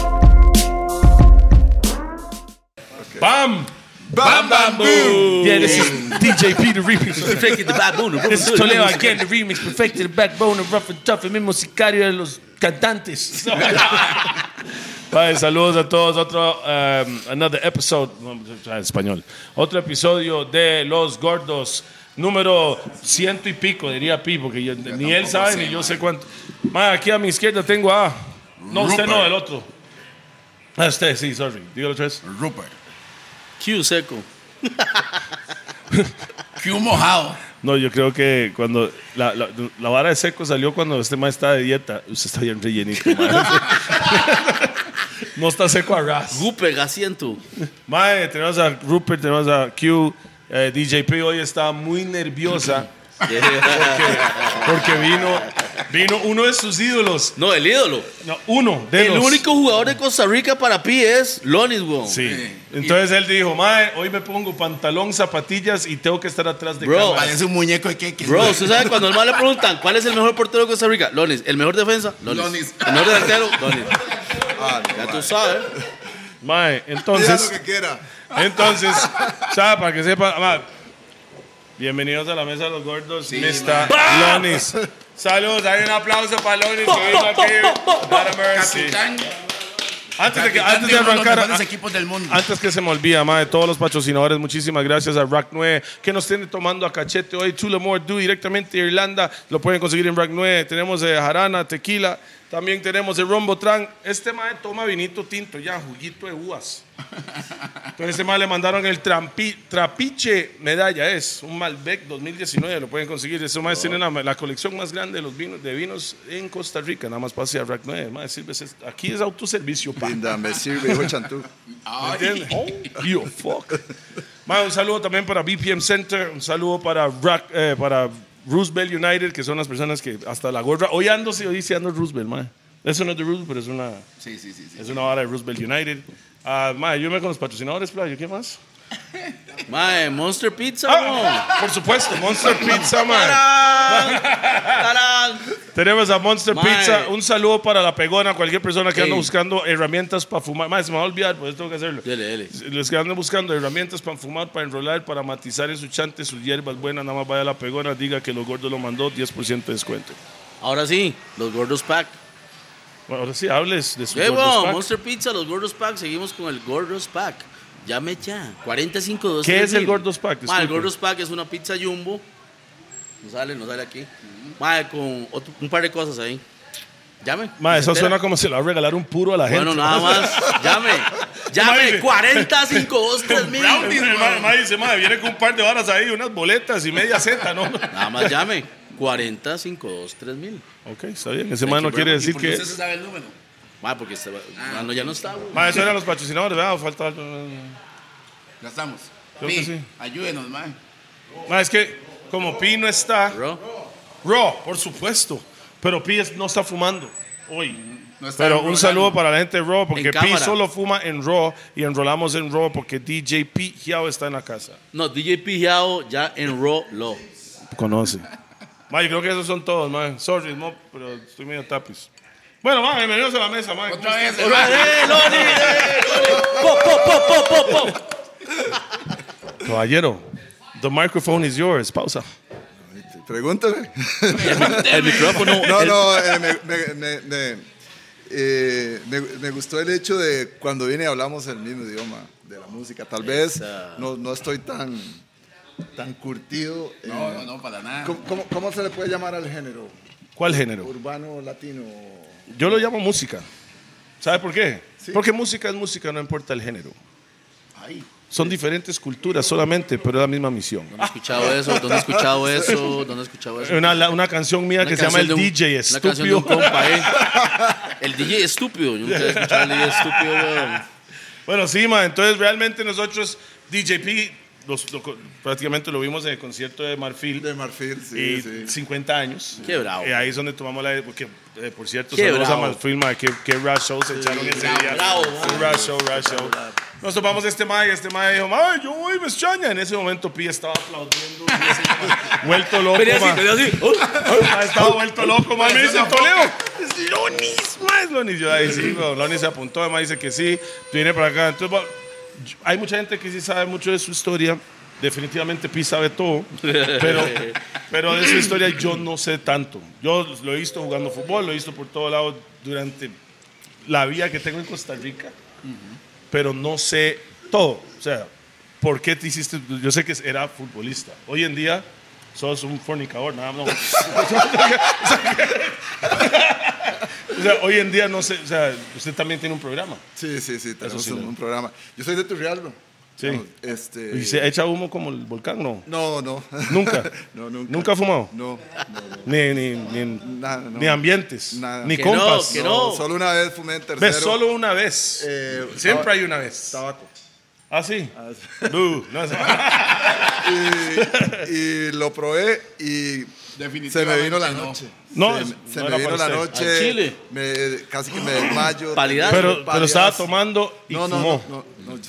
this is DJ P, the remix. Perfected the baboon. This is Toledo again, the remix. Perfected the backbone of Rough and Tough, el mismo sicario de los cantantes. Vale, saludos a todos. Otro, um, another episode, no, en español. Otro episodio de Los Gordos, número ciento y pico, diría Pi, porque yo- ni él sabe ni yo sé cuánto. Ma, aquí a mi izquierda tengo a. No, usted no, Rupert. el otro. A usted, sí, sorry. Dígalo otra vez. Rupert. Q seco. Q mojado. No, yo creo que cuando la, la, la vara de seco salió cuando este man está de dieta, usted está bien rellenito. ma. no está seco a ras. Gupe, asiento. Mae, tenemos a Rupert, tenemos a Q. Eh, DJ P hoy está muy nerviosa porque vino, vino uno de sus ídolos. No, el ídolo. No, uno de El los- único jugador de Costa Rica para pi es Lonis, weón. Sí. Sí. Entonces él dijo, Mae, hoy me pongo pantalón, zapatillas y tengo que estar atrás de Bro, Oh, cámara. Parece un muñeco de queque. Bro, usted sabe cuando al mal le preguntan cuál es el mejor portero de Costa Rica, Lonis. ¿El mejor defensa? Lonis. Lonis. ¿El mejor delantero? Lonis. ya tú sabes. Mae, Diga entonces. lo que quiera. Entonces, ¿sabe? Para que sepa, ma, bienvenidos a la mesa de los gordos, Mr. Lonis. Saludos, hay un aplauso para Lonis que vino aquí. Not a mercy. Capitán. Antes de, que, antes de de uno de los arrancar, mejores a- equipos del mundo. antes que se me olvida, ma, de todos los patrocinadores, muchísimas gracias a Rack 9 que nos tiene tomando a cachete hoy. Tullamore Dew directamente de Irlanda, lo pueden conseguir en Rack 9. Tenemos eh, jarana, tequila, también tenemos el Rombo Tran. Este mae toma vinito tinto, ya, juguito de uvas. Entonces este mae le mandaron el trampi- trapiche medalla, es un Malbec 2019, lo pueden conseguir. Este mae tiene la, la colección más grande de los vinos de vinos en Costa Rica, nada más pase a Rack 9. mae, sírvese esto. aquí es autoservicio, pa. Linda, me sirve, hijo de Chantú. Ay. Oh, ¿Entiendes? Yo, fuck. Ma, un saludo también para BPM Center, un saludo para, Rock- eh, para Roosevelt United, que son las personas que hasta la gorra. Hoy ando, sí, hoy sí ando Roosevelt, ma. Eso no es de Roosevelt, pero es una, Sí, sí, sí. sí. es una hora de Roosevelt United. Ah, ma, yo me con los patrocinadores, playo, ¿qué más? Mae, Monster Pizza, weón. Ah, por supuesto, Monster Pizza, ma. ¡Tarán! ¡Tarán! Tenemos a Monster Mae. eh. Pizza. Un saludo para la pegona, cualquier persona que anda Ey. buscando herramientas para fumar. Mae, se me va a olvidar, pues tengo que hacerlo. Dele, dele. Los que andan buscando herramientas para fumar, para enrolar, para matizar en su chante, sus hierbas buenas, nada más vaya a la pegona, diga que los gordos lo mandó, 10% de descuento. Ahora sí, los Gordos Pack. Bueno, ahora sí, hables de su Hey, gordos weón, pack. Monster Pizza, los Gordos Pack. Seguimos con el Gordos Pack. Llame ya. 45 ¿Qué es el Gordos Pack? Mae, el Disculpe. Gordos Pack es una pizza jumbo. No sale, no sale aquí. Mae, con otro- un par de cosas ahí. Llame. Ma, se eso entera. suena como si le va a regalar un puro a la gente. Bueno, nada más. Llame. Llame. 45 2 3000. Brownies, ma, ma, dice, ma, viene con un par de varas ahí, unas boletas y media seta, ¿no? Nada más llame. 45 2 3000. ok, está bien. Ese man no you, quiere bro. decir ¿Y por que... qué usted se sabe el número? Mae, porque este va- ah, no, ya no está, güey. Ma, eso eran los patrocinadores, ¿verdad? O falta algo. Ya estamos. Creo Pi, que sí. Ayúdenos, man. Ma, es que como Pi no está... Bro. Raw, por supuesto. Pero Pi es- no está fumando hoy. No está Pero enrolando. un saludo para la gente de Raw, porque En Pi cámara. solo fuma en Raw y enrolamos en Raw porque DJ Pi Giao está en la casa. No, DJ Pijao ya enroló. Conoce. Ma, yo creo que esos son todos, man. Sorry, no, pero estoy medio tapis. Bueno, ma, bienvenidos a la mesa, ma. Otra vez. ¡Eh, Loni! ¡Eh, Loni! ¡Po, po, po, po, po, po! Caballero, the microphone is yours. Pausa. Pregúntame. El micrófono. No, el- no, eh, me, me- me- me- eh, me- me gustó el hecho de cuando vine hablamos el mismo idioma de la música. Tal vez Esa. no, no estoy tan, tan curtido. en- No, no, no, para nada. ¿Cómo- cómo, cómo se le puede llamar al género? ¿Cuál género? ¿Urbano, latino? Yo lo llamo música. ¿Sabe por qué? Sí. Porque música es música, no importa el género. Ay. Son diferentes culturas solamente, pero es la misma misión. ¿Dónde he escuchado eso? ¿Dónde he escuchado eso? ¿Dónde he escuchado eso? Una, la- una canción mía Una que se llama canción El de un- DJ Una canción de Estúpido. un compa, ¿eh? El DJ estúpido. Yo nunca he escuchado al DJ estúpido, weón. Bueno, sí, ma, entonces realmente nosotros, DJP, los, lo- prácticamente lo vimos en el concierto de Marfil. De marfil, sí, y sí. 50 años. Qué bravo. Y ahí es donde tomamos la. Porque, eh, por cierto, Qué saludos bravo. a Marfil, ma, qué, qué rush show se echaron ese bravo, día. bravo, Fue un ma. rush show, rush show. Nos topamos este ma y este ma dijo, ma, yo voy, me extraña. En ese momento, Pi estaba aplaudiendo. y ese ma- vuelto loco, Venía así, ma. venía así. ¡Oh! Ma, estaba vuelto loco, ma. Me dice, Toledo, es Lonis, ma, es Lonis. Yo ahí sí, weón, Lonis se apuntó, ma, dice que sí, viene para acá. Entonces, ma, yo- hay mucha gente que sí sabe mucho de su historia. definitivamente Pi sabe todo, pero, pero de esa historia yo no sé tanto. Yo lo he visto jugando fútbol, lo he visto por todos lados durante la vida que tengo en Costa Rica, pero no sé todo. O sea, ¿por qué te hiciste? Yo sé que era futbolista. Hoy en día sos un fornicador, nada más. O sea, hoy en día no sé, o sea, usted también tiene un programa. Sí, sí, sí, tenemos sí un, lo- un programa. Yo soy de Turrialba. Sí. Vamos, Este, ¿Y se echa humo como el volcán? No. No, no. Nunca. no, nunca. ¿Nunca ha fumado? No, no, no. Ni, ni, ni, en- Nada, no. ni ambientes, Nada. ni Que no, compas. que No, no. Solo una vez fumé en tercero. Ves, solo una vez. Eh, Siempre taba- hay una vez. Tabaco. ¿Ah, sí? sí. Bu, no sé. Y, y lo probé y se me Definitivamente vino la no. noche. No, se, es- se no me era vino para la usted. noche. Al chile. me- casi que me desmayo. Palidazo. pero, pero estaba Palidazo. tomando y no, no, fumó. no, no, no.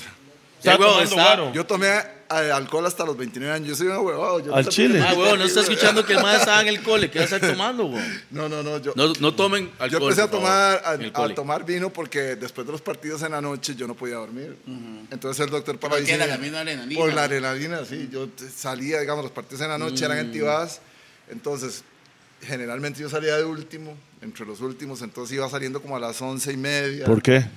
Estaba Ya, huevo, tomando está- guaro. Yo tomé eh, alcohol hasta los 29 años. Yo soy un huevado. yo Al no sé- chile. Ah, weón, no está escuchando que el más estaba en el cole. ¿Qué va a estar tomando, weón? No, no, no. Yo, No, no tomen alcohol. yo empecé a por tomar, favor, en el a, a cole. tomar vino porque después de los partidos en la noche yo no podía dormir. Entonces el doctor para queda la misma adrenalina. Por la adrenalina, sí. Yo t- salía, digamos, los partidos en la noche Mm. eran activadas. Entonces, generalmente yo salía de último, entre los últimos. Entonces iba saliendo como a las once y media. ¿Por qué?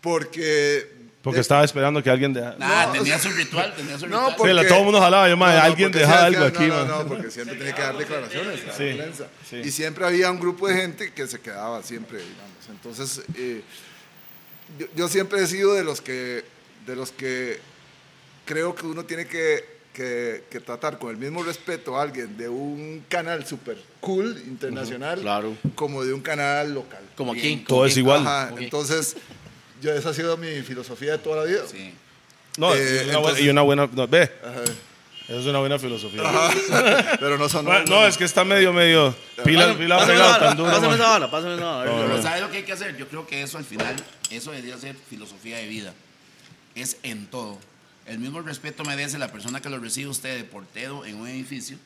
Porque. Porque eh, estaba esperando que alguien dejara. Nah, No, tenía su ritual, tenía su No, ritual. por- Sí, la- porque- todo el mundo jalaba, yo, no, madre, no, alguien porque dejaba siempre- algo aquí, no, man. no, no, porque siempre tiene que dar declaraciones. a la Sí, prensa. sí. Y siempre había un grupo de gente que se quedaba, siempre, digamos. Entonces, eh, yo, yo siempre he sido de los que, de los que creo que uno tiene que, que- que tratar con el mismo respeto a alguien de un canal super cool internacional claro. como de un canal local. Como aquí. Bien. como Todo es aquí. igual. Ajá, Ok. Entonces, yo, esa ha sido mi filosofía de toda la vida. Sí. No, Eh, y una entonces- buena- y una buena. no, ve, Ajá. esa es una buena filosofía. Pero no son... Bueno, no, es que está medio, medio. Pila, Pásame pila pásame pegado, esa tan bala, duro, pásame man. esa bala, pásame esa bala. No, A ver, no. Pero ¿sabes lo que hay que hacer? Yo creo que eso al final, eso debería ser filosofía de vida. Es en todo. El mismo respeto merece la persona que lo recibe usted de portero en un edificio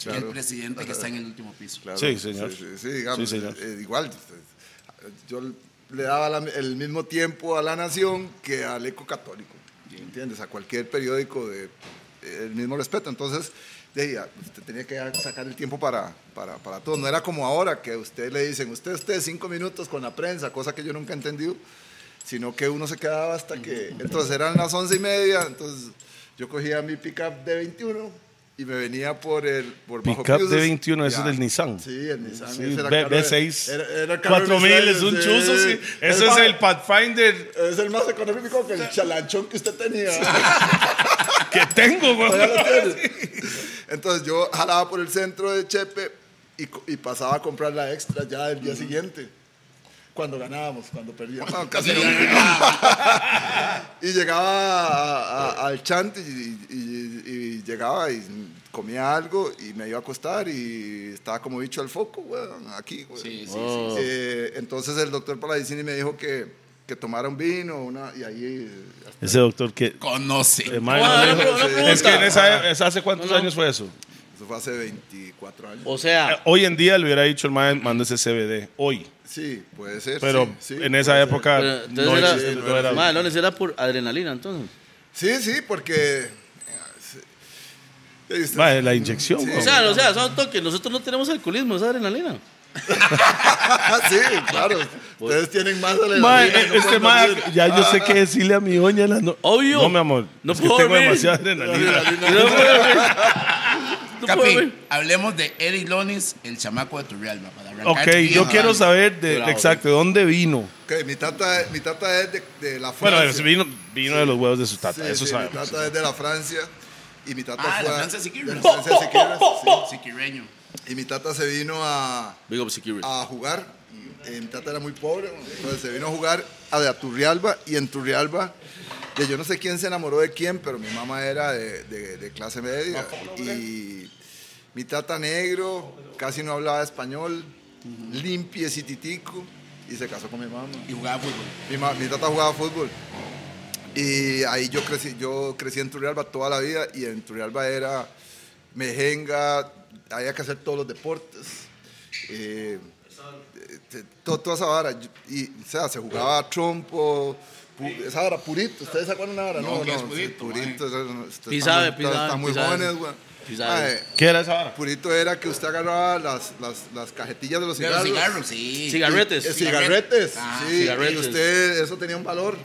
y el Claro. presidente que está en el último piso. Claro, Sí, señor. Sí, sí, sí, digamos, Sí, señor. eh, igual, eh, yo le daba la- el mismo tiempo a La Nación que al Eco Católico, ¿entiendes? A cualquier periódico de eh, el mismo respeto. Entonces, decía, usted tenía que sacar el tiempo para, para, para todo. No era como ahora que a usted le dicen, usted, usted, cinco minutos con la prensa, cosa que yo nunca he entendido, sino que uno se quedaba hasta que... Entonces eran las once y media, entonces yo cogía mi pickup de 21. Y me venía por el... Por bajo Pickup de Cruces. 21, ese es del Nissan. Sí, el Nissan. Sí, ese era B- carro de- B6. era- era el carro de 4000 Mercedes, es un sí. chuzo, sí. Es Eso es más- el Pathfinder Es el más económico que el chalanchón que usted tenía. que tengo, güey. Todavía lo tiene. Entonces yo jalaba por el centro de Chepe y, co- y pasaba a comprar la extra ya el día siguiente. Cuando ganábamos, cuando perdíamos. Casi no. y llegaba a- a- al chante y, y- y llegaba y comía algo y me iba a acostar y estaba como bicho al foco, weón, aquí, weón. Sí, sí, Oh. Eh, entonces el doctor Paladicini me dijo que, que tomara un vino una, y ahí... eh, Ese doctor que. Conoce. eh, man, Bueno, no una dijo- pre- una es que en pregunta. esa, esa- ¿hace cuántos No, no. años fue eso? Eso fue hace 24 años. O Eh, sea, Hoy en día le hubiera dicho el man, mándese CBD. Hoy. Sí, puede ser. Pero sí, sí, en puede esa ser. época pero no, entonces era- existe, no no era- madre, Lones, era por adrenalina, entonces. Sí, sí, porque... eh, sí. Ahí está. Madre, la inyección, güey. O sea, o sea, son toques. Nosotros no tenemos alcoholismo, es adrenalina. sí, claro. Pues, Ustedes tienen más de la Madre, vida, eh, no este pueden man, dormir. ya yo sé qué decirle a mi doña. en las no- Obvio. No, mi amor. No es puedo que tengo dormir. demasiada adrenalina. No puedo dormir. No puedo Capi, dormir. hablemos de Eric Lonis, el chamaco de Turrialba. Para arrancar Ok, bien, yo ¿verdad? quiero saber de, Bravo. exacto de dónde vino. Ok, mi tata, mi tata es de, de la Bueno, Francia. vino, vino de los huevos de su tata, Sí, eso sí, sabemos. Mi tata es de la Francia. Y mi tata Ah, fue... de a- Francia Siquirres. de la Francia Siquirres, sí. Siquireño. Y mi tata se vino a... Big up security. a jugar. Eh, Mi tata era muy pobre, entonces se vino a jugar a, de a Turrialba y en Turrialba, de yo no sé quién se enamoró de quién, pero mi mamá era de, de- de clase media y mi tata negro, casi no hablaba español, limpiecititico y se casó con mi mamá. Y jugaba fútbol. Mi, ma- mi tata jugaba fútbol. Y ahí yo crecí, yo crecí en Turrialba toda la vida y en Turrialba era mejenga, había que hacer todos los deportes. Eh, eh, te- to- toda esa vara. Yo- Y, o sea, se jugaba trompo, pu- esa vara, purito. ¿Ustedes se acuerdan de la vara? No, ¿qué es sí, purito, purito. eso no- ustedes Pisabe, están muy- están- Están muy pisabe, pisabe. jóvenes, güey. Pisabe. Mae, ¿Qué era esa vara? Purito era que usted agarraba las, las, las cajetillas de los De los cigarros. cigarros, sí. Eh, Cigarretes. Cigarretes. Ah, sí, cigarretes. Y usted, eso tenía un valor.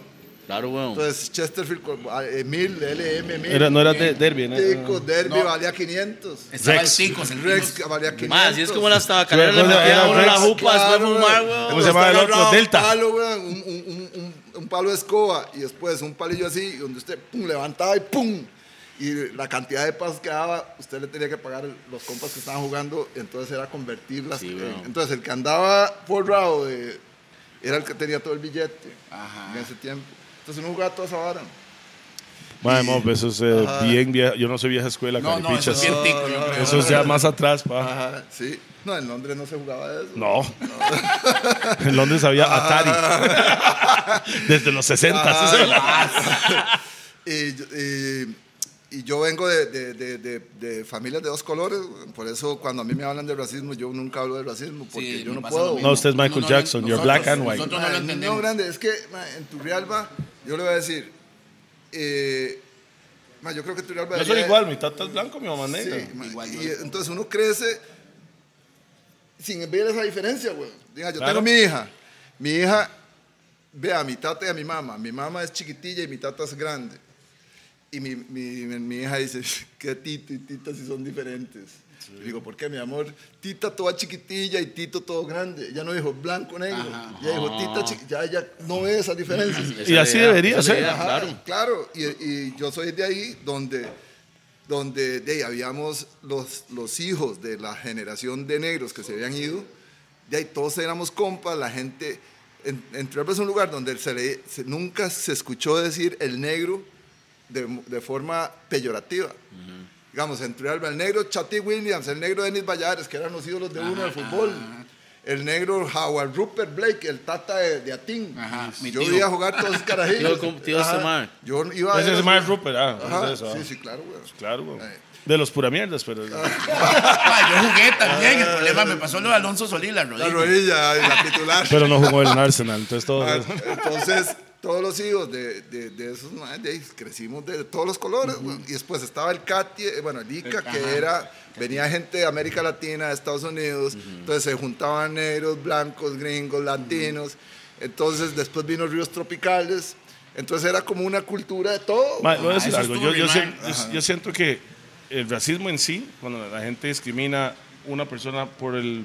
Claro, weón. Entonces, Chesterfield, con- ah, eh, 1000, LM, 1000. Era- no era de- derby, ¿no? Tico, Derby No. valía 500. Estaba Rex. el Ticos, el Rex Ticos. valía 500. Más, así es como las tabacaleras le Era- metían a uno era la Rex. jupa, después fumar, weón. ¿Cómo weón. se Usted llamaba el agarraba otro? un Delta. palo, weón, un, un- un- un- un palo de escoba y después un palillo así, y donde usted pum, levantaba y pum. Y la cantidad de pasos que daba, usted le tenía que pagar los compas que estaban jugando, entonces era convertirlas. Sí, en- weón. entonces el que andaba forrado de- era el que tenía todo el billete Ajá. en ese tiempo. Entonces uno jugaba toda esa vara. Madre, mop, eso es eh, bien vieja. Yo no soy vieja escuela, No, no, eso caripichas. es bien tico, yo creo. Eso es ya más atrás, pa. Ajá, sí. No, en Londres no se jugaba eso. No. en Londres había Atari. Desde los 60. Y, yo- y- y yo vengo de, de- de- de- de familias de dos colores, por eso cuando a mí me hablan de racismo, yo nunca hablo de racismo, porque Sí, yo me no pasa lo puedo. mismo. No, usted es Michael Jackson, you're black and white. Nosotros no lo Mae, no, entendemos. grande, es que mae, en Turrialba, yo le voy a decir, eh, mae, yo creo que Turrialba... Ah, Yo soy debería- igual, mi tata es blanco, mi mamá Sí, negra. mae, Igual yo. y entonces uno crece sin ver esa diferencia, güey. Diga, yo Claro. tengo mi hija, mi hija ve a mi tata y a mi mamá, mi mamá es chiquitilla y mi tata es grande. Y mi, mi- mi- mi hija dice, que Tito y Tita si son diferentes. Y digo, ¿por qué, mi amor? Tita toda chiquitilla y Tito todo grande. Ella no dijo blanco, negro. Ajá. Ella dijo, Tita, chi- ya ella no ve esas diferencias. Y así debería ser. Ajá, Claro. Claro, y, y yo soy de ahí donde, donde de ahí habíamos los, los hijos de la generación de negros que se habían ido, de ahí todos éramos compas, la gente, en, en Turrialba es un lugar donde se le- se- nunca se escuchó decir el negro de, de forma peyorativa. Digamos, en Turrialba, el negro Chatty Williams, el negro Denis Vallares, que eran los ídolos de uno del fútbol. El negro Howard Rupert Blake, el tata de, de Atín. Ajá, mi yo tío. iba a jugar todos los Tío, carajillos. ¿cómo- tío Ajá. este mae? Yo iba Ese ver es los- Mark Rupert, ah. Ajá, es eso, ah. sí, sí, claro, güey. Claro, güey. Eh. De los puramierdas, pero. Ah, yo jugué también. El problema me pasó lo de Alonso Solís, la rodilla. La rodilla, y la titular. Pero no jugó en el Arsenal, entonces todo. Ah, Entonces, todos los hijos de, de, de esos madres, de ahí, crecimos de todos los colores. güey. Y después estaba el Cati, eh, bueno, el ICA, Ajá. que era, venía gente de América Latina, de Estados Unidos. Entonces se juntaban negros, blancos, gringos, latinos. Entonces, después vino Ríos Tropicales. Entonces era como una cultura de todo. Ma, voy a Ajá, decir Ah, eso algo. estuvo Yo, yo re sien- mal. yo- yo siento que el racismo en sí, cuando la gente discrimina una persona por el,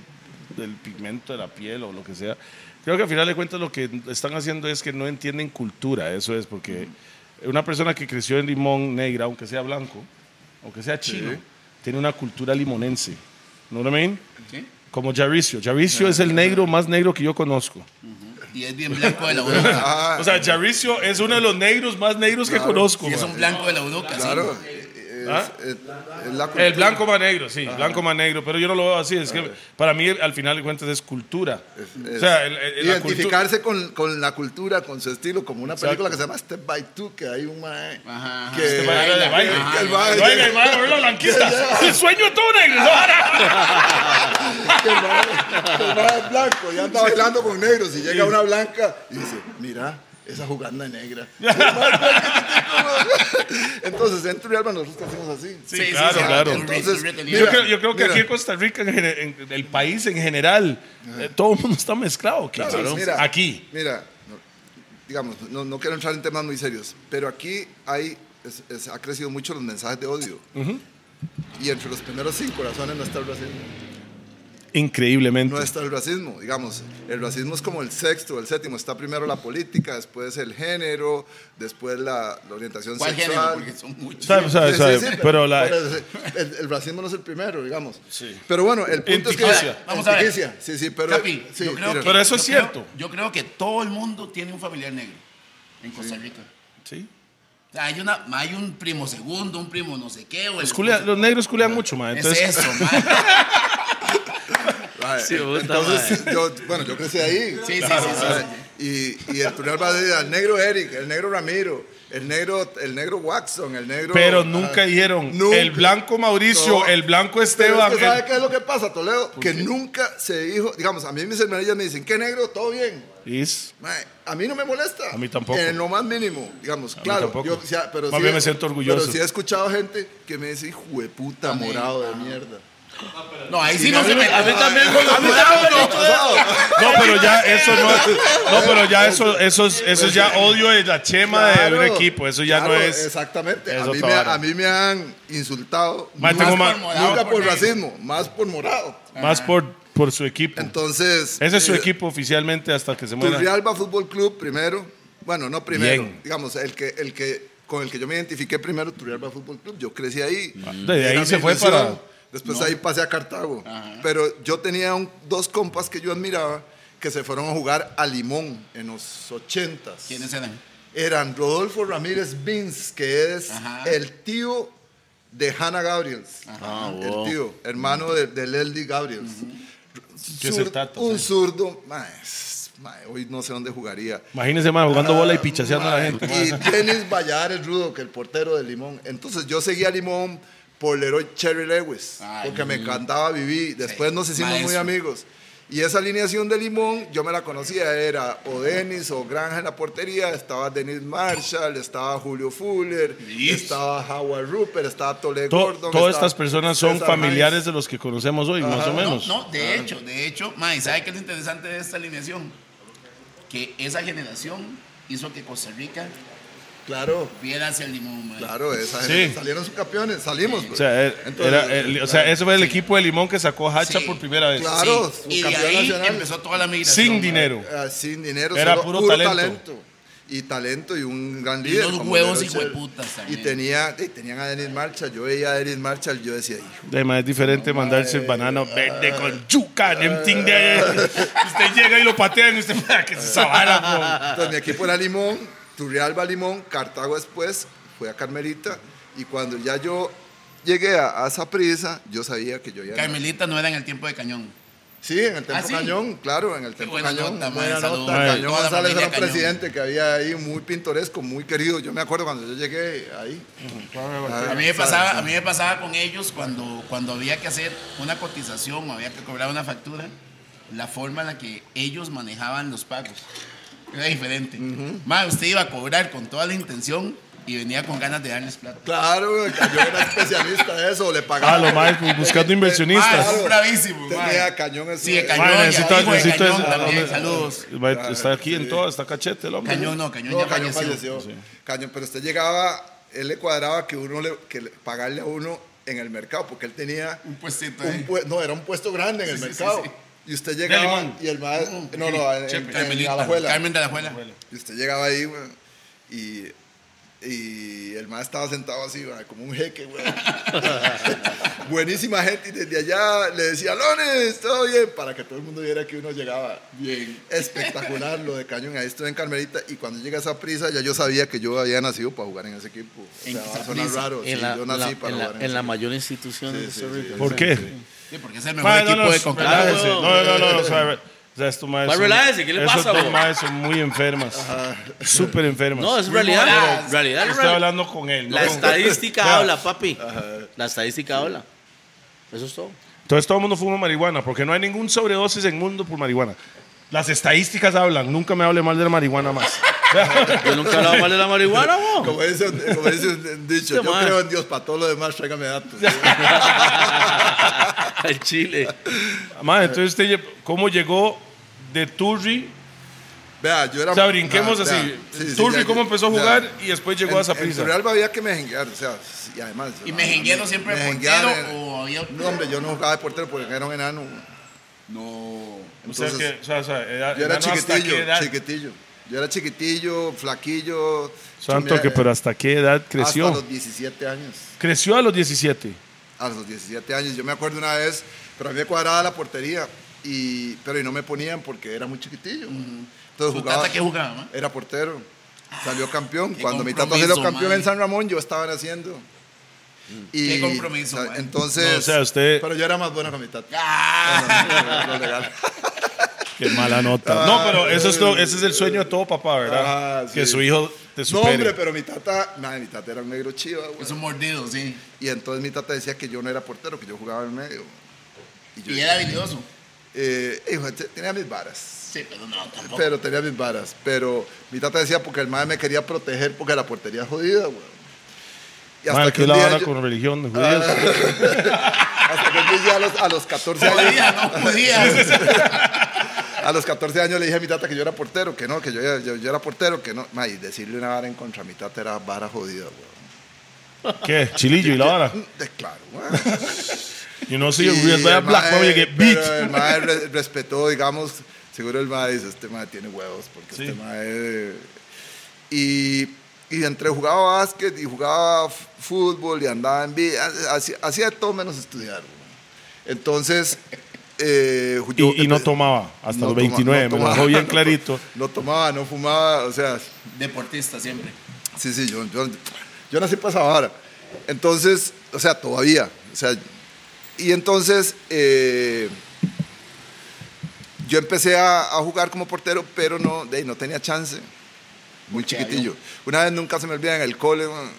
el pigmento de la piel o lo que sea, creo que al final de cuentas lo que están haciendo es que no entienden cultura. Eso es porque una persona que creció en limón negra, aunque sea blanco, aunque sea chino, tiene una cultura limonense. ¿No lo mean? Sí. Ah, Como Jaricio. Jaricio es el negro más negro que yo conozco. Y es bien blanco de la Uruca. Ah, O sea, Jaricio es uno de los negros más negros que conozco. Y es ma. un blanco de la Uruca. sí. claro. es- ¿Ah? es- es la El cultura. blanco más negro, sí, blanco más negro, pero yo no lo veo así, es que para mí al final de cuentas es cultura. Es o sea, el- el- la cultura- identificarse con, con la cultura, con su estilo, como una Exacto. película que se llama Step by Two, que hay un mae Ajá, ajá. que Step Baila, Baila, baila. baila. que Baila, el mae- baila, baila, baila, blanquista. El sueño de todo negro. que el mae- que el mae es blanco y anda bailando con negros y llega una blanca y dice, mira, esa juganda negra. Y el mae es blanco. Entonces, en Turrialba nosotros hacemos así. Sí, claro, claro. Entonces, Yo Yo mira, creo, yo creo que mira. aquí en Costa Rica, en, gene- en el país en general, eh, todo el mundo está mezclado. aquí, Claro, ¿no? mira, aquí. Mira, no, digamos, no, no quiero entrar en temas muy serios, pero aquí hay, es- es- ha crecido mucho los mensajes de odio. Y entre los primeros cinco razones no está el racismo. Increíblemente. No está el racismo, digamos. El racismo es como el sexto, el séptimo. Está primero la política, después el género, después la, la orientación ¿Cuál sexual. género? Porque son muchos. Sabe, sabe, Sí, sabe, sí, sí, pero la- el, el racismo no es el primero, digamos. Pero bueno, el punto es que... Antiquicia. Vamos a ver. Antiquicia, Sí, sí, pero... Capi, sí, yo creo mira. que- Pero eso es yo creo- cierto. yo creo que todo el mundo tiene un familiar negro en Costa Rica. Sí. O sea, hay, una, hay un primo segundo, un primo no sé qué. O el- Los, culea- los negros culean mucho, ma, Es Pues, entonces- eso, man. Mae, Sí, puta entonces, yo, bueno, yo crecí ahí. Sí, sí, sí, sí, Y, y el Turrialba de- al negro Eric, el negro Ramiro, El negro, el negro Watson, el negro. Pero ah, nunca dijeron nunca. el blanco Mauricio, No. el blanco Pero Esteban. es que ¿sabe el- qué es lo que pasa, Toledo? Que nunca se dijo, digamos, a mí mis hermanillas me dicen, ¿qué negro? Todo bien. Is. Mae, a mí no me molesta. A mí tampoco. En lo más mínimo, digamos. mí claro. tampoco. Yo, o sea, pero Más sí- bien me siento orgulloso. Pero sí he escuchado gente que me dice, hijo de puta, morado de mierda. No, ahí sí no se me. A mí también me A mí gusta. también. No, pero ya eso no. No, pero ya eso, eso, es- eso es ya odio de la chema de un Claro, equipo. Eso ya no claro, es. Exactamente. es A mí, otra me, vara. a mí me han insultado. Mae, más tengo ma- por- morado, nunca por por, negro. racismo, más por morado. Más por, por su equipo. Entonces. Ese es su eh, equipo oficialmente hasta que se muera. Turrialba Fútbol Club primero. Bueno, no primero. Bien. Digamos, el que, el que, con el que yo me identifiqué primero, Turrialba Fútbol Club. Yo crecí ahí. De ahí Era se mi fue ilusión. para. Después ahí pasé a Cartago. Pero yo tenía un- dos compas que yo admiraba que se fueron a jugar a Limón en los ochentas. ¿Quiénes eran? Eran Rodolfo Ramírez Vins, que es Ajá. el tío de Hannah Gabriels. Ah, wow. El tío, hermano de, de Leslie Gabriels. Que es Zur- el tato, un sí. zurdo. mae, es- mae, hoy no sé dónde jugaría. Imagínese, man, jugando bola y pichaseando a la Mae, gente. Y Dennis Vallar, el rudo, que el portero de Limón. Entonces yo seguía a Limón por Leroy Cherry Lewis, Ay, mm. porque me encantaba vivir. Después Sí, nos hicimos muy maestro. amigos. Y esa alineación de Limón, yo me la conocía, era o Dennis o Granja en la portería, estaba Dennis Marshall, estaba Julio Fuller, Yes. estaba Howard Rupert, estaba Tole To- Gordon. todas estaba estas personas son César familiares Maíz. de los que conocemos hoy, más o menos. No, no, de hecho, de hecho, Mae, ¿sabe qué es lo interesante de esta alineación? Que esa generación hizo que Costa Rica Claro, viera hacia el limón, Mae. claro, esa Sí. gente, salieron sus campeones, salimos. O pues. sea, er- Entonces, era el- o sea, claro. ese fue el equipo de Limón que sacó Hacha Sí. por primera vez. Claro. su y de campeón ahí nacional. empezó toda la migración. Sin Mae. dinero. Ah, sin dinero, Era solo puro puro, talento. talento. Y talento y un gran Y líder. unos como huevos Leroy Cher. hijueputas también. Y tenía, y tenían a Denis Marshall. Yo veía a Denis Marshall, yo decía, hijo. Además, es diferente mandarse el banano verde con yuca. en un ting de- usted llega y lo patean y usted, que se Ah, sabara, Entonces mi equipo era Limón, Turrialba Limón, Cartago después, fue a Carmelita. Y cuando ya yo llegué a, a esa prisa, yo sabía que yo ya. Carmelita no era en el tiempo de cañón. Sí, en el Ah, Tempo ¿sí? Cañón, claro, en el Tempo buena Cañón. nota, buena mae, saludos. nota. Mae. Cañón Toda la González era familia un Cañón. presidente que había ahí, muy pintoresco, muy querido. Yo me acuerdo cuando yo llegué ahí. A mí me pasaba, a mí me pasaba con ellos cuando, cuando había que hacer una cotización o había que cobrar una factura, la forma en la que ellos manejaban los pagos era diferente. Mae, usted iba a cobrar con toda la intención y venía con ganas de darles plata. Claro, güey, Cañón era especialista de eso, le pagaba. Ah, lo más, pues, buscando Mae, inversionistas. es bravísimo, mae. Tenía Cañón en su- Sí, de Cañón. Mae, y necesito- amigo de necesito Cañón ese- también, ah, saludos. El mae Está aquí en todo, está cachete el hombre. Cañón no, Cañón No, ya Cañón falleció. falleció. Cañón, pero usted llegaba, él le cuadraba que uno le, que le- pagarle a uno en el mercado, porque él tenía Un puestito un ahí. pue- no, era un puesto grande en el Sí, sí, mercado. sí, sí. Y usted llegaba Limón. y el maestro, no, no, en, Che, en- en Carmelita, Alajuela. Carmen de la Juela. Y usted llegaba ahí, güey, y, y el más estaba sentado así, güey, como un jeque, güey. Buenísima gente, y desde allá le decía, Lones, todo bien, para que todo el mundo viera que uno llegaba. Bien. Espectacular lo de Cañón, ahí estuve en Carmelita, y cuando llega esa prisa, ya yo sabía que yo había nacido para jugar en ese equipo. O En sea, va a Saprissa, sonar raro, sí, En la, yo nací la- para en la- jugar en, en la ese mayor institución de este sí, Costa sí. Rica. ¿Por qué? Sí, porque es el mejor Mae, no, equipo no, de CONCACAF. relájese. no, no, no, no, o sea, o sea, estos maes Mae, son- relájese, ¿qué le esos pasa, dos bro? maes son muy enfermas. Súper enfermas. No, es realidad. moradas. realidad, Yo Estoy realidad. hablando con él. ¿no? La estadística Vea, habla, papi. La estadística habla. Eso es todo. Entonces todo el mundo fuma marihuana, porque no hay ningún sobredosis en el mundo por marihuana. Las estadísticas hablan, nunca me hable mal de la marihuana más. Yo nunca he hablado mal de la marihuana, equipo. vos. Como dice, un- como dice un dicho, Este yo mae. creo en Dios, para todo lo demás, tráigame datos. Al chile. Mae, entonces usted, lle- ¿cómo llegó de Turri? Vea, yo era. O sea, brinquemos Ah, vea, así. sí, sí, Turri, ya- ¿cómo empezó a ya. jugar? Y después llegó a en, en Zaprisa. Turrialba había que mejenguear, o sea, y además. ¿Y a- mejenguero a mí- siempre mejenguear portero era- o había- No, hombre, yo no jugaba de portero porque era un enano. No. O sea, Entonces, que, o sea, o sea, edad- yo era enano, ¿hasta chiquitillo, qué edad? chiquitillo. Yo era chiquitillo, flaquillo. Santo chumia- que, pero ¿hasta qué edad creció? Hasta los 17 años. Creció a los 17. A los 17 años. Yo me acuerdo una vez, pero a mí me cuadraba la portería, y, pero y no me ponían porque era muy chiquitillo. Entonces ¿Tu jugaba. tata qué jugaba, ma? Era portero. Salió campeón. qué Cuando mi tata compromiso, salió campeón man. en San Ramón, yo estaba naciendo. Y, Qué compromiso, o sea, man. Entonces. No, o sea, usted- Pero yo era más bueno que mi tata. ¡Ah! Era lo legal. Qué mala nota. No, pero eso es lo- ese es el sueño de todo papá, ¿verdad? Ah, sí. Que su hijo te No, supere. hombre, pero mi tata, madre, mi tata era un negro chiva, güey. Es un mordido, sí. Y entonces mi tata decía que yo no era portero, que yo jugaba en medio. Y yo, Y era habilidoso. eh, hijo, te- tenía mis varas. Sí, pero no, tampoco. Pero tenía mis varas. Pero mi tata decía porque el madre me quería proteger porque la portería es jodida, güey. Y hasta Madre, que ¿qué un la día vara yo- Ah, con religión de judíos? hasta que un día a los, a los 14 años. Podía, no podía. A los 14 años le dije a mi tata que yo era portero, que no, que yo, era- yo, yo era portero, que no. Ma, y decirle una vara en contra a mi tata era vara jodida, güey. ¿Qué? Chilillo y la vara. De- claro, güey. You know, see a Y real el bad black mae- mom, you get pero beat. El mae re- respetó, digamos, seguro el mae dice, este mae tiene huevos, porque Sí. este mae... Y, y entre jugaba básquet y jugaba f- fútbol y andaba en vi- ha- hacía- hacía de todo menos estudiar. güey. Entonces... eh, yo- Y, y no tomaba hasta no los toma- 29, me no lo dejó tomaba, bien no- clarito. No tomaba, no fumaba, o sea, Deportista siempre. Sí, sí, yo, yo, yo nací para esa vara. Entonces, o sea, todavía. O sea, y entonces eh, yo empecé a, a jugar como portero, pero no, de ahí, no tenía chance. Muy chiquitillo. Una vez nunca se me olvida en el cole, man,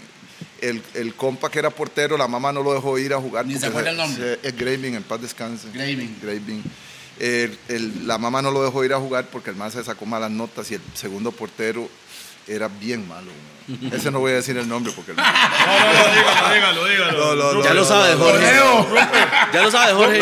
el, el compa que era portero, la mamá no lo dejó ir a jugar. Ni se porque acuerda el nombre. se- eh, Graving, en paz descanse. Graving. Graving. El- el- la mamá no lo dejó ir a jugar porque el man se sacó malas notas y el segundo portero era bien malo. man. Ese no voy a decir el nombre porque el man- No, no, no, dígalo, dígalo, dígalo. No, no, no, Ya lo no, sabe no, no. Jorge. Ya lo sabe Jorge.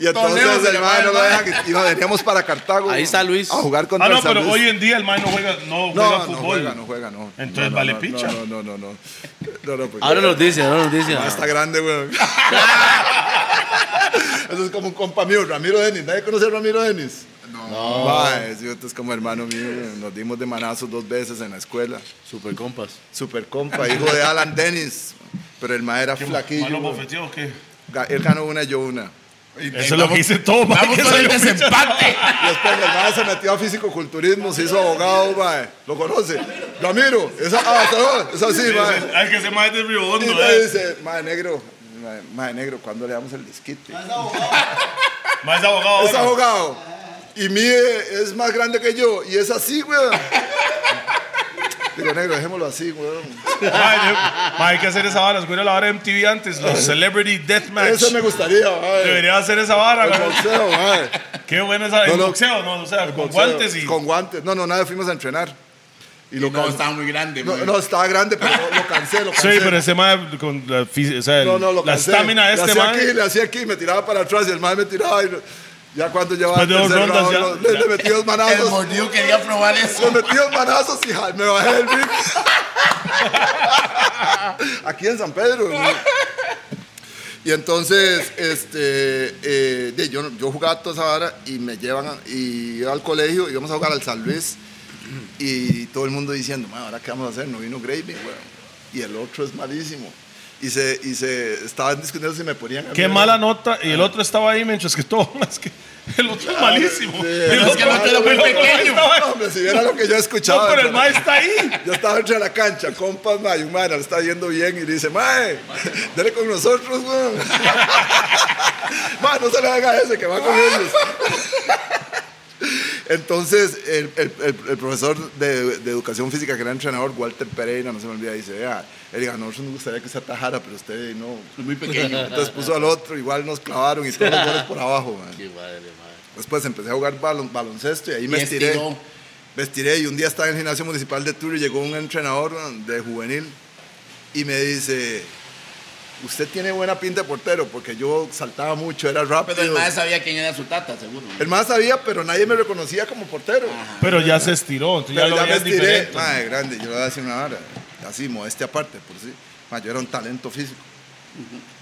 Y entonces Torneo se el llamaba man no el lo man. deja que iba- veníamos para Cartago. Ahí está Luis. A jugar contra Ah, no, el San pero Luis. hoy en día el man no juega, no no, juega no fútbol. juega, no juega, no. Entonces No, no, vale no, picha. No, no, no, no. no. No, pues. no, porque- Ahora nos dice, ahora nos dice. Ah, Está grande, güey. Eso es como un compa mío, Ramiro Denis. ¿Nadie conoce a Ramiro Denis? No. Ma, es, yo- es como hermano mío. güey. Nos dimos de manazos dos veces en la escuela. Super compas. Super compa, hijo de Alan Dennis. Pero el ma era flaquillo. ¿Malo güey. bofeteó o qué? Ga- Él ganó una y yo una. Eso es lo que hice todo, ma, Vamos que por el salió desempate. Y después el ma se metió a físico-culturismo, se hizo abogado, ma. ¿Lo conoce? Ramiro. Esa, ah, está- es así, ma. Ese- Hay que ser más de Y Riondo, me ¿eh? dice, ma, negro, ma, ma, negro, ¿cuándo le damos el disquite? Más abogado. Es ahora. abogado. Y mide, es más grande que yo. Y es así, weón. Digo, negro, dejémoslo así, weón. Mae, de- mae, hay que hacer esa vara. Se la vara de MTV antes, los Celebrity Deathmatch. Eso me gustaría, madre. Debería hacer esa vara, El güey. boxeo, madre. Qué buena esa. No, el no. boxeo, ¿no? O sea, con Boxeo, guantes y. Con guantes. No, no, nada, fuimos a entrenar. Y lo No, can- estaba muy grande. no, güey. no, estaba grande, pero lo, lo cansé, lo Sí, cansé. pero ese mae con la, fis- o sea, el- No, no, lo la cansé. estamina de este Le hacía aquí, mae. le hacía aquí, me tiraba para atrás y el madre me tiraba. Y lo- ya cuando llevaba Después de dos tercer rondas, round, ya- lo- le, ya. le metí dos El manazos. mordido quería probar Le eso. metí dos manazos y ja, me bajé del ring. Aquí en San Pedro. ¿no? Y entonces, este, eh, de, yo, no- yo jugaba toda esa vara y me llevan a- y iba al colegio y íbamos a jugar al San Luis y todo el mundo diciendo, "Ma, ahora qué vamos a hacer, no vino Gravy, weón. Y el otro es malísimo. Y se, y se estaban discutiendo si me ponían. a Qué mí, mala weón. nota. Y el otro estaba ahí, mientras que todo. Es que el otro es malísimo. Ah, sí. El Es que el otro era muy el otro pequeño. estaba- No, hombre, si viera lo que yo escuchaba. No, pero el hermano. mae está ahí. Yo estaba dentro de la cancha, compas, ma, y un man le está yendo bien y le dice, mae, dele con nosotros, weón. Ma, no se le haga ese que va con ellos. Entonces, el, el- el- el profesor de, de educación física, que era entrenador, Walter Pereira, no se me olvida, dice, vea, él diga, nosotros nos gustaría que usted atajara, pero usted no. Muy pequeño. Entonces puso al otro, igual nos clavaron y todos los goles por abajo, man. Qué madre, madre. Después empecé a jugar balon- baloncesto y ahí me Y estiré. estiró. Me estiré y un día estaba en el gimnasio municipal de Turo y llegó un entrenador man, de juvenil y me dice, usted tiene buena pinta de portero porque yo saltaba mucho, era rápido. Pero el más sabía quién era su tata, seguro. El man sabía, pero nadie me reconocía como portero. Pero ya se estiró. Entonces ya lo Pero ya, me veías estiré, diferente. madre, grande, yo le voy a decir una vara, así, modestia aparte, por sí. Ma, yo era un talento físico.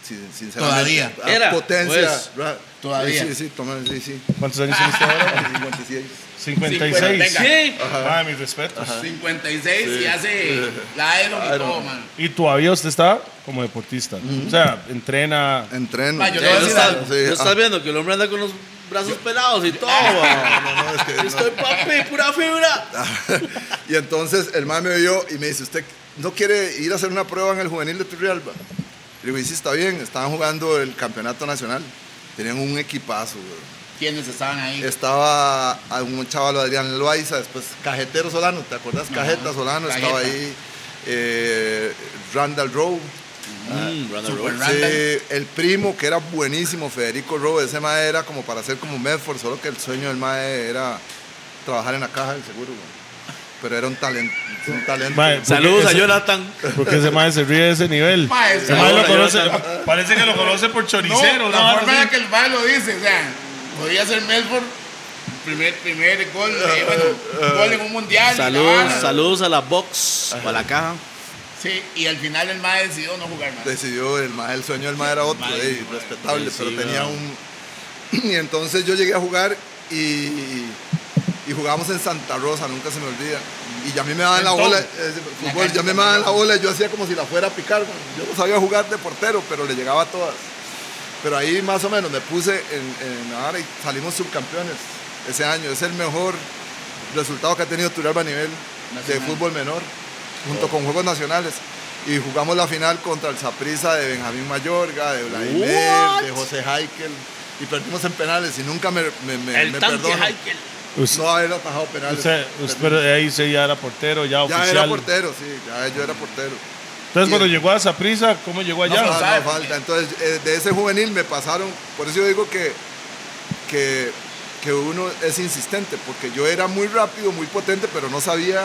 Sin- Sinceramente, Todavía. Ah, Era, Potencia. pues, ra- todavía. Sí, sí, toma, sí, sí. ¿Cuántos años tiene usted Ah, ahora? 56. 56. Venga. Sí. Mae, mis respetos. 56 y hace la Iron y todo, man. Y todavía usted está como deportista. O sea, entrena. Entreno. Ma, yo le Sí, voy No a decir sí, estás, algo, sí, no ah, estás viendo que el hombre anda con los brazos pelados y todo. weón. no, no, es que no. Estoy papi, pura fibra. Y entonces el man me vio y me dice, ¿usted no quiere ir a hacer una prueba en el juvenil de Turrialba? Le digo, "Y sí, está bien, estaban jugando el campeonato nacional. Tenían un equipazo, güey. ¿Quiénes estaban ahí? Estaba a un chaval Adrián Loaiza, después Cajetero Solano, ¿te acuerdas? Cajeta Solano, estaba Cajeta. ahí eh, Randall Rowe. Mm, Randall Super Rowe. Randall. Sí, el primo que era buenísimo, Federico Rowe, ese mae era como para hacer como Medford, solo que el sueño del mae era trabajar en la caja del seguro, güey. Pero era un talento, un talento. Mae, Saludos a ese- Jonathan. Porque ese mae se ríe de ese nivel. Mae, Ese mae lo saludos a conoce, Jonathan. parece que lo conoce por No, choricero. la una forma vara en así. la que el mal lo dice, o sea, podía ser Melbourne, primer, primer gol, eh, bueno, gol en un mundial. y la Saludos, vara. saludos a la box, a la caja. Sí, y al final el MAE decidió no jugar más. decidió el mae, el sueño del mae era otro, Mae, eh, respetable, sí, pero sí, tenía weón. un y entonces yo llegué a jugar y, y jugamos en Santa Rosa, nunca se me olvida. Y ya a mí me daban la Entonces, bola, eh, la fútbol, cancha ya a mí me Santa daban la Rosa. bola, y yo hacía como si la fuera a picar, weón. yo no sabía jugar de portero, pero le llegaba a todas. Pero ahí más o menos me puse en, en la vara y salimos subcampeones ese año. Es el mejor resultado que ha tenido Turalba a nivel de Nacional. fútbol menor, junto con Juegos Nacionales. Y jugamos la final contra el Saprisa de Benjamín Mayorga, de Vladimir, What? de José Heikel. Y perdimos en penales y nunca me, me, me, me perdono Heikel. Usted- no haber atajado penales. usted- usted- pero ahí sí ya era portero, ya ya oficial. era portero, sí, ya yo era portero. Entonces, cuando llegó a esa prisa, ¿cómo llegó allá? No, no, no, sabe, falta. Entonces, eh, de ese juvenil me pasaron. Por eso yo digo que, que, que uno es insistente, porque yo era muy rápido, muy potente, pero no sabía,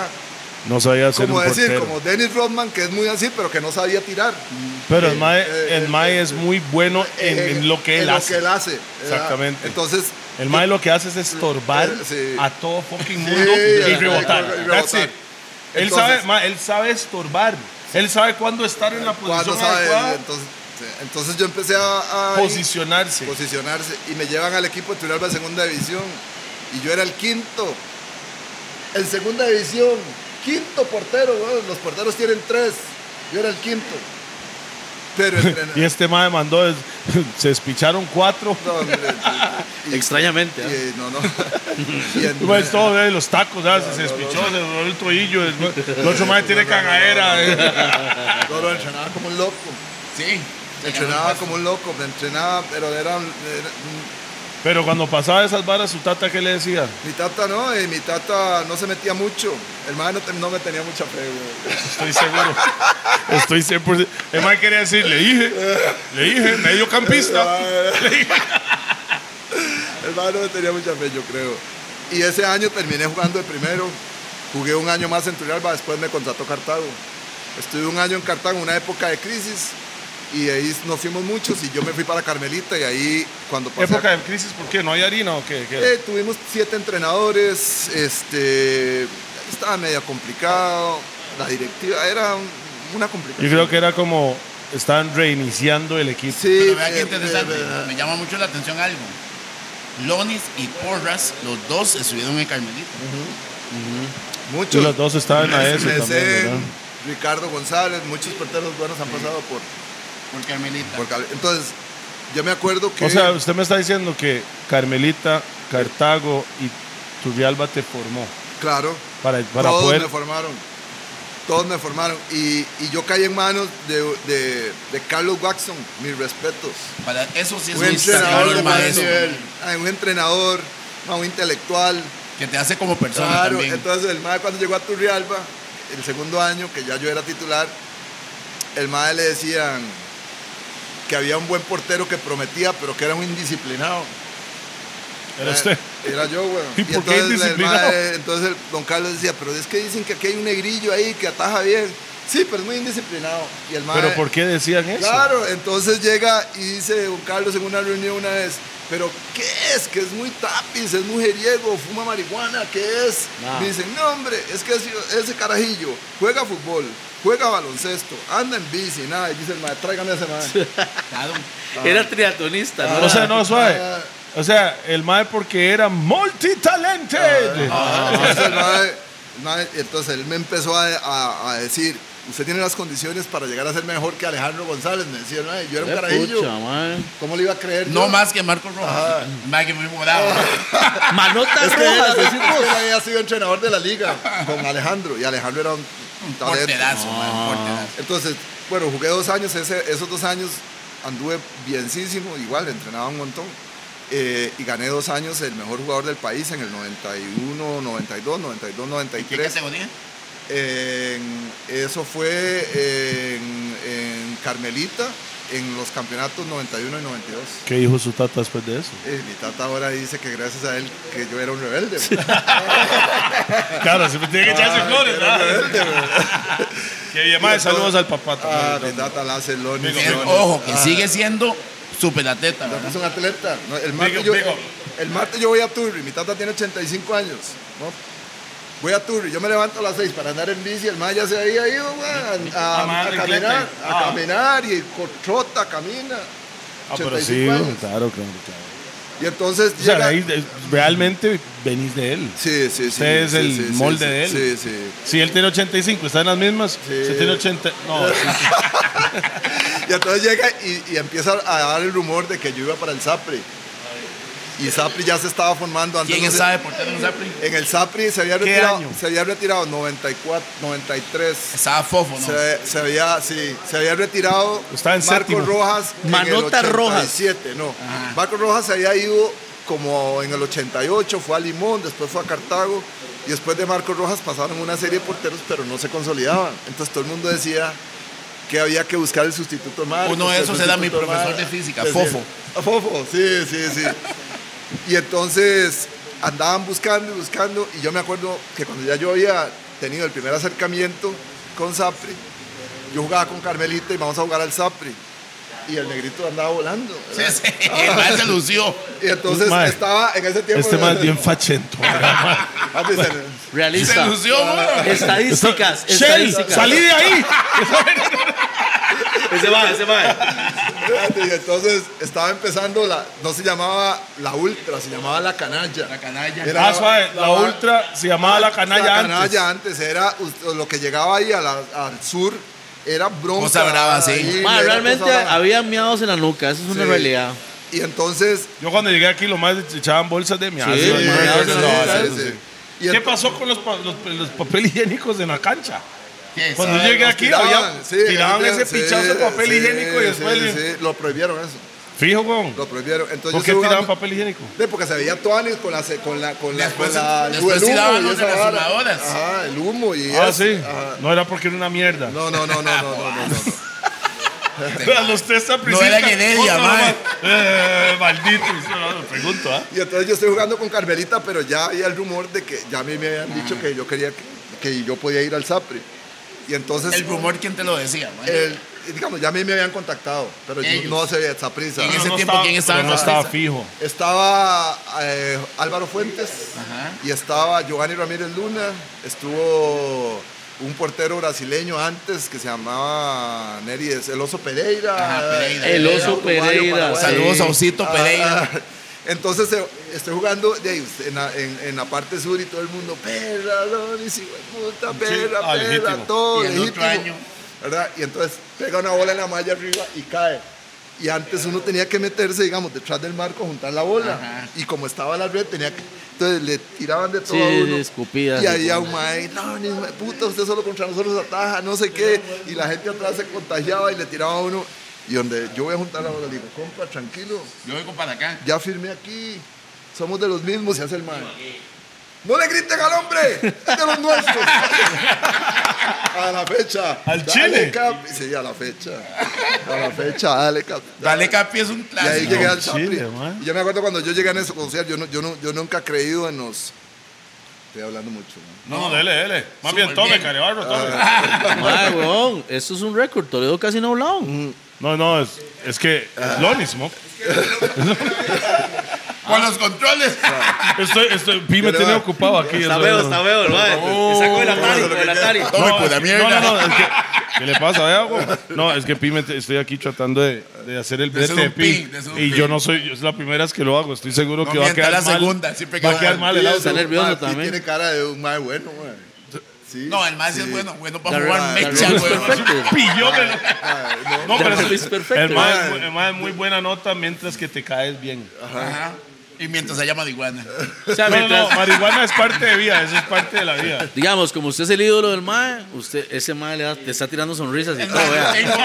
No sabía ser como un pues, decir, portero. como Dennis Rodman, que es muy así, pero que no sabía tirar. Pero el mae, eh, el eh, mae es muy bueno en, Eh, en lo que él en hace. Lo que él hace. eh, Exactamente. Entonces, El mae lo que hace es estorbar Eh, sí. a todo fucking Sí, mundo y eh, rebotar. y rebotar. That's it. él, Entonces- sabe, mae, él sabe estorbar. Él sabe cuándo estar en la cuando posición sabe, adecuada, entonces, sí, entonces yo empecé a, a- posicionarse. posicionarse y me llevan al equipo de Turalba de segunda división y yo era el quinto en segunda división quinto portero weón. los porteros tienen tres yo era el quinto pero Y entrenador este mae mandó, es- se despicharon cuatro. Extrañamente. ¿eh? y, no no Y El mae es entren- pues, todo de los tacos, ¿sabes? se despichó, se dobló el tobillo. El, el otro mae tiene cagadera. eh. no, no, entrenaba como un loco Sí. entrenaba como un loco me entrenaba pero era, un- era Pero cuando pasaba esas varas, su tata, ¿qué le decía? Mi tata no, eh, mi tata no se metía mucho. El mae no, te- no me tenía mucha fe, güey. Estoy seguro. Estoy 100%. El mae quería decir, le dije, le dije, mediocampista. El mae no me tenía mucha fe, yo creo. Y ese año terminé jugando de primero. Jugué un año más en Turrialba, después me contrató Cartago. Estuve un año en Cartago, una época de crisis. Y de ahí nos fuimos muchos y yo me fui para Carmelita y ahí cuando pasé... Época de crisis, ¿por qué? ¿No hay harina o qué? ¿Qué era? Eh, tuvimos siete entrenadores, este, estaba medio complicado, la directiva era un- una complicación. Yo creo que era como estaban reiniciando el equipo. Sí, Pero vea qué eh, interesante. eh, eh, Me llama mucho la atención algo. Lonis y Porras, los dos estuvieron en Carmelita. Y Muchos. los dos estaban a eso Mesén, también, ¿verdad? Ricardo González, muchos porteros buenos han pasado por, Por Carmelita. por Cal- Entonces, yo me acuerdo que. O sea, usted me está diciendo que Carmelita, Cartago y Turrialba te formó claro, para, para todos poder... me formaron. Todos me formaron. Y, y yo caí en manos de, de- de Carlos Watson, mis respetos. Para eso sí es Un un entrenador destacador de maestro. maestro. Un entrenador, ma, un intelectual. Que te hace como persona Claro, también. entonces el MAE cuando llegó a Turrialba, el segundo año, que ya yo era titular, el MAE le decían que había un buen portero que prometía, pero que era un indisciplinado. Eh, Era usted. Era yo, güey. ¿Y por qué indisciplinado? entonces el- don Carlos decía, pero es que dicen que aquí hay un negrillo ahí que ataja bien. Sí, pero es muy indisciplinado. Y el mae, Pero ¿por qué decían eso? Claro, entonces llega y dice don Carlos en una reunión una vez, pero ¿qué es? Que es muy tapiz, es mujeriego, fuma marihuana, ¿qué es? Ah. Dicen, no hombre, es que ese, ese carajillo juega fútbol, juega baloncesto, anda en bici, nada, y dice el maestro, tráigame a ese maestro. Claro. Era triatlonista, ¿no? O sea, no, suave. Ah. O sea, el mae porque era Ah, multitalented. entonces, el mae- el mae- entonces él me empezó a, a- a decir, usted tiene las condiciones para llegar a ser mejor que Alejandro González, me decía, el mae, yo era un carajillo, Eh, Pucha, man. ¿cómo le iba a creer? No yo? más que Marco Rojas. Más que muy morado. Manotas Es que él rojas, decimos. había sido entrenador de la liga con Alejandro y Alejandro era un, un talento. Porterazo, man, porterazo. Entonces, bueno, jugué dos años, ese- esos dos años anduve bienísimo, igual, entrenaba un montón. eh, y gané dos años el mejor jugador del país en el 91, 92, 92, ¿Y qué 93. categoría? En- eso fue en, en Carmelita en los campeonatos 91 y 92. ¿Qué dijo su tata después de eso? Eh, mi tata ahora dice que gracias a él que yo era un rebelde. Claro, siempre tiene que Ah, echarse flores, ¿verdad? Qué bien, madre, saludos al papá Ah, mi también. tata Lance Loni. Big up, Que- Ah. Millones. ojo, que sigue siendo superatleta, Tata ¿verdad? es un atleta. No, el, martes up, yo, big up. el martes yo voy a Turri, mi tata tiene 85 años. ¿no? Voy a Turri, yo me levanto a las 6 para andar en bici, el Maya se había ido weón, a, Ah, man, a caminar, bicicleta. a Ah. caminar y co- trota, camina. Ah, pero 85 sí, años. claro, claro, claro. Y entonces O sea, llega- ahí, eh, realmente venís de él. Sí, sí, sí. Usted es sí, el sí, sí, molde sí, de él. Sí, sí. Si él tiene 85, ¿está en las mismas? Si tiene 80. No, sí, sí. Y entonces llega y, y empieza a dar el rumor de que yo iba para el Sapri. Y Sapri ya se estaba formando antes. ¿Quién no sé- sabe por qué no se apri? En el Sapri se había retirado, año? se había retirado 94, 93. Estaba fofo, ¿no? Se, se había, sí, se había retirado Estaba en Marco séptimo. Rojas en Manota el Rojas. 87, no. Marco Rojas se había ido como en el 88, fue a Limón, después fue a Cartago y después de Marco Rojas pasaron una serie de porteros pero no se consolidaban. Entonces todo el mundo decía que había que buscar el sustituto de Marco. Uno de el esos era mi sustituto profesor Marco. de física, Decía- Fofo. Ah, Fofo, sí, sí, sí. Y entonces andaban buscando y buscando. Y yo me acuerdo que cuando ya yo había tenido el primer acercamiento con Sapri, yo jugaba con Carmelita y vamos a jugar al Sapri. Y el negrito andaba volando. Sí, ¿verdad? sí, el man se lució. Y entonces Mae, estaba en ese tiempo. Este más bien fachento. Ah, dice, Se Realista. lució, mano. Estadísticas. Shell, estadísticas. salí de ahí. Ese va, ese va. y entonces estaba empezando la. No se llamaba la Ultra, se llamaba la Canalla. La canalla. Era- Ah, Ah, suave, la ultra se llamaba la canalla La antes. canalla antes. era us- lo que llegaba ahí a la- al sur era bronca. Cosa brava, sí. ahí, Ma, era realmente cosa brava. había miados en la nuca, eso es una Sí. realidad. Y entonces. Yo cuando llegué aquí, lo más echaban bolsas de mi Sí, eh, man, sí, no, no, sí, no, sí. Y ¿Qué ent- pasó con los, pa- los, los papel higiénicos en la cancha? ¿Qué? Cuando ¿Sabe? yo llegué los aquí, tiraban, había, sí, tiraban los ese tiraban, pichazo de sí, papel sí, higiénico y sí, después. le- sí, lo prohibieron eso. Fijo, güey. Lo prohibieron. Entonces, ¿Por yo qué estoy tiraban jugando- papel higiénico? Sí, porque se veía Tuanis con la. se- Con la, con la, Después- con la después el humo tiraban y los esa de las vara. sudadoras. Ajá, el humo y Ah, eso, sí. ajá. No era porque era una mierda. No, no, no, no, no, no, no, no. A los test a No era que de ella, mae. Eh, maldito. Yo no lo pregunto, ¿ah? Y entonces yo estoy jugando con Carmelita, pero ya había el rumor de que ya a mí me habían Ah. dicho que yo quería que, que yo podía ir al Sapri. Y entonces, El rumor, ¿quién te lo decía, man? el- digamos, ya a mí me habían contactado, pero yo Ellos. no sabía esa prisa. En Pero ese no tiempo, estaba- ¿quién estaba pero en No la estaba lista? fijo. Estaba eh, Álvaro Fuentes Ajá. y estaba Giovanni Ramírez Luna, estuvo un portero brasileño antes que se llamaba Neri, el Oso Pereira. Ajá, Pereira. El Oso uruguayo, Pereira, paraguayo. sí. Saludos a Osito Pereira. Ah, ah, entonces eh, estoy jugando de ahí, en, la, en- en la parte sur y todo el mundo, perra, Donis, hijo de puta, perra, ah, perra, legítimo. todo Y el otro legítimo. año. ¿verdad? Y entonces pega una bola en la malla arriba y cae. Y antes uno tenía que meterse, digamos, detrás del marco, juntar la bola. Ajá. Y como estaba la red, tenía que. Entonces le tiraban de todo Sí, a uno. escupidas Y y ahí a todo. un mae, no, ni mae, puta, usted solo contra nosotros ataja, no sé qué. Y la gente atrás se contagiaba y le tiraba a uno. Y donde yo voy a juntar la bola, le digo, compa, tranquilo, Yo vengo para acá. ya firmé aquí, somos de los mismos, se hace el mal. ¡No le griten al hombre! ¡Es de los nuestros! a la fecha. ¿Al Dale, Chile? Cap. Sí, a la fecha. A la fecha, dale, cap. Dale Capi es un Y ahí clásico. llegué al Al Chapri. Chile, man. Y yo me acuerdo cuando yo llegué en eso, o sea, yo, no, yo, no, yo nunca he creído en los... Estoy hablando mucho, ¿no? No, no, dele, dele. Más bien, Súper tome, bien. Carebarro, tome. Ma, weón, eso es un récord, Toledo casi no ha hablado. Mm, No, no, es, es que es lo mismo. Con los controles. Estoy, estoy, Pi me Pero, tiene ocupado aquí. Está eso, veo, no. está veo, el mae. Oh, Te saco el Atari, eso es lo el que Atari. queda. Tome, pues, la mierda. No, no, no, es que, ¿qué le pasa? vea, güey? No, es que Pi, me te- estoy aquí tratando de, de hacer el De hacer brete de un Pi. pin, de hacer un Y yo pin. no soy, es la primera vez que lo hago. Estoy seguro No que va a mienta, quedar la mal. segunda, siempre va a queda quedar mal. mal el Sí, audio. Está nervioso mae, sí también. tiene cara de un mae bueno, mae. Sí, No, el más sí. es bueno, bueno para Darryl- jugar Darryl mecha, es güey. perfecto. Pillómelo. Mae, no, No, Ya pero lo es, hice perfecto. el mae es bu- el mae es muy buena nota mientras que te caes bien. Ajá. Y mientras se llama iguana. O sea, No, no, no, mientras, marihuana es parte de vida, eso es parte de la vida. digamos, como usted es el ídolo del mae, usted, ese mae le da- te está tirando sonrisas y Es todo, más, vea. tengo-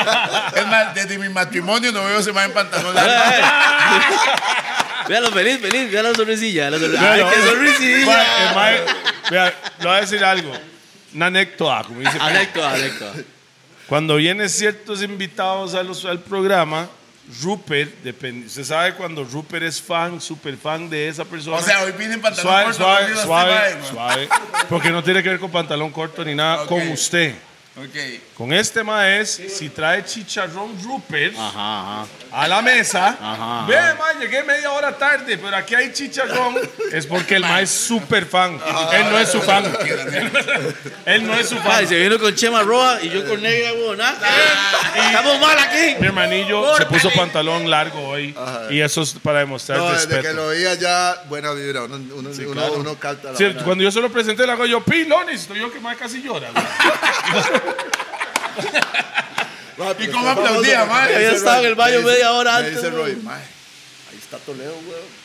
es más, desde mi matrimonio no veo ese más en pantalón Vea, largo. vea. Véalo feliz, feliz, vea la sonrisilla. La sonrisilla. Véalo. Ay, qué Ma, sonrisilla. eh, mae, vea, le voy a decir algo. Una anécdota, como dice. Anécdota, anécdota. Cuando vienen ciertos invitados a los- al programa, Rupert, depende, usted sabe cuando Rupert es fan, super fan de esa persona. O sea, hoy vine en pantalón suave, corto, suave, conmigo, suave, este suave, porque no tiene que ver con pantalón corto ni nada, Ok. con usted. Ok. Con este ma es, si trae chicharrón Rupert Ajá, ajá. a la mesa, Ajá, ve, ma, llegué media hora tarde, pero aquí hay chicharrón, es porque el ma es super fan. Él no es su fan. Él no es su fan. Ay, se vino con Chema Roja y yo con Negra, huevón. ah. Estamos mal aquí. Mi hermanillo se puso pantalón largo hoy y eso es para demostrar No, desde que respeto. lo veía ya, buena vibra. Uno, uno, uno, uno capta la Sí, buena- cuando yo se lo presenté, le hago yo, pilones, estoy yo que más casi llora. güey. Ma, pero cómo está famoso, aplaudía, porque ma? me Había dice estado Roy, en el baño me dice- media hora Me antes, dice güey. Roy, ma, ahí está Toledo, weón.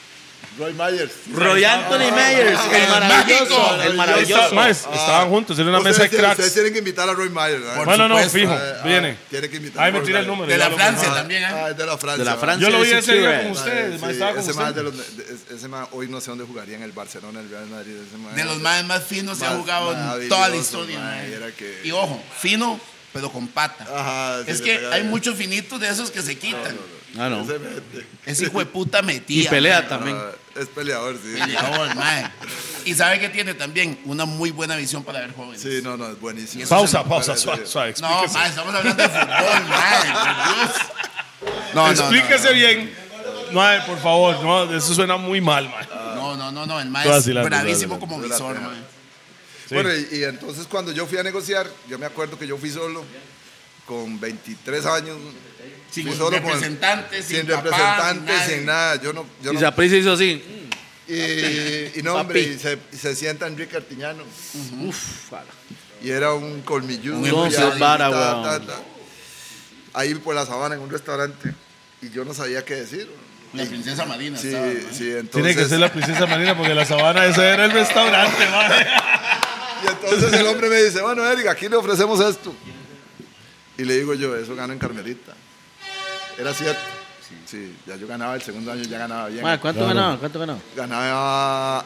Roy Myers. Roy Anthony Meyers, el maravilloso, el Está- maravilloso. más, estaban juntos en una mesa de Ah. Ustedes- Ustedes cracks. tienen que invitar a Roy Myers. ¿eh? Por Bueno, no, supuesto, fijo, Ah, ah, viene. Tiene que invitar a Ahí me Roy tira el Myers. número. De ya la lo- Francia Ajá. también, ¿eh? Ah, es de la Francia. De la Francia. Yo lo vi Ese ese día Cuban. con ustedes, ma, Sí, estaba con ese ma es de ustedes. los, de- es- ese ma hoy no sé dónde jugaría en el Barcelona, el Real Madrid. Ese ma De los es- más, más finos se ha Más- jugado en maravilloso, toda la historia. ma, ma. y era que- Y ojo, fino, pero con pata. Ajá, sí, es le que pegaba hay bien. muchos finitos de esos que se quitan. Ah, no. Ese mete. Ese hijo de puta metía. Y pelea ma. también. Ah, es peleador, sí. Peleador, mae. Y sabe que tiene también una muy buena visión para ver jóvenes. Sí, no, no, es buenísimo. eso Pausa, Pero, pausa, sí, suave, suave. No, Explíquese, mae, estamos hablando de fútbol, mae. por Dios. No, no, no, Explíquese bien. Mae, por favor, no, eso suena muy mal, mae. No, no, no, no, el mae Estoy es vacilando, bravísimo estoy como vacilando. visor, mae. Sí. Bueno, y, y entonces cuando yo fui a negociar, yo me acuerdo que yo fui solo, con 23 años. Sin fui solo con- representantes, sin, sin papá, sin representantes, nadie. sin nada. Yo no, yo Y no- Saprissa hizo así. y, y no, hombre, Papi. y se, y se sienta Enrique Artiñano. Uf, Y era un colmilludo. Un ya, once y vara, ta, weón. ta, ta. Ahí por la sabana, en un restaurante. Y yo no sabía qué decir. La princesa Marina. Sí, estaba, mae. sí, entonces... Tiene que ser la princesa Marina porque la sabana ese era el restaurante, mae. Y entonces el hombre me dice, bueno, Erika, aquí le ofrecemos esto. Y le digo yo, eso gano en Carmelita. Era cierto. Sí, ya yo ganaba el segundo año, ya ganaba bien. Ma, ¿cuánto ganaba? ¿Cuánto ganaba? Ganaba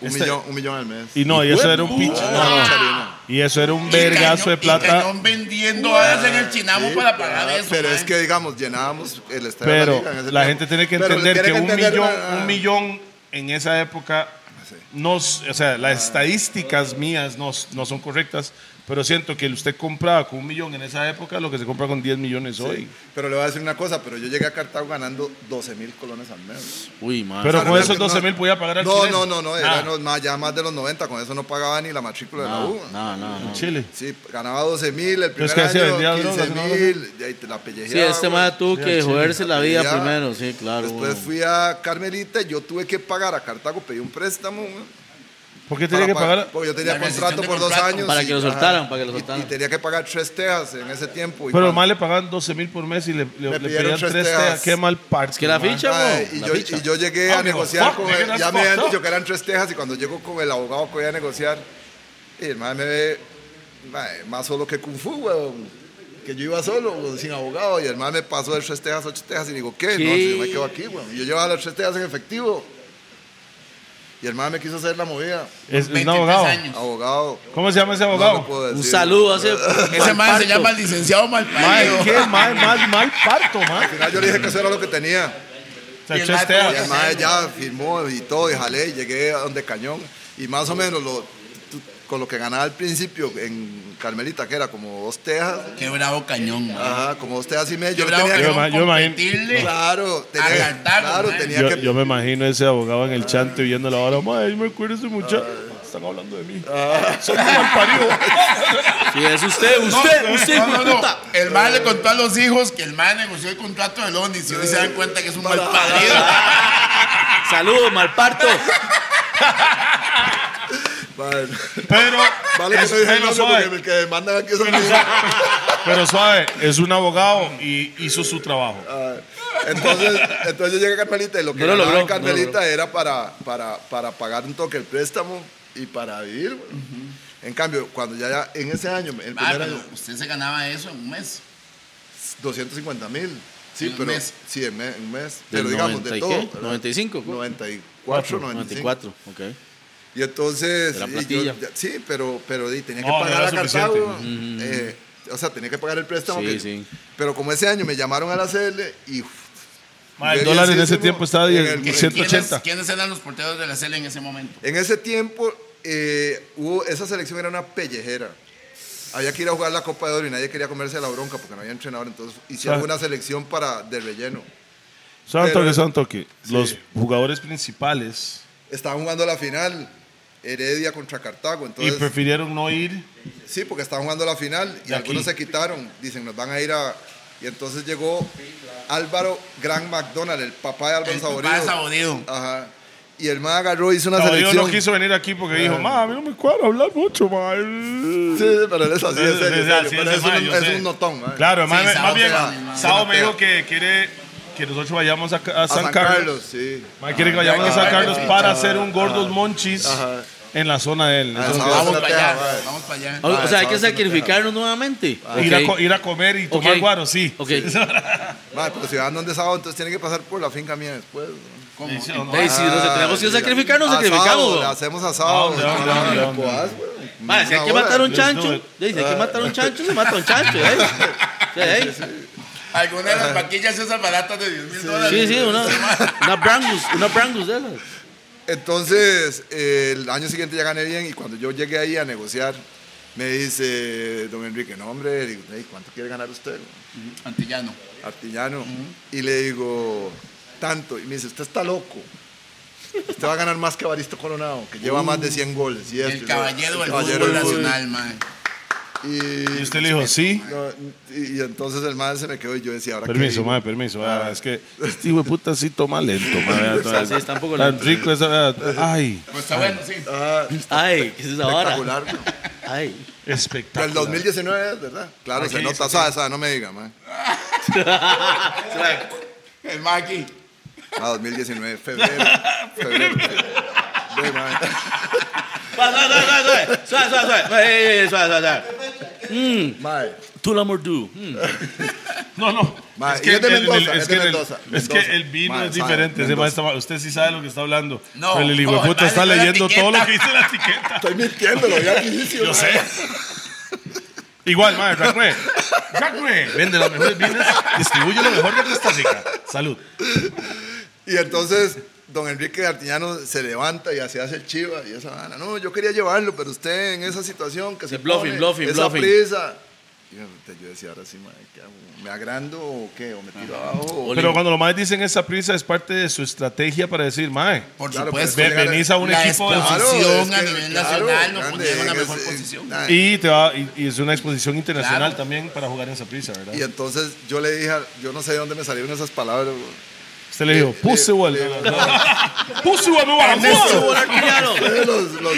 un, Este- millón, un millón al mes. Y no, y eso era un pinche. no, no. Charina. Y eso era un Y vergazo de cañón- Y plata. cañón vendiendo horas en el chinamo Sí, para pagar pero- eso. ¿eh? Pero mae. es que, digamos, llenábamos el estadio. de Pero liga en ese la tiempo. gente tiene que Pero entender tiene que, un entender ah, millón, la- un millón en esa época, no, s- o sea, las estadísticas mías no, s- no son correctas, pero siento que usted compraba con un millón en esa época lo que se compra con 10 millones hoy. Sí, Pero le voy a decir una cosa, pero yo llegué a Cartago ganando 12 mil colones al mes. Uy, ma. Pero con no, esos no, 12 mil podía pagar al Ah. No, no, no, no, era no, más- ya más de los 90, con eso no pagaba ni la matrícula de la U. No, no, no. Chile. Sí, ganaba 12 mil el es primer que así vendía año, drogas, 15 ¿no? mil, y ahí te la pellejeaba. Sí, este güey. ma tuvo Ah, que joderse la vida Ya. primero, sí, claro. Después güey. fui a Carmelita y yo tuve que pagar a Cartago, pedí un préstamo. güey, ¿Por qué tenía para que pagar- pagar? Porque yo tenía La contrato rescisión por de dos contrato. años. Para y- que lo ajá, soltaran, para que lo y- soltaran. Y, tenía que pagar tres tejas en ese tiempo. Pero y cuando- más le pagaban 12 mil por mes y le, le- le pidieron pedían tres 3 teas. teas. Qué mal parte. Es que la man. ficha, Ay, güey. y, La yo, ficha. y yo llegué Ah, a dijo, negociar fuck, con nigga, el- that's Ya me habían fucked dicho up. que eran tres tejas y cuando llego con el abogado que voy a negociar, y el madre me ve mae, más solo que Kung Fu, weón. Que yo iba solo, weón, sin abogado, y el madre me pasó de tres tejas a ocho tejas y digo, ¿qué? No, ¿Qué? si yo me quedo aquí, weón. Y Yo llevaba las tres tejas en efectivo. Y el madre me quiso hacer la movida. Es, es un 23 abogado. años. Abogado. ¿Cómo se llama ese no abogado? lo puedo Un decir. saludo hace. Ese mae se llama el licenciado Malparido. Mae, qué mal, mal, mal parto, man. Al final yo le dije que eso era lo que tenía. O sea, Y el tres vato- teas. Y el madre ya firmó y todo, y jalé, y llegué a donde cañón. Y más o menos lo, tú- con lo que ganaba al principio en Carmelita, que era como dos tejas. Qué bravo cañón, mae. Ajá, como usted así me. Yo, Qué le bravo tenía Yo que. ma- cañón yo imagino- competirle. Claro, tenía, Agarrarlo, claro, man. tenía Yo, que. yo me imagino ese abogado en el chante viendo la hora. Madre, yo me acuerdo de ese muchacho. Están hablando de mí. Soy un mal parido. Sí, es usted, usted, usted, No, no, no. puta. El mae le contó a los hijos que el mae negoció el contrato de Londres y hoy se dan cuenta que es un mal padre. Saludos, malparto. Vale, Pero, vale que es- no dije el pero, nombre suave, porque el que me mandan aquí es un pero suave, es un abogado y hizo su trabajo. Entonces, entonces yo llegué a Carmelita y lo que No lo ganaba logró, en no lo Carmelita era para, para, para pagar un toque el préstamo y para vivir. güey. En cambio, cuando ya- ya en ese año, el Ah, primer pero año, usted se ganaba eso en un mes. 250 mil. Sí, En un pero, mes. Sí, en me- en un mes. ¿Del Pero digamos, 90 de y todo. qué? ¿verdad? 95, ¿no? 94, 95. 94, ok. Y entonces, De la y plantilla. yo- sí, pero, pero di, tenía que No, no pagar era a Cartago. suficiente. eh, o sea, tenía que pagar el préstamo. Sí, que- sí. Pero como ese año me llamaron a la CL y... uf, Ma, el llegué dólar en ese bienísimo tiempo estaba en en el- ¿Qué- 180. ¿quiénes, quiénes eran los porteros de la CL en ese momento? En ese tiempo, eh, hubo, esa selección era una pellejera. Había que ir a jugar la Copa de Oro y nadie quería comerse la bronca porque no había entrenador. Entonces hicieron Ah. una selección para de relleno. Son Pero- toque, son toque. Los jugadores principales Estaban jugando la final, Heredia contra Cartago. y Entonces, prefirieron no ir. sí, porque estaban jugando la final y De algunos aquí. se quitaron. Dicen, nos van a ir a... Y entonces llegó Álvaro Gran McDonald, el papá de Álvaro El papá Saborido. de Saborido. Ajá. Y el más agarró, hizo una No, yo selección. no quiso venir aquí porque dijo, ma, a mí no me cuadra hablar mucho, ma. Sí, sí, pero él es así, es Sí, sí, serio, sí, serio. sí, Pero ese es un- man, yo sé. es un notón. ¿eh? Claro, más, Sao más te bien, va, Sao te me va. dijo que quiere que nosotros vayamos a, a A San, Carlos. sí. Ma, quiere que vayamos a San Carlos Ajá. para hacer un gordos monchis Ajá. en la zona de él. Ah, Entonces, Vamos Vamos a la para tela, allá. va. Vamos para allá. O, o sea, hay Ah, que eso no te sacrificarnos nuevamente. ir, a, Ok. co- ir a comer y tomar Ok. guaro, sí. Ok. Madre, pero si van donde sábado, entonces tienen que pasar por la finca mía después. ¿no? ¿Cómo? Ah, Sí, sí, no, Ey, si nos tenemos que sacrificar, Ah, nos Asado, sacrificamos. le weón. hacemos asado. Hombre, hombre, hombre, Ah, hombre. coás, güey. Ma, si hay Una que hora. matar a un chancho, do it. ey, si hay que matar a un chancho, se mata a un chancho. ey. Sí, ey. Algunas de las vaquillas esas baratas de 10 mil dólares. Sí, sí, una, una brangus, una brangus de esas. Entonces, eh, el año siguiente ya gané bien y cuando yo llegué ahí a negociar, me dice don Enrique, no hombre, digo, "Ey, ¿cuánto quiere ganar usted? Antillano. Artillano. Y le digo, tanto. Y me dice, usted está loco. Usted va a ganar más que Baristo Coronado, que lleva más de 100 goles. y esto, y El lo- caballero del caballero fútbol del fútbol". nacional, man. Y, Y usted le dijo, sí. No, y, y entonces el man se me quedó y yo decía, ahora qué Permiso, digo?". madre, permiso. Ah, es que este hijo de puta sí toma lento, madre. Sí, está un poco Tan lento. rico esa. ¿verdad? Ay, Pues está bueno, sí. Ah, Ay, ¿qué es esa vara? espectacular. bro. Ay. Pero el espectacular. 2019 es, ¿verdad? Claro, Aquí, se nota, aquí. sabe, sabe, no me diga, man. El maqui. Ah, 2019, febrero. febrero. Ve, man. Va, suave, suave, suave, suave, suave, suave. No, ey, ey, ey, suave, suave, suave. Mae, Tula Mordu. Mm. No, no. Ma, es y que es de el- el- Mendoza, el- es es de que el- Mendoza, es que Mendoza. el vino Ma, es sabe, diferente. ese ma Mendoza. estaba- usted sí sabe lo que está hablando. No, Pero el hijo de no, puta el está man leyó la leyendo todo etiqueta. lo que dice la etiqueta. Estoy mintiendo, lo vi aquí. Yo sé. Igual, madre, Racue. Racue. Vende los mejores vinos, distribuye lo mejor de Costa Rica. Salud. Y entonces don Enrique Artillano se levanta y así hace el chiva y esa vana. No, yo quería llevarlo, pero usted en esa situación que se bluffing, pone, bluffing, esa bluffing. prisa. Y yo, yo decía, ahora sí, madre, ¿qué hago? ¿Me agrando o qué? ¿O me tiro abajo? Pero cuando los maes dicen esa prisa es parte de su estrategia para decir, mae, Por Claro, supuesto. pues, ve- venís a un la equipo de exposición es a que, nivel claro, nacional nos grande, pone en una en mejor ese- posición. nada. y, Y, te va, y, y es una exposición internacional Claro. también para jugar en esa prisa, ¿verdad? entonces yo le dije, a- yo no sé de dónde me salieron esas palabras. güey. Usted le dijo, Le- puse igual. le- Puse igual, me va a jugar". Ernesto Tula Artillano. Ustedes los, los-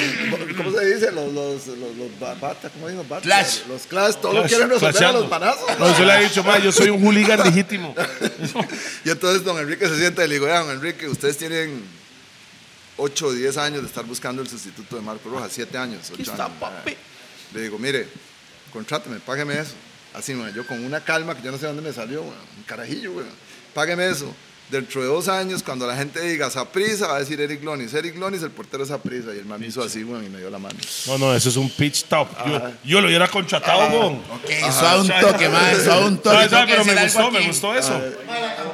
¿Cómo se dice? Los, los, los, los ba- bata, ¿cómo digo? Bata, Clash. Los clash, todos lo Clash, quieren resolver clashando. a los panazos. No, usted le ha dicho, mae, yo soy un hooligan legítimo. Y entonces don Enrique se sienta y le digo, "Vea, don Enrique, ustedes tienen 8 o 10 años de estar buscando el sustituto de Marco Rojas, 7 años, 8 está, años. ¿verdad?". papi? Le digo, mire, contráteme, págueme eso. Así, mae, yo con una calma que yo no sé dónde me salió, weón, un carajillo, weón. págueme eso. Dentro de dos años, cuando la gente diga Saprisa, va a decir Eric Lonis. Eric Lonis, el portero de Saprisa. Y el man me hizo así, weón, y me dio la mano. No, no, eso es un pitch top. Yo, yo lo hubiera contratado, con. Ok, suave un toque, man. Suave un toque. No, Tengo que pero me decir gustó, algo me aquí. gustó eso.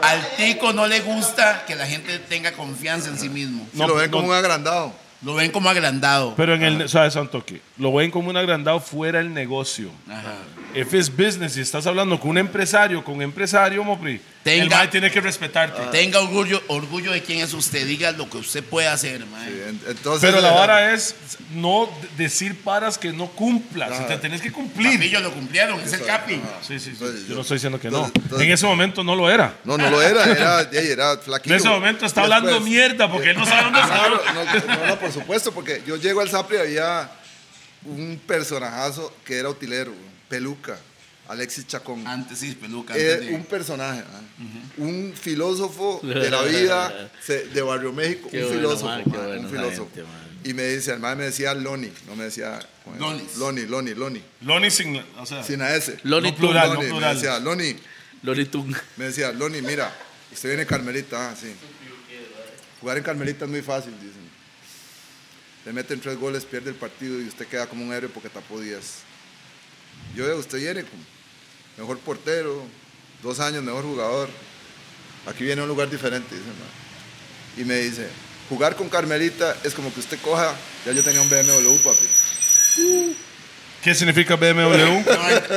Al tico no le gusta que la gente tenga confianza en sí mismo. Si No, lo ven no. como un agrandado. Lo ven como agrandado. Pero en el, o sea, Santoque, lo ven como un agrandado fuera del negocio. Ajá. If it's business y estás hablando con un empresario, con un empresario, Mopri, el Tenga- mae tiene que respetarte. Ah. Tenga orgullo, orgullo de quién es usted. Diga lo que usted puede hacer, man. Sí, en- Entonces, eh, Pero la vara es no d- decir paras que no cumplas. Si te tenés que cumplir. Papillo lo cumplieron, es el capi. Sí, sí, sí. Yo Entonces, pues, yo- no estoy diciendo que no. entonces- entonces- En ese momento no lo era. No, no lo era, era, ey, era En flaquillo. ese momento está Y hablando después- eh, mierda porque él no sabe dónde está. Claro, no, no, no, por supuesto, porque yo llego al Sapri y había un personajazo que era utilero, peluca, Alexis Chacón. Ah, Antes sí, peluca. Eh, Antes de- un personaje, ¿ah? un filósofo de la vida se- de Barrio México, Qué un bueno, filósofo, man, qué man, bueno un esa filósofo. gente, man. y me dice, además me decía Loni, no me decía ¿cómo era? Lonis. Loni, Loni, Loni, Lonnie sin. O sea, sin a S. Loni No plural, Loni, no me plural. decía, Loni, Lori Tung. Me decía, Loni, mira, usted viene Carmelita, ah, sí. Jugar en Carmelita es muy fácil, dicen. Le meten tres goles, pierde el partido y usted queda como un héroe porque tapó 10. Yo veo, usted viene con mejor portero, dos años mejor jugador. Aquí viene a un lugar diferente, dice, ma. Y me dice, jugar con Carmelita es como que usted coja, ya yo tenía un BMW, papi. ¿Qué significa BMW?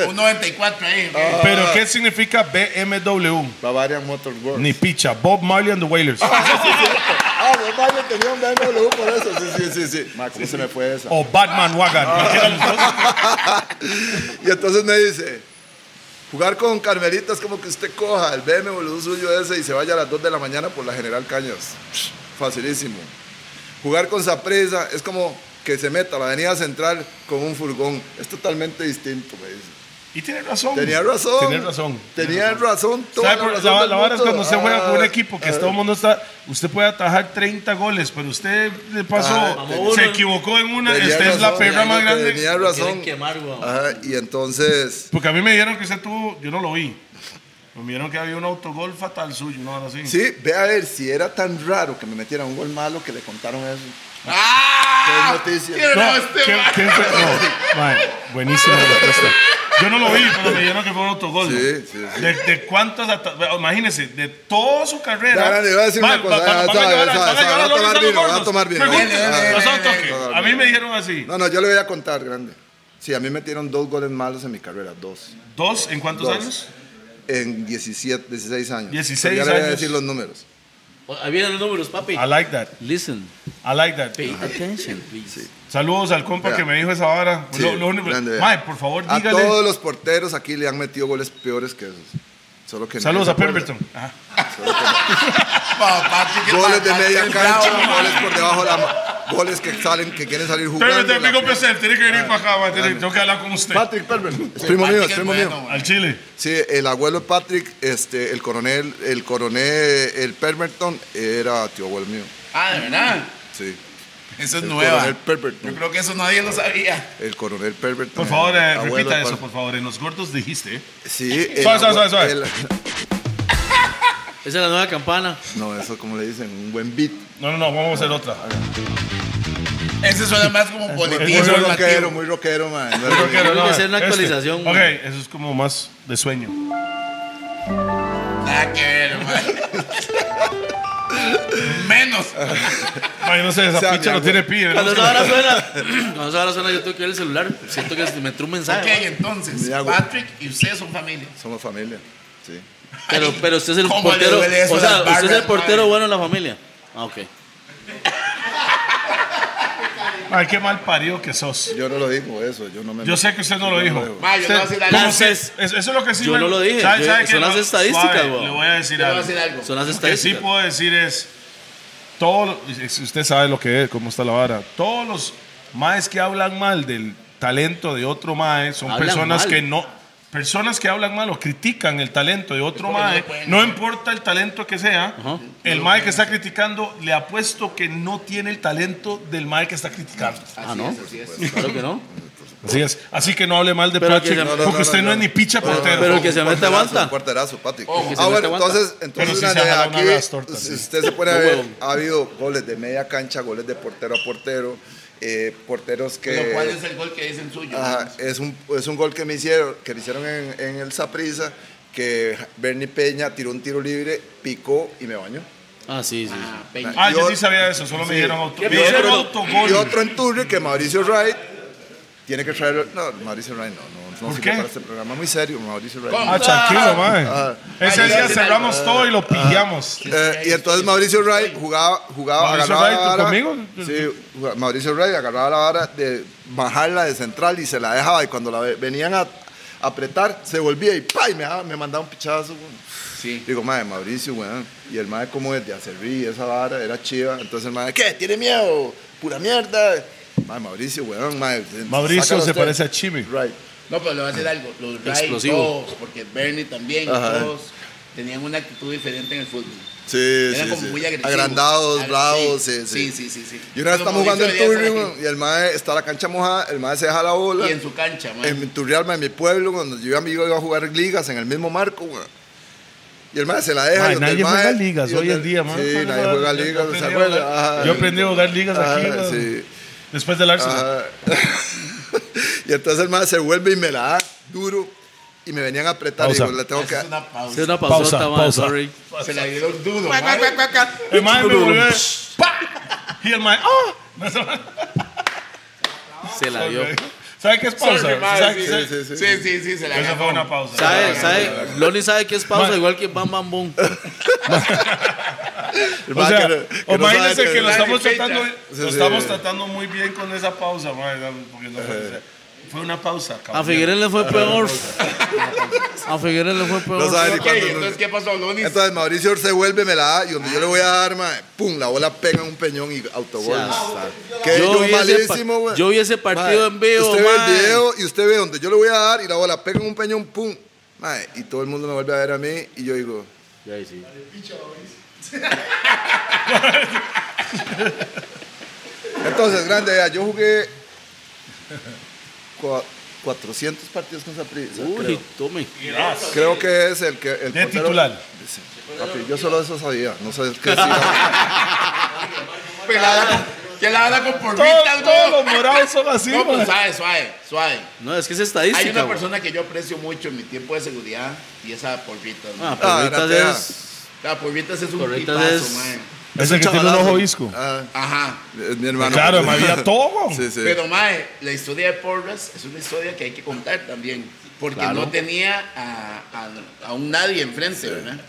Un 94 ahí. ok. Pero ¿qué significa BMW? Bavarian Motor Works. Ni picha. Bob Marley and the Wailers. Ah, Bob Marley tenía un BMW por eso. Sí, sí, sí, sí. Ma, ¿cómo se me fue esa? O Batman Wagon. Cualquiera de los dos. Y entonces me dice, jugar con Carmelita es como que usted coja el BMW suyo ese y se vaya a las 2 de la mañana por la General Cañas. Facilísimo. Jugar con Sapresa es como que se meta a la avenida central con un furgón. Es totalmente distinto, me dice. Y tiene razón. Tenía razón. Tenía razón. Tenía razón. toda ¿Sabe por- razón la, del la vara es mundo. cuando usted juega con un Ah, equipo que ah. todo el mundo está. Usted puede atajar 30 goles, pero usted le Ah, pasó. tenía- se equivocó en una. Tenía Esta es la razón, perra más tenía grande. razón. Quieren quemar, weón. Ajá, y entonces, Porque a mí me dijeron que usted tuvo. Yo no lo vi. Me dijeron que había un autogol fatal suyo, ¿no? Ahora sí. sí, ve a ver si era tan raro que me metiera un gol malo que le contaron eso. ¡Ah! Qué noticia. Pero No, no, este ¿quién- man. quién fue? No, mae, buenísima la respuesta. Yo no lo vi, pero me dijeron que fue un autogol. Sí, ¿no? sí, sí. De, de cuántas, ata- imagínese, de toda su carrera. Ya, le voy a decir Mae, una cosa, ah, va- va- ya, van a sabe, llevar a- sabe, van a sabe, llevar va a los tomar gordos. vino, va a tomar vino. Pregunta, Ven, ven, los ven, autos, ven, ¿qué? ven. A mí me dijeron así. No, no, yo le voy a contar, grande. Sí, a mí me metieron dos goles malos en mi carrera, dos. ¿Dos? ¿En cuántos Dos. años? En 17, 16 años. 16 Pero ya le voy a años. decir los números. Ahí vienen los números, papi. I like that. Listen. I like that. Pay attention, please. Saludos al compa Vea. que me dijo esa vara. Sí, Lo- lo único- grande, vea. Mae, por favor, A dígale. todos los porteros aquí le han metido goles peores que esos. Solo que Saludos nadie se a acuerda. Pemberton. Ajá. Papá, sí que Goles de papá, media el cancha, bravo. goles por debajo de la ma- goles que salen, que quieren salir jugando. Pemberton, la- Ah. amigo pues. placer, tiene que venir para acá, mae, tiene- Tengo que hablar con usted. Patrick Perverton. Es primo mío, es Patrick es primo bueno, mío. güey. Al Chile. Sí, el abuelo de Patrick, este, el coronel, el coronel, el Perverton era tío abuelo mío. Ah, de verdad. Sí, Eso es El nueva. coronel Perverton. Yo creo que eso nadie lo sabía. el coronel Perverton. Por favor, eh, abuelo de repita Pat- eso, por favor. En los gordos dijiste. ¿eh? Sí, el Suave, suave, suave, abue- suave. el- Esa es la nueva campana. no, eso como le dicen, un buen beat. No, no, no, vamos a hacer otra. Ah, Ese suena más como Muy boletín Eso es rockero, informativo. muy rockero, man. No Creo era que bien. no, no, que hacer una este. actualización, Ok, güey. eso es como más de sueño. Nada que ver, hermano. Menos. Ay, no sé, esa O sea, picha mi no abuelo- tiene pie. Cuando ¿no? esa hora suena, cuando esa hora suena, yo tengo que ver el celular. Siento que se me entró un mensaje. Ok, ¿no? entonces, Ya, güey. Patrick y ustedes son familia. Somos familia. Sí. Pero, pero usted es el ¿Cómo le portero. duele eso O a sea, las usted es el barras, portero madre? bueno en la familia. Ah, ok. Ay, qué mal parido que sos. Yo no lo digo eso, yo no me Yo sé que usted no lo dijo. digo. Ma, yo Usted- le voy a decir ¿Cómo algo. se- Entonces, es- eso es lo que sí yo me- no lo dije. Yo- qué? son las No, estadísticas, suave, güey. Le voy a decir Yo le voy a algo. decir algo. Son las Lo que sí estadísticas. pues. puedo decir es. Todo, lo- usted sabe lo que es, cómo está la vara. Todos los maes que hablan mal del talento de otro mae son Hablan personas mal. que no. Personas que hablan mal o critican el talento de otro Porque no mae, pueden. no importa el talento que sea, Ajá. el mae que está criticando le apuesto que no tiene el talento del mae que está criticando. Ah, no. Claro que no. Así es. Así que no hable mal de Pero que Patrick, se- No, no, porque usted no, es ni picha portero. pero- que se mete porterazo, aguanta. Un porterazo, Patrick. que se ah, mete bueno, aguanta. entonces, Pero sí entonces se una de jala una de las aquí, tortas, si sí. usted se pone a No ver, huevo. ha habido goles de media cancha, goles de portero a portero, eh, porteros que... Pero ¿cuál es el gol que dicen suyo? Ajá, es, un, es un gol que me hicieron, que me hicieron en, en el Saprissa, que Bernie Peña tiró un tiro libre, picó y me bañó. Ah, sí, sí. sí. Ah, Peña. ah, yo Yo- sí sabía eso, solo me dieron auto- me pedo? dieron Pero- autogol. Y otro en Turri que Mauricio Wright tiene que traer... No, Mauricio Wright no, no, no ¿Por sirve qué? para este programa. Muy serio, Mauricio Wright. ¿Cómo? Ah, tranquilo, mae. Ah. Ese Ay, día sí, cerramos todo y lo pillamos. Eh, y entonces Mauricio Ray jugaba, jugaba Mauricio agarraba Ray, ¿tú la vara. conmigo? Sí, jugaba- Mauricio Ray agarraba la vara de bajarla de central y se la dejaba. Y cuando la ve- venían a apretar, se volvía y ¡pay! Me, daba- me mandaba un pichazo. weón. Sí. Digo, madre, Mauricio, weón. Y el madre, como desde Acerrí, esa vara, era chiva. Entonces el madre, ¿qué? ¿Tiene miedo? ¡Pura mierda! Madre, Mauricio, weón, madre. Mauricio sácalo se usted. parece a Chimi. Right. No, pero le voy a decir algo. Los Ray, Explosivo. todos, porque Bernie también, Ajá. todos tenían una actitud diferente en el fútbol. Sí, Eran sí, como sí. muy agresivos. Agrandados, Ah, bravos, sí, Sí, sí, sí. sí. Y una vez Pero estamos jugando en Mauricio debería Turri, estar weón, y el mae está la cancha mojada, el mae se deja la bola. aquí. Y en su cancha, man. En Turrialba, en mi pueblo, cuando yo y amigo iba a jugar ligas en el mismo marco, weón. Y el mae se la deja. Mae, y donde el nadie mae- juega ligas y donde- hoy en día, mae. Sí, Mae, nadie mae, juega yo ligas. ¿Se aprendí a acuerda? jugar- Ajá. Yo aprendí a jugar ligas Ajá, aquí, mae. sí. Después del Arsenal. Ajá. Ah, y entonces el mae se vuelve y me la da duro. Y me venían a apretar. Pausa. Y digo, le tengo que. Es una pausa. Es una Pausa, pausota, mae, pausa. sorry. Se la dieron duro. Cuac, mae. cuac, cuac, cuac. El mae me volvió. a- ¡Pa! Y el mae. ¡Ah! Se la dio. ¿Sabe qué es pausa? Sorry, mae, ¿Sabe- sí, sabe- sí, sí, sí. Sí, sí, sí, se la Esa fue ganó. una pausa. ¿Sabe, sabe? Loni sabe que es pausa, Mae. igual que Bam Bam Boom. El O mae sea, que no- que no imagínense sabe que lo no estamos sabe tratando, fecha. lo Sí, sí. estamos tratando muy bien con esa pausa, mae, no, porque no fue, o sea, fue una pausa. A caballero. Figueres le fue peor. A Figueres le fue peor. No sabe ni Ok, cuándo- entonces, ¿qué pasó, Lonis? Entonces Mauricio se vuelve, me la da y donde yo le voy a dar, mae, pum, la bola pega en un peñón y autogol. Ya mae. Que Yo yo, vi ese malísimo, pa- güey. yo vi ese partido en vivo, Usted ve mae. el video y usted ve donde yo le voy a dar y la bola pega en un peñón, pum. mae, y todo el mundo me vuelve a ver a mí y yo digo, Y ahí sí. entonces, grande, vea, yo jugué cua- 400 partidos con Saprissa. Uy, Creo. tome. Creo que es el que. El De portero- titular. Sí. Papi, yo solo eso sabía, no sé qué decía. Pelada. ¿Quién la gana con porritas, Todos, todos güey? los morados son así, No, mae. pues suave, suave, suave. No, es que es Hay estadística. una güey. persona que yo aprecio mucho en mi tiempo de seguridad y esa porritas. Ah, mae. Ah, Porritas era es. La porritas es un Porritas tipazo, es- mae. Es el que tiene un chavalazo. ojo visco. Ah, Ajá. es mi hermano. Claro, me había todo. Sí, sí. Pero mae, la historia de Porras es una historia que hay que contar también. Porque no tenía a, a- a un nadie enfrente, ¿verdad?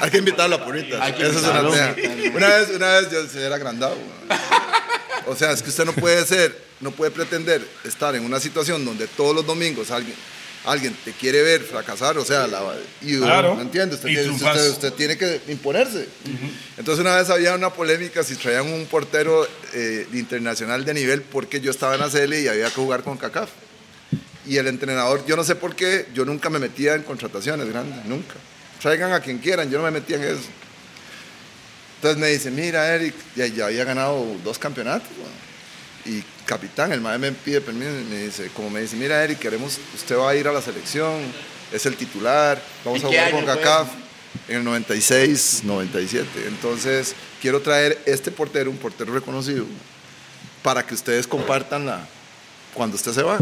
Hay que invitarlo a Purita. Hay que Esa es una invitarlo. idea. Una vez, una vez yo se era agrandado. güey. O sea, es que usted no puede ser, no puede pretender estar en una situación donde todos los domingos alguien, alguien te quiere ver fracasar, o sea, la, y Claro. ¿me entiende? Usted, Y tiene- triunfas. usted- usted tiene que imponerse. Entonces una vez había una polémica si traían un portero eh, internacional de nivel porque yo estaba en la CL y había que jugar con CACAF. Y el entrenador, yo no sé por qué, yo nunca me metía en contrataciones grandes, nunca. Traigan a quien quieran, yo no me metía en eso. Entonces me dice, mira Eric, ya, ya había ganado dos campeonatos. weón. Y capitán, el maestro me pide permiso y me dice, como me dice, mira Eric, queremos, usted va a ir a la selección, es el titular, vamos ¿Y a qué jugar con año fue CACAF eso? en el 96, 97. Entonces quiero traer este portero, un portero reconocido, para que ustedes compartan la, cuando usted se va.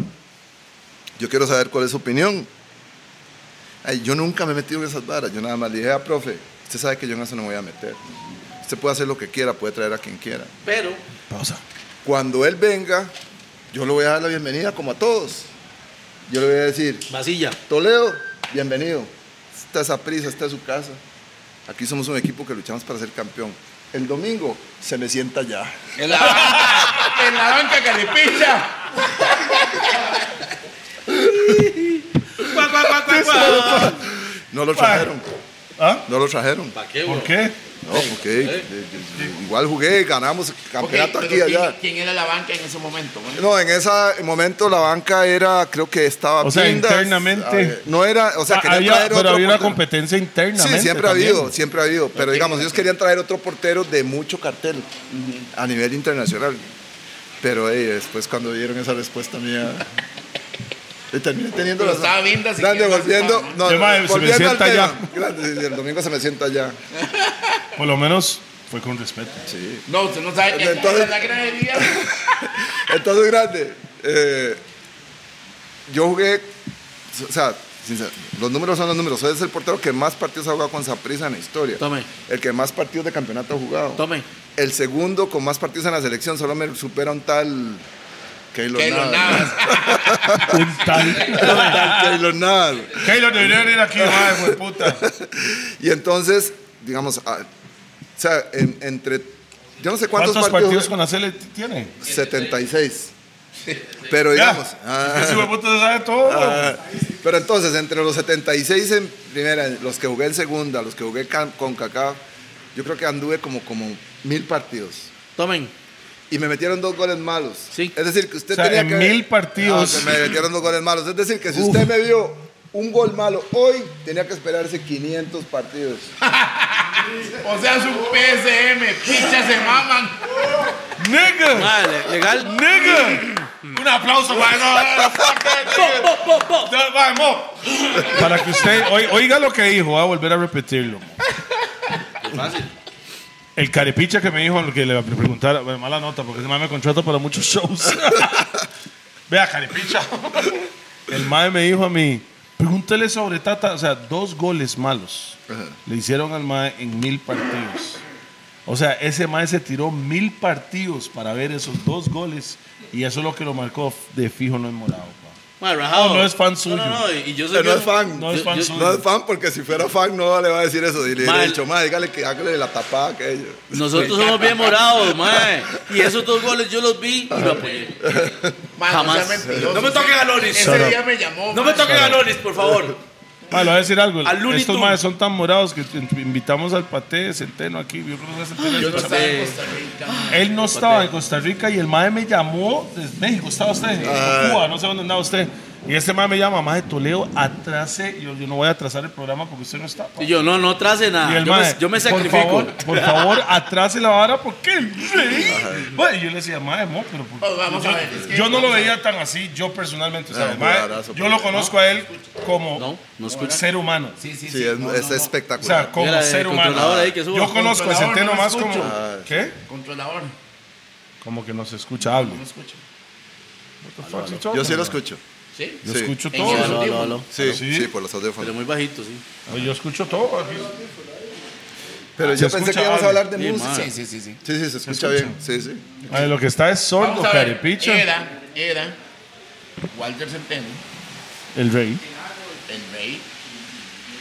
Yo quiero saber cuál es su opinión. Ay, yo nunca me he metido en esas varas. Yo nada más le dije, ah, profe, usted sabe que yo en eso no me voy a meter. Usted puede hacer lo que quiera, puede traer a quien quiera. Pero. Pausa. Cuando él venga, yo le voy a dar la bienvenida como a todos. Yo le voy a decir, Vasilla. Toledo, bienvenido. Esta es prisa, esta es su casa. Aquí somos un equipo que luchamos para ser campeón. El domingo se me sienta ya. En la banca, en la banca calipicha. No lo trajeron, ¿Ah? no lo trajeron. ¿Para qué, ¿Por güey? qué? No, porque eh, eh, igual jugué, ganamos campeonato Ok, aquí y pero ¿quién, allá. quién era la banca en ese momento? mae? No, en ese momento la banca era, creo que estaba. O sea, Pindas, internamente. Ah, a ver, No era, o sea, querían había, traer pero otro había una portero. competencia interna. Sí, siempre ha habido, siempre ha habido. Pero digamos, ellos querían traer otro portero de mucho cartel a nivel internacional. Pero ey, después cuando vieron esa respuesta mía, y terminé teniendo Pero la estaba Vinda, si Grande, quiere más volviendo, estaba, no, Sí, madre, se me volviendo al sienta tema. allá. Grande, sí, sí, el domingo se me sienta allá. Por lo menos fue con respeto. Sí. No, usted no sabe. Entonces- Entonces, la granería. Entonces, grande. eh, yo jugué, o sea, sincer- los números son los números. Soy el portero que más partidos ha jugado con Saprissa en la historia. Tome. El que más partidos de campeonato ha jugado. Tome. El segundo con más partidos en la selección solo me supera un tal Keylor Que lo Navas. nada. Un tal. Un tal Keylor Navas. Keylor debería venir aquí, madre, fue puta. Y entonces, digamos, ah, o sea, en- entre. Yo no sé cuántos, ¿Cuántos, partidos jugué? con la Cele tiene? 76. Pero digamos. ah, Ese hijo de puta se sabe todo. Ah, pero entonces, entre los 76 en primera, los que jugué en segunda, los que jugué can- con Kaká, yo creo que anduve como, como mil partidos. Tomen. Y me metieron dos goles malos. Sí. Es decir, que usted O sea, tenía en que- mil partidos. Ah, que me metieron dos goles malos. Es decir, que si usted me vio un gol malo hoy, tenía que esperarse 500 partidos. Ah, O sea, su PSM, pichas se maman. ¡Nigga! Madre, Ah, legal. ¡Nigga! Un aplauso para Para que usted oi- oiga lo que dijo, voy a volver a repetirlo. mo. El carepicha que me dijo lo que le preguntara, bueno, mala nota, porque ese mae me contrata para muchos shows. Vea, carepicha. El mae me dijo a mí, pregúntele sobre Tata, o sea, dos goles malos Ajá. le hicieron al mae en mil partidos. O sea, ese mae se tiró mil partidos para ver esos dos goles y eso es lo que lo marcó de fijo no es morado. pa. Mae, rajado. No, no es fan suyo. No, no, no, y yo soy Pero no bien- es fan. No es fan yo- suyo. No es fan porque si fuera fan no le va a decir eso. Y le Mal. he dicho, más, dígale que hágale la tapada a aquello. Nosotros somos bien morados, mae. Y esos dos goles yo los vi y lo apoyé. Mae, Jamás. Ah, no sea mentiroso. No me toque galones. Ese día me llamó. No me mae. toquen galones, por favor. Mae, Ah, le voy a decir algo. Al Looney Estos Tunes. maes son tan morados que te- invitamos al paté Centeno aquí. Yo creo que es Centeno. Yo no estaba en Sí. Costa Rica. Él no estaba en Costa Rica y el mae me llamó desde México. ¿Estaba usted? En Cuba, no sé dónde andaba usted. Y este mae me llama, mae Toledo, atrase. Yo, yo no voy a atrasar el programa porque usted no está. pa". Y yo, no, no trace Y nada. el Yo mae, me, yo me sacrifico. Por favor, por favor, atrase la vara porque el rey. Bueno, y yo le decía, mae, mo, pero por Pues vamos yo, a ver, es que- yo no lo veía tan así, yo personalmente. o sea, Era un mae, jugadorazo, yo pero- lo conozco a él como No, no escucha. ser humano. Sí, sí, Sí, es, no, no, no. es O sea, espectacular. como Mira, el ser humano. controlador ahí que suba. Yo conozco a Controlador, Centeno no lo más como. escucho. ¿Qué? Controlador. Como que no se escucha, hablo. No escucho. Yo sí lo escucho. Sí. Yo Sí. escucho En todo. el- Aló, aló, aló. Sí, ¿Sí? sí, por los Pero audífonos. muy bajito, sí. Oye, Yo escucho todo. aquí. Pero Ah, Se yo pensé escucha que íbamos a algo. hablar de Sí, música. mae. Sí, sí, sí, sí. Sí, sí, se escucha bien. Sí, sí. Ay, lo que está es sordo, Vamos a ver. carepicha. Era, era Walter Centeno, El rey. el rey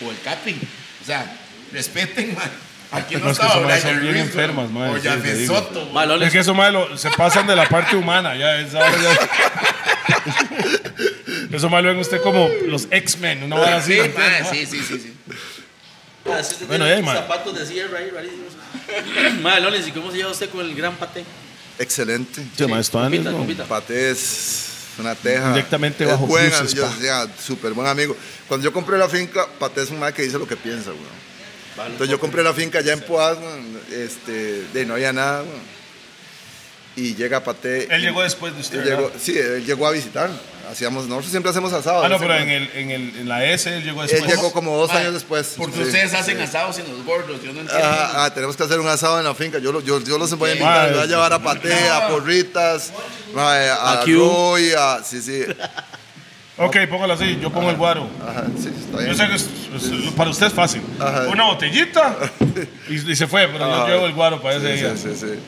o el capi. O sea, respeten, man. Aquí no No, es que estaba esas madres Brian son bien Ruiz, enfermas, güey. madre, O sí, te Jafet digo. Soto, güey. Mae, Loles, Es que esos malos se pasan de la parte humana. Ya, esa hora ya. Eso más lo ven usted como los X-Men, una hora así. Sí, madre, sí, sí, sí, sí. ah, sí, usted Bueno, tiene eh, mae. Zapatos de sierra ahí, rarísimos. Mae, Loles, ¿y cómo se lleva usted con el gran paté? Excelente. Sí, mae, esto compita, es, ¿no? compita. Pate es una teja. Directamente es bajo buena, fuses, yo pa. decía, súper buen amigo. Cuando yo compré la finca, Pate es un mae que dice lo que piensa, güey. Entonces yo compré la finca allá en Poas, güey, este, de no había nada, güey. Y llega Pate. Él y- llegó después de él usted. llegó- ¿verdad? sí, él llegó a visitar. Hacíamos, nosotros siempre hacemos asado. Ah, no, pero hacemos- en, el, en, el, en la S él llegó después. Él llegó como dos Mae, años después. Porque Sí, ustedes hacen sí. asados en los gordos, yo no entiendo. Ah, ah, tenemos que hacer un asado en la finca. Yo, lo- yo, yo los voy a invitar. Madre. les voy a llevar a Pate, a Porritas, mae, a, A Q. Roy, a. Sí, sí. Ok, póngalo así, yo pongo el guaro. Ajá, sí, está Yo bien. sé que es- es- para usted es fácil. Ajá. Una botellita y, y se fue, pero yo Ajá. llevo el guaro para ese día. Sí, sí, sí.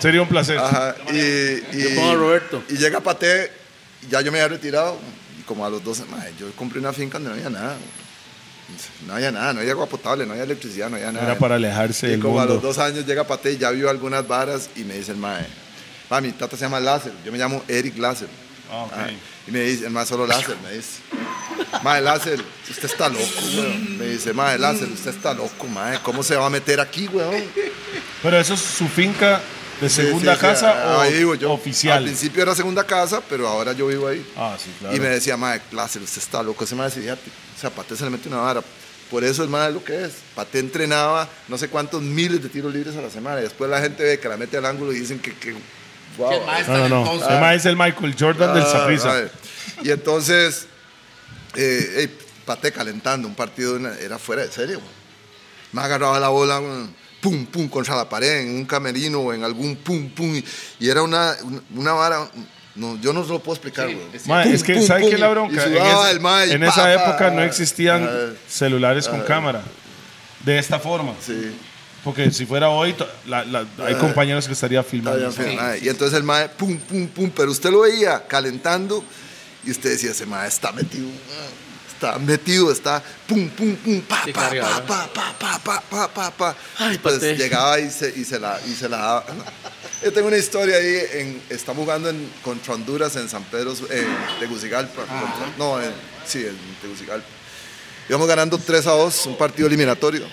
Sería un placer. Ajá. Y, y, pongo a Roberto. Y llega Pate, ya yo me había retirado, y como a los 12, mae, yo compré una finca donde no había nada. No había nada, no había agua potable, no había electricidad, no había nada. Era para alejarse Y del como a los mundo. dos años llega Pate, ya vio algunas varas y me dice el mae, "Ma, mi tata se llama Láser, yo me llamo Eric Láser. Ah, ok. Ah, y me dice, el mae solo Láser, me dice. Mae Láser, usted está loco, weón. Me dice, mae Láser, usted está loco, mae. ¿Cómo se va a meter aquí, weón? Pero eso es su finca de segunda Sí, sí, sí, casa o ahí vivo yo. Al oficial. principio era segunda casa, pero ahora yo vivo ahí. Ah, sí, claro. Y me decía, mae, Láser, usted está loco, ese mae es idiota. O sea, Pate se le mete una vara. Por eso el mae es lo que es. Pate entrenaba no sé cuántos miles de tiros libres a la semana. Y después la gente ve que la mete al ángulo y dicen que... que wow. Que el mae es No, no, no. talentoso. Además es el Michael Jordan del Ah, Saprissa. mae. Y entonces, eh, ey, Pate calentando un partido una- era fuera de serie. güey. Me agarraba la bola, güey, pum, pum, contra la pared, en un camerino o en algún pum, pum. Y, y era una, una, una vara... No, yo no se lo puedo explicar, Sí, güey. es Mae, Pum, es que, pum, ¿sabe pum, qué es la y bronca? En, sudaba esa- ah, el mae, y en pa, esa pa, época no ah, existían ah, celulares con cámara de esta forma. Sí. Porque si fuera hoy, to- la- la- Ah. hay compañeros que estaría filmando. Habían firmado. y entonces el mae, pum, pum, pum, pero usted lo veía calentando y usted decía, ese mae está metido, está metido, está pum, pum, pum, pa, Sí, pa, carga, ¿verdad? pa, pa, pa, pa, pa, pa, pa. Ay, pues Pate. llegaba y se, y se la, y se la daba. Yo tengo una historia ahí, en, estamos jugando en, contra Honduras en San Pedro, eh, Tegucigalpa. Ah. contra- no, en- sí, en Tegucigalpa. Íbamos ganando 3 a 2, un partido eliminatorio.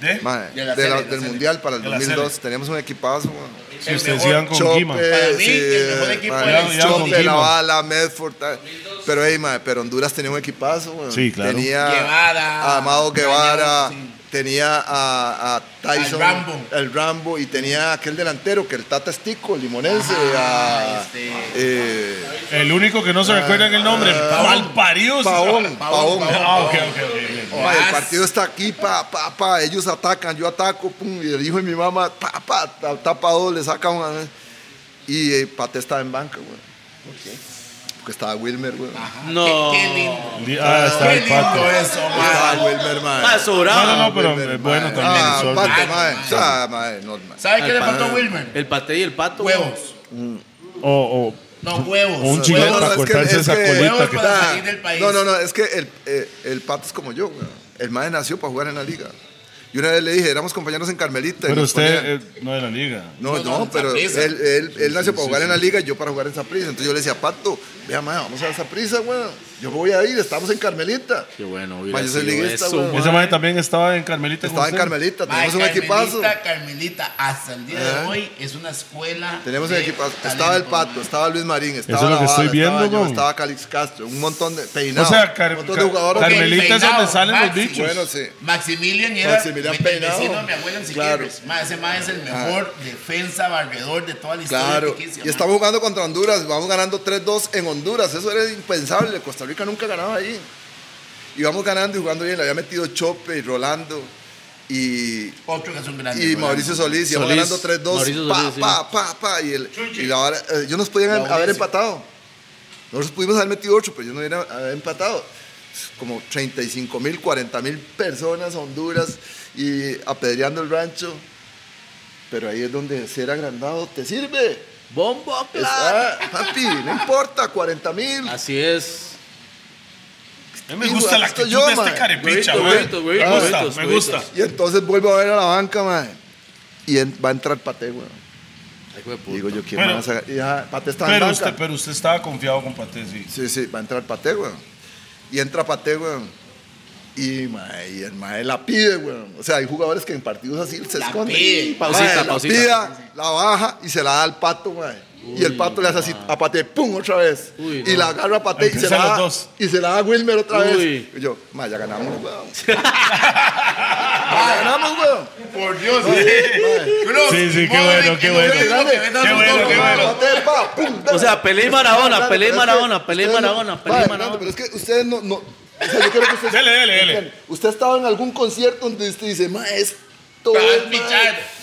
¿De? mae, De la de la- serie, de la del serie. Mundial para el De la 2002. Teníamos un equipazo. mae. Si El ustedes mejor iban con Chope, Guima. Para mí, sí, el mejor equipo madre, era el Chope, Chope, Guima. La Bala, Medford. tal. Pero, hey, madre, pero Honduras tenía un equipazo. weón. Sí, claro. Tenía Guevara, a Amado Guevara. Cañón, sí. tenía a, a Tyson, Al Rambo. el Rambo, y tenía aquel delantero que el Tata es tico, el limonense, Ajá, a- este- eh, El único que no se recuerda en el nombre, Ah, Malparius. Paón, Paón. Ah, ok, ok, ok, ok. Ma, el Oas. partido está aquí, pa, pa, pa, ellos atacan, yo ataco, pum, y el hijo de mi mamá, pa, pa, ta- tapa dos, le saca una. Y eh, Pate estaba en banca, güey. Porque estaba Wilmer, güey. Ah. No. Qué, qué lindo. Ah, está Qué el pato. lindo eso, Estaba mae. Wilmer, Ah, mae. No, sobrado. no, no, pero Wilmer, eh, bueno mae. también. Ah, sorry. Pate, Ay, mae. mae. Ah, mae, no, mae. ¿Sabe qué le faltó a Ah. Wilmer? El paté y el pato. Huevos. O, o No, huevos. Un Huevos. chilete es para que- cortarse es esa que- colita huevos que para- Ah, salir del país. No, no, no, es que el, eh, el Pato es como yo, güey. El mae nació para jugar en la liga. Y una vez le dije, éramos compañeros en Carmelita. y Pero nos ponían- usted eh, no de la liga. No, No, no, no, pero él, Saprissa. él, él nació para jugar en la liga y yo para jugar en Saprissa. Entonces yo le decía, Pato, vea, ma, vamos a Saprissa, weón. Yo voy a ir, estamos en Carmelita. Qué bueno, Ma, yo soy liguista, eso, weón. ma. Ese man también estaba en Carmelita. con eh, Estaba en usted. Carmelita, Mae, tenemos un equipazo. Carmelita, Carmelita, hasta el día de Ajá. hoy es una escuela. Tenemos un de equipazo. Estaba talento, el Pato, mae. estaba Luis Marín, estaba es lo la que estoy Bala, estaba viendo, yo, weón. estaba Calix Castro, un montón de O peinados. sea, Car- un montón de Car- jugadores. Car- Carmelita es donde Peinado, salen los Maxi. bichos. Bueno, sí. Maximilian era Maximilian ve- Peinado. vecino de mi abuelo en Claro. Siquirres. Mae, ese mae es el mejor defensa barredor de toda la historia. Claro, tiquicia, y mae. estamos jugando contra Honduras, vamos ganando 3-2 en Honduras, eso era impensable, Costa Rica nunca ganaba ahí. Y vamos ganando y jugando bien, le había metido Chope y Rolando y, Otro que es Ah, un grande. y Rolando. Mauricio Solís, íbamos Solís, ganando 3-2, Mauricio pa, Solís, sí. pa, pa, pa, y, el, y la vara- eh, ellos nos podían haber Mauricio. empatado. Nosotros pudimos haber metido 8, pero ellos no hubieran haber empatado. Como 35 mil, 40 mil personas a Honduras y apedreando el rancho. Pero ahí es donde ser agrandado te sirve. Bombo, Es- claro. ah, papi, no importa, 40 mil. Así es. A mí me gusta la Esto actitud yo, de este man. carepicha, Huevito, man. huevito, huevito, Me gusta, huevitos, me huevitos. gusta. Y entonces vuelvo a ver a la banca, man. Y en- va a entrar Pate, weón. Ay, hijo de Y puta. digo yo, ¿quién Bueno. más? haga-?" Y, ajá, Pate está en Pero banca. usted, pero usted estaba confiado con Pate, sí. Sí, sí, va a entrar Pate, weón. Y entra Pate, weón. Y, mae, y el mae la pide, weón. O sea, hay jugadores que en partidos así se La esconden. pide. Pausita, Mae, la pausita. pida, la baja y se la da al pato, mae. y el pato le hace así a Pate, ¡pum! otra vez. Uy, y no. la agarra a Pate y se Empiezan la, los da, dos. y se la da a Wilmer otra Uy. vez. Y yo, mae, ya ganamos, weón. Ah, ya Ah, ganamos, weón. Por Dios, mae. Gross, Sí, sí, qué Modric, bueno, qué y bueno. Modric, lo que vendan Qué los bueno, dos, qué mae. bueno. Pate, pa, pum, dale. O sea, pelea y Maradona, Claro, pelea y pero es que Maradona, pelea y ustedes no- Maradona, Mae, pelea y Fernando, Maradona. Pero es que ustedes no. no o sea, yo creo que ustedes. Dele, dele, dele. entienden. Usted estaba en algún concierto donde usted dice, ma, esto. Para es, el mae". pichar.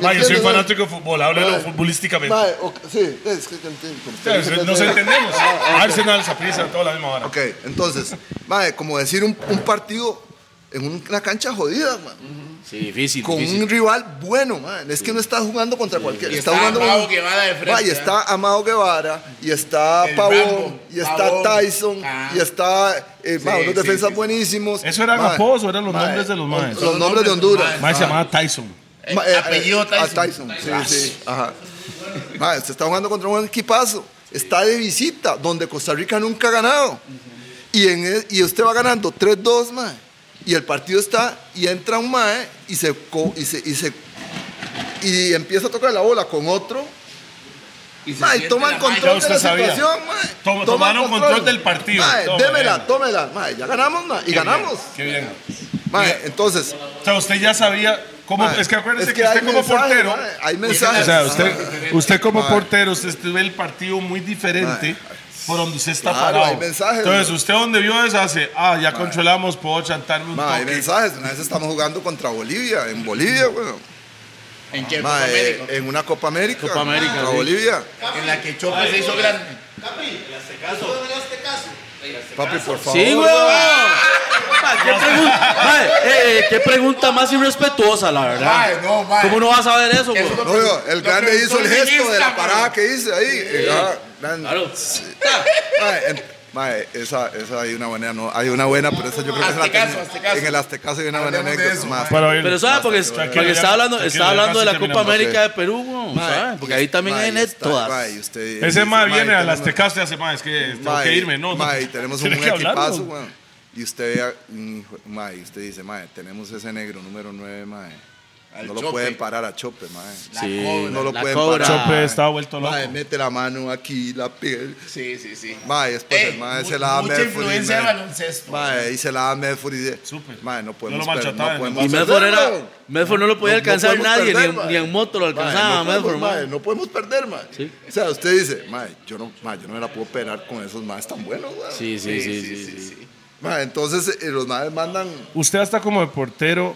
Ma, yo soy Entiendo, fanático de fútbol, háblelo Mae. futbolísticamente. Ma, ok, sí, es que entiendo, como usted dice, Nos entiendo. entendemos. Arsenal, Saprissa, toda la misma hora. Ok, entonces, mae, como decir un, un partido en una cancha jodida, ma, Sí, difícil, con un difícil. rival bueno, ma, es que no está jugando contra cualquiera, Y está, está jugando Amado con- Guevara de frente, Ma, y ¿eh? está Amado Guevara, y está El Rambo, Pavón, y está Pavón. Tyson, Ah. y está, eh, ma, Sí, sí, unos defensas sí. buenísimos. ¿Eso era Ma, Gapós o eran los ma, nombres de los maes? Los nombres de Honduras. Mae se llamaba Tyson. Eh, Ma- eh, apellido eh, Tyson. a Tyson, sí, sí. Ajá. Ma, se está jugando contra un equipazo. Está de visita, donde Costa Rica nunca ha ganado. Y, en e- y usted va ganando 3-2, ma. Y el partido está, y entra un mae y se, co- y se, y se- y empieza a tocar la bola con otro. Y se Ma, y siente toman la Ya control usted de la sabía. situación, ma. Tom- Toman tomaron control del partido. Ma, Toma, démela, bien. tómela. Ma, ya ganamos, ma. Y ganamos. Qué bien. Ma, entonces, O sea, usted ya sabía cómo. ma, es que acuérdese es que, usted hay como mensajes, portero. ma, hay mensajes. O sea, usted, diferente. usted como Mae. portero, usted ve el partido muy diferente por donde usted está Claro, parado. hay mensajes, Entonces, ¿no? usted donde vio eso hace, ah, ya controlamos, puedo chantarme un Ma, hay toque. mensajes. Una vez estamos jugando contra Bolivia, en Bolivia, bueno. En Copa Ma, eh, América. en una Copa América. Copa América, Contra sí. Bolivia. En la que Chope se hizo grande. Papi, por favor. Sí, güey. Ma, ¿Qué, pregun- ma, eh, eh, qué pregunta más irrespetuosa, la verdad. Mae, no, mae. ¿Cómo no vas a ver eso, güey? Eso no- No, no, el Lo grande preguntó hizo el el gesto de guionista, la parada bro. que hice ahí. Eh, ah, grande. Claro. Ma, en- ma, esa, esa hay una buena, no, hay una buena, pero esa yo creo que es la Aztecaso, tenía- Aztecaso. En el Aztecaso hay una buena Hablemos de anécdota. eso, ma. ma. Para oír. Pero ¿sabes? Porque, tranquilo, porque ya, está hablando, tranquilo, está ya hablando de la casi Copa terminamos, eh. América de Perú, güey. Ma, ¿sabes? Porque ahí también ma, hay y net está- ma, todas. y usted- Ese ma, más y viene a las tenemos- tecas y hace más, es que tengo Ma, que y- irme, ¿no? ma, no. y tenemos un Tiene que hablarlo. equipazo, weón. Y usted vea, mm, hijo- ma, y usted dice, ma, tenemos ese negro número 9, ma. Al no lo Chope. pueden parar a Chope, mae. La Sí. cobra. No lo La pueden cobra. parar. Chope está vuelto loco. Mae, mete la mano aquí, la piel. Sí, sí, sí. Mae, después Eh, Ey, pues, el mae mu- se la da a Mucha Medford y, influencia de mae, baloncesto. Mae, y se la da a Medford y dice, Súper. mae, no Yo podemos lo perder, maltrataba en no el podemos Y Medford perder, era. mae. Medford no lo podía No- no alcanzar podemos nadie, perder, ni, en, mae. ni en moto lo Mae, alcanzaba no podemos, Medford, mae. mae, No podemos perder, mae. Sí. O sea, usted dice, mae, yo no, mae, yo no me la puedo pelar con esos maes tan buenos, güey. Sí, sí, sí, sí. sí, Mae, entonces eh, los maes mandan Usted hasta como de portero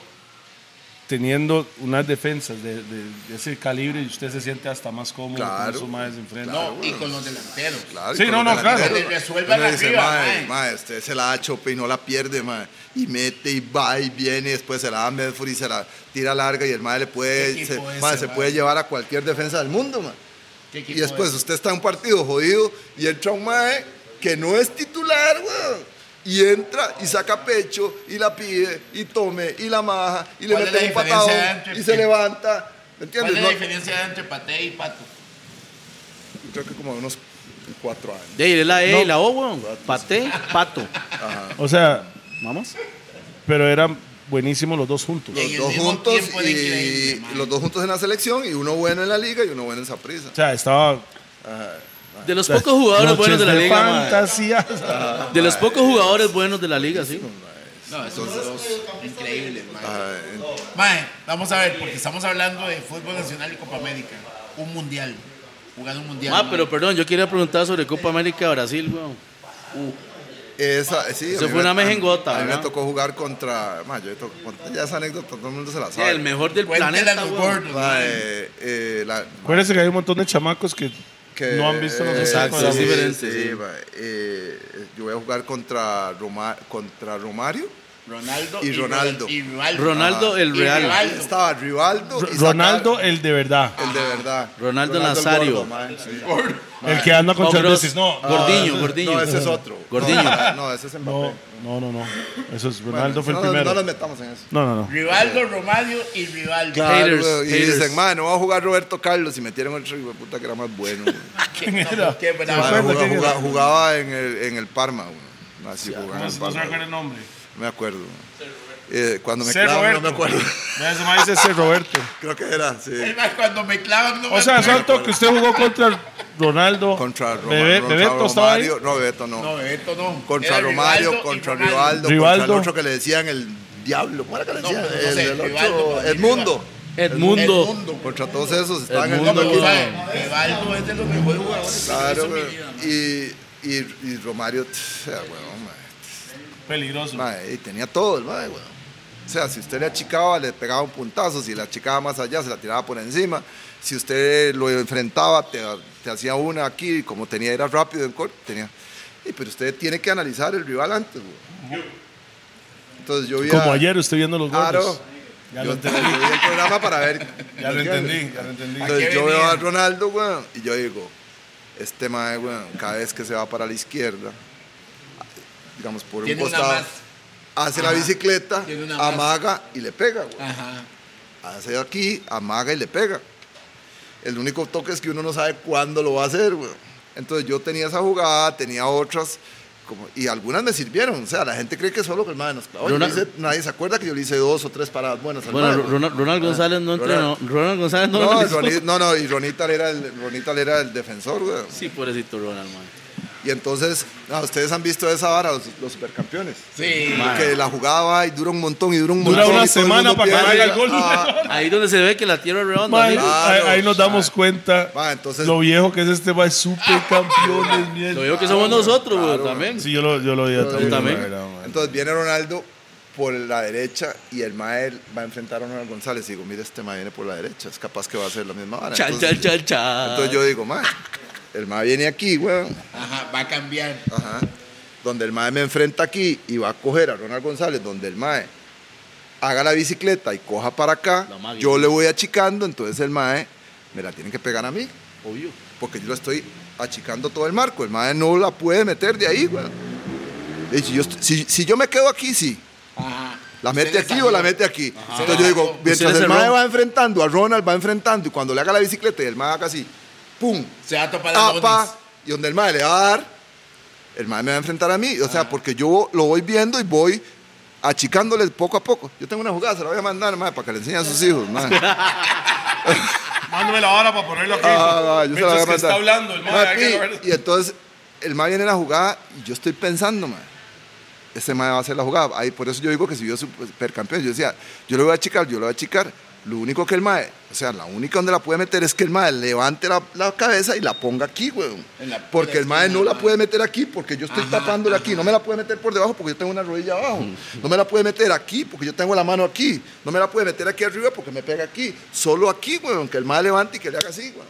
teniendo unas defensas de, de- de ese calibre y usted se siente hasta más cómodo con Claro. esos maes enfrente. No, y con los delanteros. Claro, Sí, y con no, los no, claro. delanteros. Que resuelvan Uno dice, arriba, "Mae, mae". mae, usted se la da a Chope y no la pierde, mae. Y mete y va y viene y después se la da a Medford y se la tira larga y el mae le ¿Qué puede, se, equipo es mae, ese, se mae? puede llevar a cualquier defensa del mundo, mae. ¿Qué equipo Y después es? usted está en un partido jodido y entra un mae que no es titular, weón. Y entra y saca pecho y la pide y tome y la maja y le ¿Cuál es mete la un diferencia patadón entre- y se levanta. ¿Me ¿Cuál ¿Entiendes? es la No, diferencia entre Pate y Pato? creo que como de unos cuatro años. De ahí es la E No. y la O, weón. Paté, pato. O sea, Vamos. pero eran buenísimos los dos juntos. Y en Los el dos mismo juntos tiempo era y increíble, mae. los dos juntos en la selección y uno bueno en la liga y uno bueno en Saprissa. O sea, estaba... De los pocos jugadores Noches buenos de la de liga, mae. fantasía. De los pocos jugadores buenos de la liga, sí. No, esos dos increíbles, mae. Ay, Mae, vamos a ver, porque estamos hablando de fútbol nacional y Copa América. Un mundial. Jugando un mundial. Ah, mae. pero perdón, yo quería preguntar sobre Copa América Brasil, weón. Esa, sí, Eso a mí fue me- una mejengota, A mí me ¿verdad? tocó jugar contra. mae, yo to- contra- ya esa anécdota todo el mundo se la Sí, sabe. el mejor del Cuéntela a planeta, los weón. gordos, Mae, mae. eh, la- Acuérdense que hay un montón de chamacos que, que- no han visto los eh, Exacto, Exacto, es sí, diferente, sí, sí. mae, eh, yo voy a jugar contra, Roma- contra Romario. Ronaldo y Ronaldo. Y Rivaldo. Ronaldo el Y Real. Real. Estaba Rivaldo. y Ronaldo, el de verdad. Sacar, el de verdad. Ronaldo el Nazario. gordo, mae, sí. El que anda con No, pero- Chandosis. No, Ah. Gordiño, ese- Gordiño. No, ese es otro. Gordiño. No, no, ese es Mbappé. no, no, no, no. Eso es Bueno, Ronaldo fue el no, no, primero. No nos metamos en eso. No, no, no. Rivaldo, Romario y Rivaldo. Claro. Haters, weón, y haters. dicen, man, no va a jugar Roberto Carlos. Y metieron otro hijo de puta que era más bueno. weón. Qué- no, qué bravo. Mano, acuerdo jugaba, quién jugaba- era. jugaba en el, en el Parma. weón. Así jugaba en el Pues, No se Parma. acuerda weón. el nombre. No me acuerdo. weón. Eh, cuando me Ser clavan, no Roberto. me acuerdo. Vea, ese mae dice ser Roberto. Creo que era, sí. Es más, cuando me clavan no O sea, me acuerdo. Santo, que usted jugó contra Ronaldo. Contra Roma- Bebe- contra Bebeto estaba ahí. Romario. No, Bebeto no. No, Bebeto no. Contra Era Romario, Rivaldo y contra Ronaldo. Rivaldo, Rivaldo. contra el otro que le decían el diablo. ¿Cómo era que le No, decían? no el, sé, el otro, Rivaldo, para mí, Edmundo. Edmundo. Contra todos esos estaban en el No, Edmundo. mundo. pero sabe, Rivaldo es de los mejores jugadores. que he visto Claro, en mi weón. vida, mae. y, y, y Romario, tch, o sea, weón, mae. Peligroso. Mae, y tenía todo el mae, weón. O sea, si usted le achicaba, le pegaba un puntazo. Si le achicaba más allá, se la tiraba por encima. Si usted lo enfrentaba, te, te hacía una aquí. y Como tenía, era rápido en corte, tenía. Y, pero usted tiene que analizar el rival antes, weón. Entonces yo vi. a- Como ayer, usted viendo los Claro. gordos. Ya lo yo, entendí. yo vi el programa para ver. Ya lo entendí, ya lo entendí. Entonces qué yo veo venía? a Ronaldo, weón, y yo digo, este mae, weón, cada vez que se va para la izquierda, digamos, por un Tiene una costado, más. hace la bicicleta, Tiene una más. amaga y le pega, weón. Ajá. Hace aquí, amaga y le pega. El único toque es que uno no sabe cuándo lo va a hacer, weón. Entonces yo tenía esa jugada, tenía otras, como, y algunas me sirvieron. O sea, la gente cree que solo que el mae nos clavó. Yo le Ronaldo- hice- nadie se acuerda que yo le hice dos o tres paradas buenas al Bueno, mae, Ro- weón. Ronald, Ronald González no entrenó. Ronald González no, Ah. No, analizó. Ronit- no, no, y Ronital era el, Ronital era el defensor, güey. Sí, pobrecito Ronald, man. Y entonces, no, ustedes han visto esa vara, los, los supercampeones. Sí. Que la jugaba y dura un montón y dura un Dura montón. una y todo el semana mundo para que piensa, haga el gol. ah, Ahí donde se ve que la tierra es redonda. Mae, ¿sí? claro. ahí, ahí nos damos Mae. cuenta Mae, entonces- lo viejo que es este mae, súper campeones, Lo mierda. veo que somos nosotros, güey, claro. también. Sí, yo lo, yo lo veía también. también. la verdad, mae. entonces viene Ronaldo por la derecha y el Mael va a enfrentar a Ronald González. Y digo, mira, este Mae viene por la derecha, es capaz que va a hacer la misma vara. Chan, entonces, chan, chan, chan. entonces yo digo, Mae, el Mae viene aquí, weón. Ajá, va a cambiar. Ajá. Donde el mae me enfrenta aquí y va a coger a Ronald González, donde el mae haga la bicicleta y coja para acá, La magia. yo le voy achicando, entonces el mae me la tiene que pegar a mí, Obvio. porque yo lo estoy achicando todo el marco, el mae no la puede meter de ahí, güey. Y Si yo, est- si, si yo me quedo aquí, sí. Ajá. La Usted mete le aquí salió. o la mete aquí. Entonces yo digo, Usted mientras le el mae cerró. va enfrentando a Ronald, va enfrentando, y cuando le haga la bicicleta y el mae haga así, ¡pum! Se va a topar Ah, a tapa y donde el mae le va a dar, el mae me va a enfrentar a mí. O sea, porque yo lo voy viendo y voy achicándoles poco a poco. Yo tengo una jugada, se la voy a mandar, mae, para que le enseñe a sus hijos, mae. Mándamela ahora para ponerlo aquí. Ah, va, yo se la Mientras voy a que está mandar. hablando el Mae, mae. hay que ver- y, y entonces el mae viene en la jugada y yo estoy pensando, mae, ese mae va a hacer la jugada. Ahí, por eso yo digo que si yo soy supercampeón, yo decía, yo lo voy a achicar, yo lo voy a achicar. Lo único que el mae, o sea, la única donde la puede meter es que el mae levante la, la cabeza y la ponga aquí, weón. En la- Porque el mae no la puede meter aquí, porque yo estoy Ajá, tapándole aquí. No me la puede meter por debajo porque yo tengo una rodilla abajo. No me la puede meter aquí porque yo tengo la mano aquí. No me la puede meter aquí arriba porque me pega aquí. Solo aquí, weón, que el mae levante y que le haga así, weón.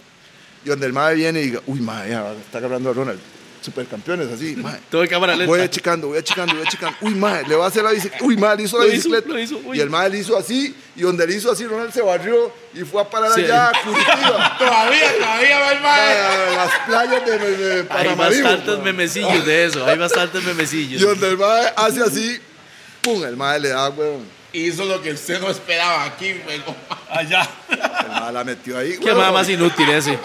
Y donde el mae viene y diga, uy, mae, ya está agarrando a Ronald. Supercampeones, así, mae. Todo en cámara lenta. Voy achicando, voy achicando, voy achicando. Uy, madre, le va a hacer la bicicleta. Uy, madre, le hizo la Lo hizo, bicicleta. lo hizo, uy. y el madre le hizo así. Y donde le hizo así, Ronald se barrió y fue a parar Sí. allá a Curitiba. Todavía, todavía va el mae. a las playas de, de de Hay Paramaribo. bastantes ma. memecillos de eso. Hay bastantes memecillos. Y donde el madre hace así, pum, el madre le da, weón. Hizo lo que usted no esperaba aquí, güey. Ah, Allá. El madre la metió ahí, Qué weón. mae más inútil ese.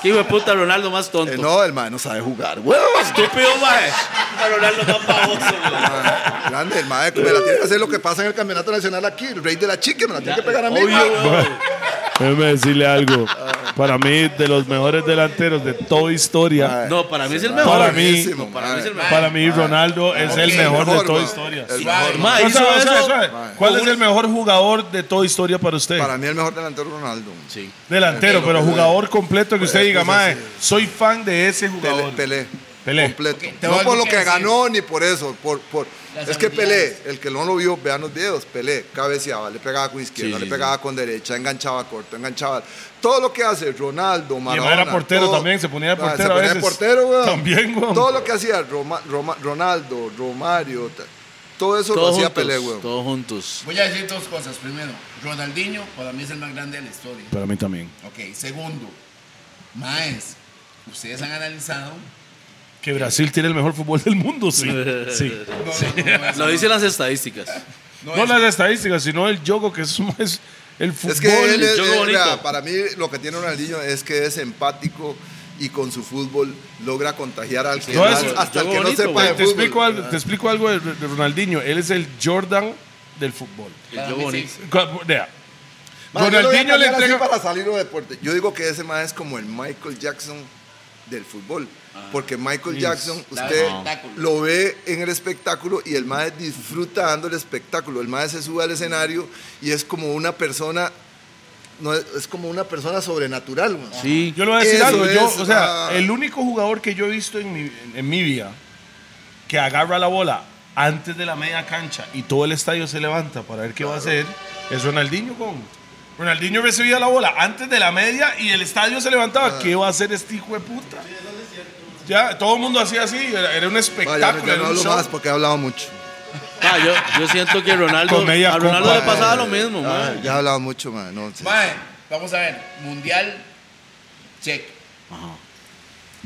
Qué hijo de puta Ronaldo más tonto. Eh, no, el madre no sabe jugar, weón. Estúpido, mae. A Ronaldo más baboso, mae. Grande, el madre, me la tiene que hacer lo que pasa en el campeonato nacional aquí, el rey de la chica, me la tiene que pegar a mí. Obvio, ma. weón. Déjeme decirle algo. Ah. Para mí, de los mejores delanteros de toda historia, Mae, No, para mí es el mejor. Para mí- buenísimo, No, para mí es el mae. mejor. para mí Ronaldo es Ok, el mejor de toda ma. historia. El Suave. mejor, ma. Mae, Suave, hizo suave, eso. suave, suave. ¿Cuál es el mejor jugador de toda historia para usted? Para mí el mejor delantero Ronaldo. Sí. Delantero, pero jugador completo que usted diga, pues, mae, soy fan de ese jugador. Pelé, Pelé. Pelé. Completo. Ok, te voy no a por lo decir que que sí. ganó ni por eso. Por, por. Las Es que habilidades. Pelé, el que no lo vio, vean los videos. Pelé cabeceaba, le pegaba con izquierda, Sí, le sí, pegaba con derecha, enganchaba corto, enganchaba. Todo lo que hace Ronaldo, Maradona. era portero todo- también, se ponía de Ah, portero a Se ponía de veces. portero, weón. También, weón. Todo lo que hacía Roma- Roma- Ronaldo, Romario, ta- todo eso lo Todos hacía juntos. Pelé, weón. Todos juntos. Voy a decir dos cosas. Primero, Ronaldinho para mí es el más grande de la historia. Para mí también. Ok, segundo, Maes, ustedes han analizado. Que Brasil tiene el mejor fútbol del mundo, sí. sí. No, no, no, no, eso Lo no. dicen las estadísticas. No, No eso- las estadísticas, sino el yogo, que es más el fútbol. Es que él es- yo él, lo bonito. vea, para mí lo que tiene Ronaldinho es que es empático y con su fútbol logra contagiar al que No, más- es- hasta el yo que bonito, no sepa güey. de te, fútbol. explico algo, te explico algo de, de Ronaldinho. Él es el Jordan del fútbol. El yo mí sí. bonito. Cu- Vea. Ma, yo lo voy a Ronaldinho le cambiar así entrega. para salir de deporte. Yo digo que ese más es como el Michael Jackson del fútbol, porque Michael Jackson Da usted espectáculo. lo ve en el espectáculo y el más disfruta dando el espectáculo. El más se sube al escenario y es como una persona no es, es como una persona sobrenatural. güey. Sí. Yo le voy a decir Eso algo. Yo, es, o sea, ah. el único jugador que yo he visto en mi, en- en mi vida que agarra la bola antes de la media cancha y todo el estadio se levanta para ver qué va a hacer es Ronaldinho con. Ronaldinho recibía la bola antes de la media y el estadio se levantaba. Ah. ¿Qué va a hacer este hijo de puta? Ya, todo el mundo hacía así. Era, era un Ma, Ah, ya no- espectáculo. ya era no un hablo show. más porque he hablado mucho. Ah, yo, yo siento que Ronaldo. Con media A Ronaldo copa. le pasaba lo mismo, Ah, mae. Ya he hablado mucho, man. No, sí. Mae, vamos a ver, mundial, check.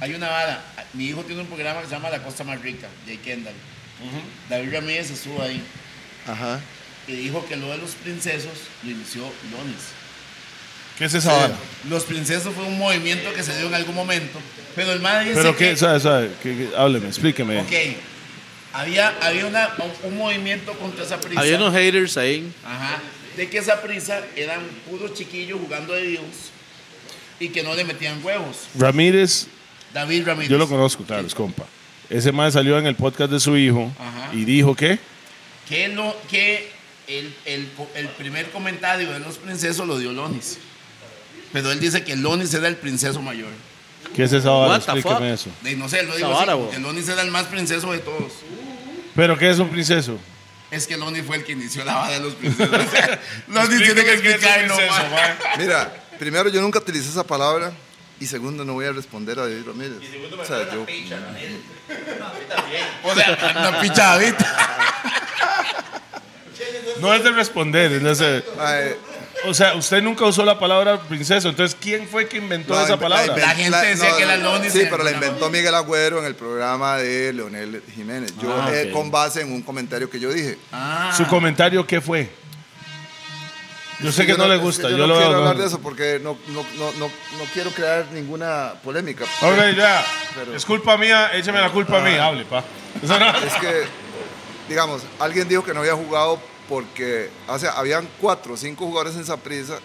Hay una vara. Mi hijo tiene un programa que se llama La Costa Más Rica, Jay Kendall. David Ramírez estuvo ahí Ajá. y dijo que lo de los princesos lo inició Lonis. ¿Qué es esa vara? Los princesos fue un movimiento que se dio en algún momento, pero el madre dice Pero qué, que, sabe, sabe, que- que- hábleme, explíqueme. ok, había, había una- un- un movimiento contra esa prisa. Había unos haters ahí. Ajá. De que esa prisa eran puros chiquillos jugando de Dios y que no le metían huevos. Ramírez, David Ramírez. yo lo conozco, claro, es compa. Ese man salió en el podcast de su hijo Ajá. y dijo que Que, no, que el, el, co- el primer comentario de los princesos lo dio Lonis. Pero él dice que Lonis era el princeso mayor. ¿Qué es esa vara? What the Explíqueme fuck? eso. De, no sé, lo digo Sabara, así, bo. que Lonis era el más princeso de todos. ¿Pero qué es un princeso? Es que Lonis fue el que inició la vara de los princesos. O sea, Lonis tiene que explicarlo. ma. Mira, primero yo nunca utilicé esa palabra y segundo no voy a responder a David Ramírez. O sea, yo, O sea, una pichadita. No es de responder. es de hacer- Mae, o sea, usted nunca usó la palabra princeso. Entonces, ¿quién fue que inventó no, esa inve- palabra? inven- La gente decía que era Lonis en Sí, el pero la programa. inventó Miguel Agüero en el programa de Leonel Jiménez. Yo Ah, eh, ok. con base en un comentario que yo dije. ¿Su comentario qué fue? Yo sé que Yo no, le es gusta. que Yo, yo lo no quiero veo- hablar de eso porque no, no, no, no, no quiero crear ninguna polémica. Ok, ya. Pero- Ah. Es culpa mía, écheme la culpa a mí. Hable, pa. Eso no- Es que digamos, alguien dijo que no había jugado porque, o sea, habían cuatro o cinco jugadores en Saprissa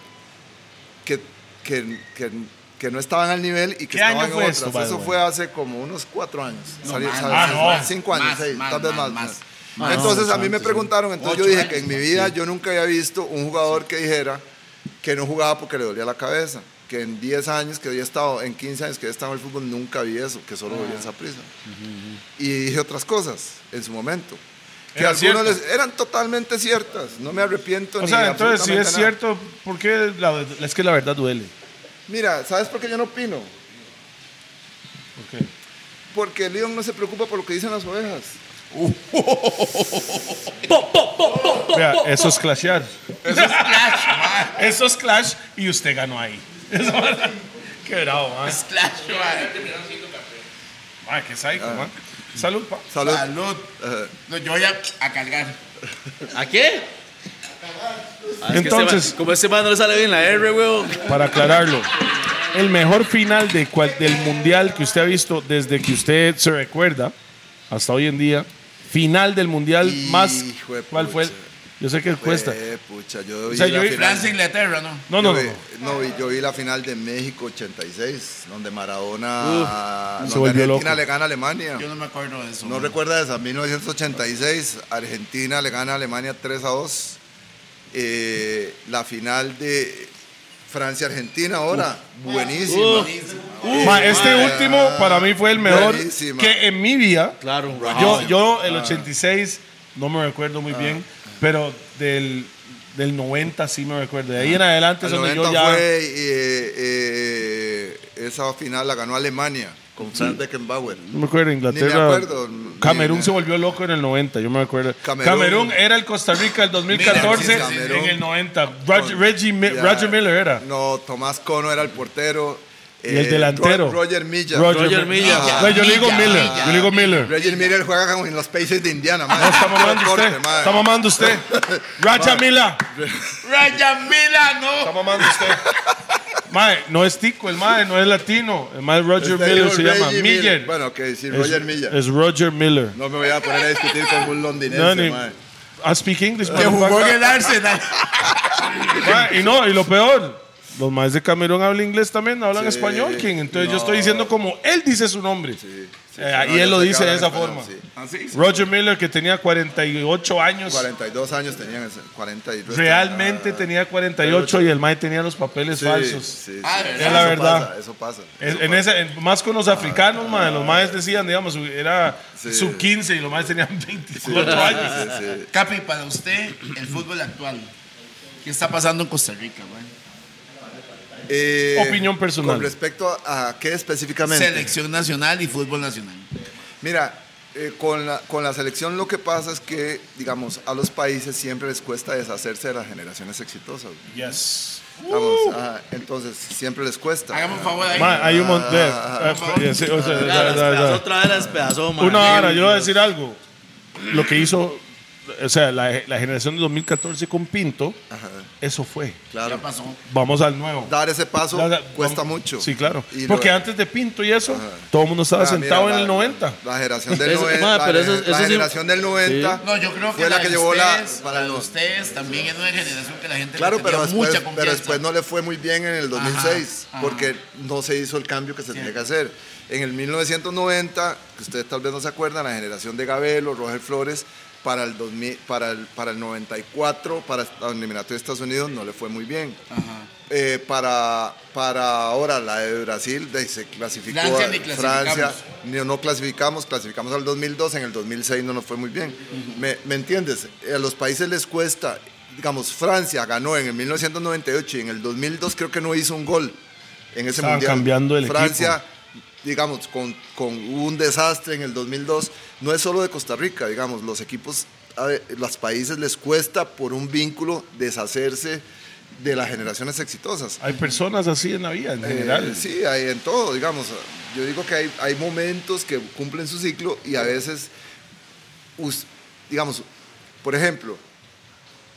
que, que, que, que no estaban al nivel y que ¿Qué estaban año en fue otras. esto, by the Eso way? fue hace como unos cuatro años. No, Salió- más, salió- más, salió- más, cinco años, más, seis, más, tal vez más. más, más. más. entonces No, a mí me antes, sí. preguntaron, entonces yo Ocho dije años, que en mi más, vida sí. yo nunca había visto un jugador que dijera que no jugaba porque le dolía la cabeza, que en 10 años que había estado, en 15 años que había estado en el fútbol nunca vi eso, que solo dolía esa prisa. Y dije otras cosas en su momento. Que Era algunos cierto. les- eran totalmente ciertas, no me arrepiento. O ni sea, entonces si es absolutamente nada. cierto, ¿por qué la- es que la verdad duele? Mira, ¿sabes por qué yo no opino? ¿Por qué? Porque Leon no se preocupa por lo que dicen las ovejas. Vea, eso es clashear. Eso es clash y usted ganó ahí. Eso- Qué bravo, man. Clash, mae. Man, qué psycho, Ah. man. Salud, pa. Salud. Eh, Salud. No, yo voy a, a cargar. ¿A qué? Ah, es que Entonces- este ma- como ese man no le sale bien la R, weón. Para aclararlo, el mejor final de cual- del mundial que usted ha visto desde que usted se recuerda hasta hoy en día, final del mundial más. Hijo de ¿Cuál fue? el- pucha. Yo sé que cuesta. Eh, pucha, yo vi sea, yo la vi final. Francia, Inglaterra, ¿no? No, no, yo no. vi, no. no, vi- yo vi la final de México 86, donde Maradona donde se volvió Argentina loco. le gana a Alemania. Yo no me acuerdo de eso. No mae. recuerda esa, 1986, Argentina le gana a Alemania 3 a 2. Eh, la final de Francia-Argentina ahora, buenísima. Ma, este último para mí fue el mejor Buenísima. que en mi vida. Claro, Ah. Yo, yo el 86 no me recuerdo muy bien, pero del, del 90 sí me recuerdo. De ahí en adelante es El donde yo 90 ya... fue, eh, eh, esa final la ganó Alemania con Franz Beckenbauer. No me acuerdo, Inglaterra. Ni me acuerdo. Camerún Ni- se volvió loco en el 90, yo me acuerdo. Camerún, Camerún. era el Costa Rica el 2014 Mira, sí, sí, sí. en el 90. Roger, Reggie Mi- Ya, Roger Miller era. No, Tomás Cono era el portero. Eh, Y el delantero. Ro- Roger Miller. Roger Mi- Miller. Ah, no, yo le digo Miller, Miller. Miller. Yo le digo Miller. Roger Miller juega como en los Pacers de Indiana. madre. No, está mamando Corte, usted. madre. Está mamando usted. Racha Miller. Ryan Mila, Está no. mamando usted. Mae, no es tico el mae, no es latino. El mae Roger Este Miller dijo se Reggie llama Miller. Miller. Bueno, ok, sí, Es- Roger Miller. Es Roger Miller. No me voy a poner a discutir con un londinense, No, ni- madre. I speak English. Que jugó motherfucker. en el Arsenal. Ma, y no, y lo peor, los maes de Camerún hablan inglés también, hablan Sí, español, King. Entonces yo no. estoy diciendo como él dice su nombre. Sí, Eh, no, y yo él lo sé que dice de hablan esa español, forma. sí. Así. Roger Miller, que tenía 48 años, 42 años tenían, ese- 42. realmente Ah, tenía 48 y el mae tenía los papeles sí, falsos. sí, sí. Ah, Es la Eso verdad. pasa, eso pasa. En- eso en pasa. ese- en- más con los africanos, ma, los maes decían, digamos, era Sí. sub 15 y los maes tenían 24 Sí, años. sí, sí. Capi, para usted, el fútbol actual. ¿Qué está pasando en Costa Rica, güey? Eh, Opinión personal. Con respecto a, a qué específicamente. Selección nacional y fútbol nacional. Mira, eh, con, la, con la selección lo que pasa es que, digamos, a los países siempre les cuesta deshacerse de las generaciones exitosas. güey. Yes. Vamos, ajá, entonces, siempre les cuesta. Uh. Hagamos un favor ahí. Ma, hay un eh, montón. Ah, Ya, las pedazó, otra vez las pedazó, man. Una hora, yo voy a decir algo. Lo que hizo, o sea, la, la generación de 2014 con Pinto, Ajá, eso fue. claro. Ya pasó. Vamos al nuevo. Dar ese paso La- la- cuesta vamos- mucho. Sí, claro. Y lo- Porque antes de Pinto y eso, todo el mundo estaba ah, sentado mira, en el la- 90. La generación del Eso- 90. ma, la pero eso- gener- eso la sí- generación del 90. No, yo creo que fue la de que llevó la. ustedes, Para la de los- ustedes también es una generación que la gente le Claro, tenía pero después, mucha pero confianza. después no le fue muy bien en el 2006 Ajá, ajá. porque no se hizo el cambio que se tenía que hacer. En el 1990, que ustedes tal vez no se acuerdan, la generación de Gabelo, Roger Flores, para el, 2000, para el, para el 94, para la eliminatoria de Estados Unidos, no le fue muy bien. Eh, para, para ahora la de Brasil, de- se clasificó Francia a- ni clasificamos. Francia, ni- no clasificamos, clasificamos al 2002, en el 2006 no nos fue muy bien. ¿Me, me entiendes? Eh, A los países les cuesta, digamos, Francia ganó en el 1998 y en el 2002 creo que no hizo un gol en ese Estaban mundial. cambiando el Francia, digamos, con, con hubo un desastre en el 2002, no es solo de Costa Rica, digamos, los equipos, a ver, los países les cuesta por un vínculo deshacerse de las generaciones exitosas. Hay personas así en la vida, en general. Eh, sí, hay en todo, digamos. Yo digo que hay, hay momentos que cumplen su ciclo y a veces, us- digamos, por ejemplo,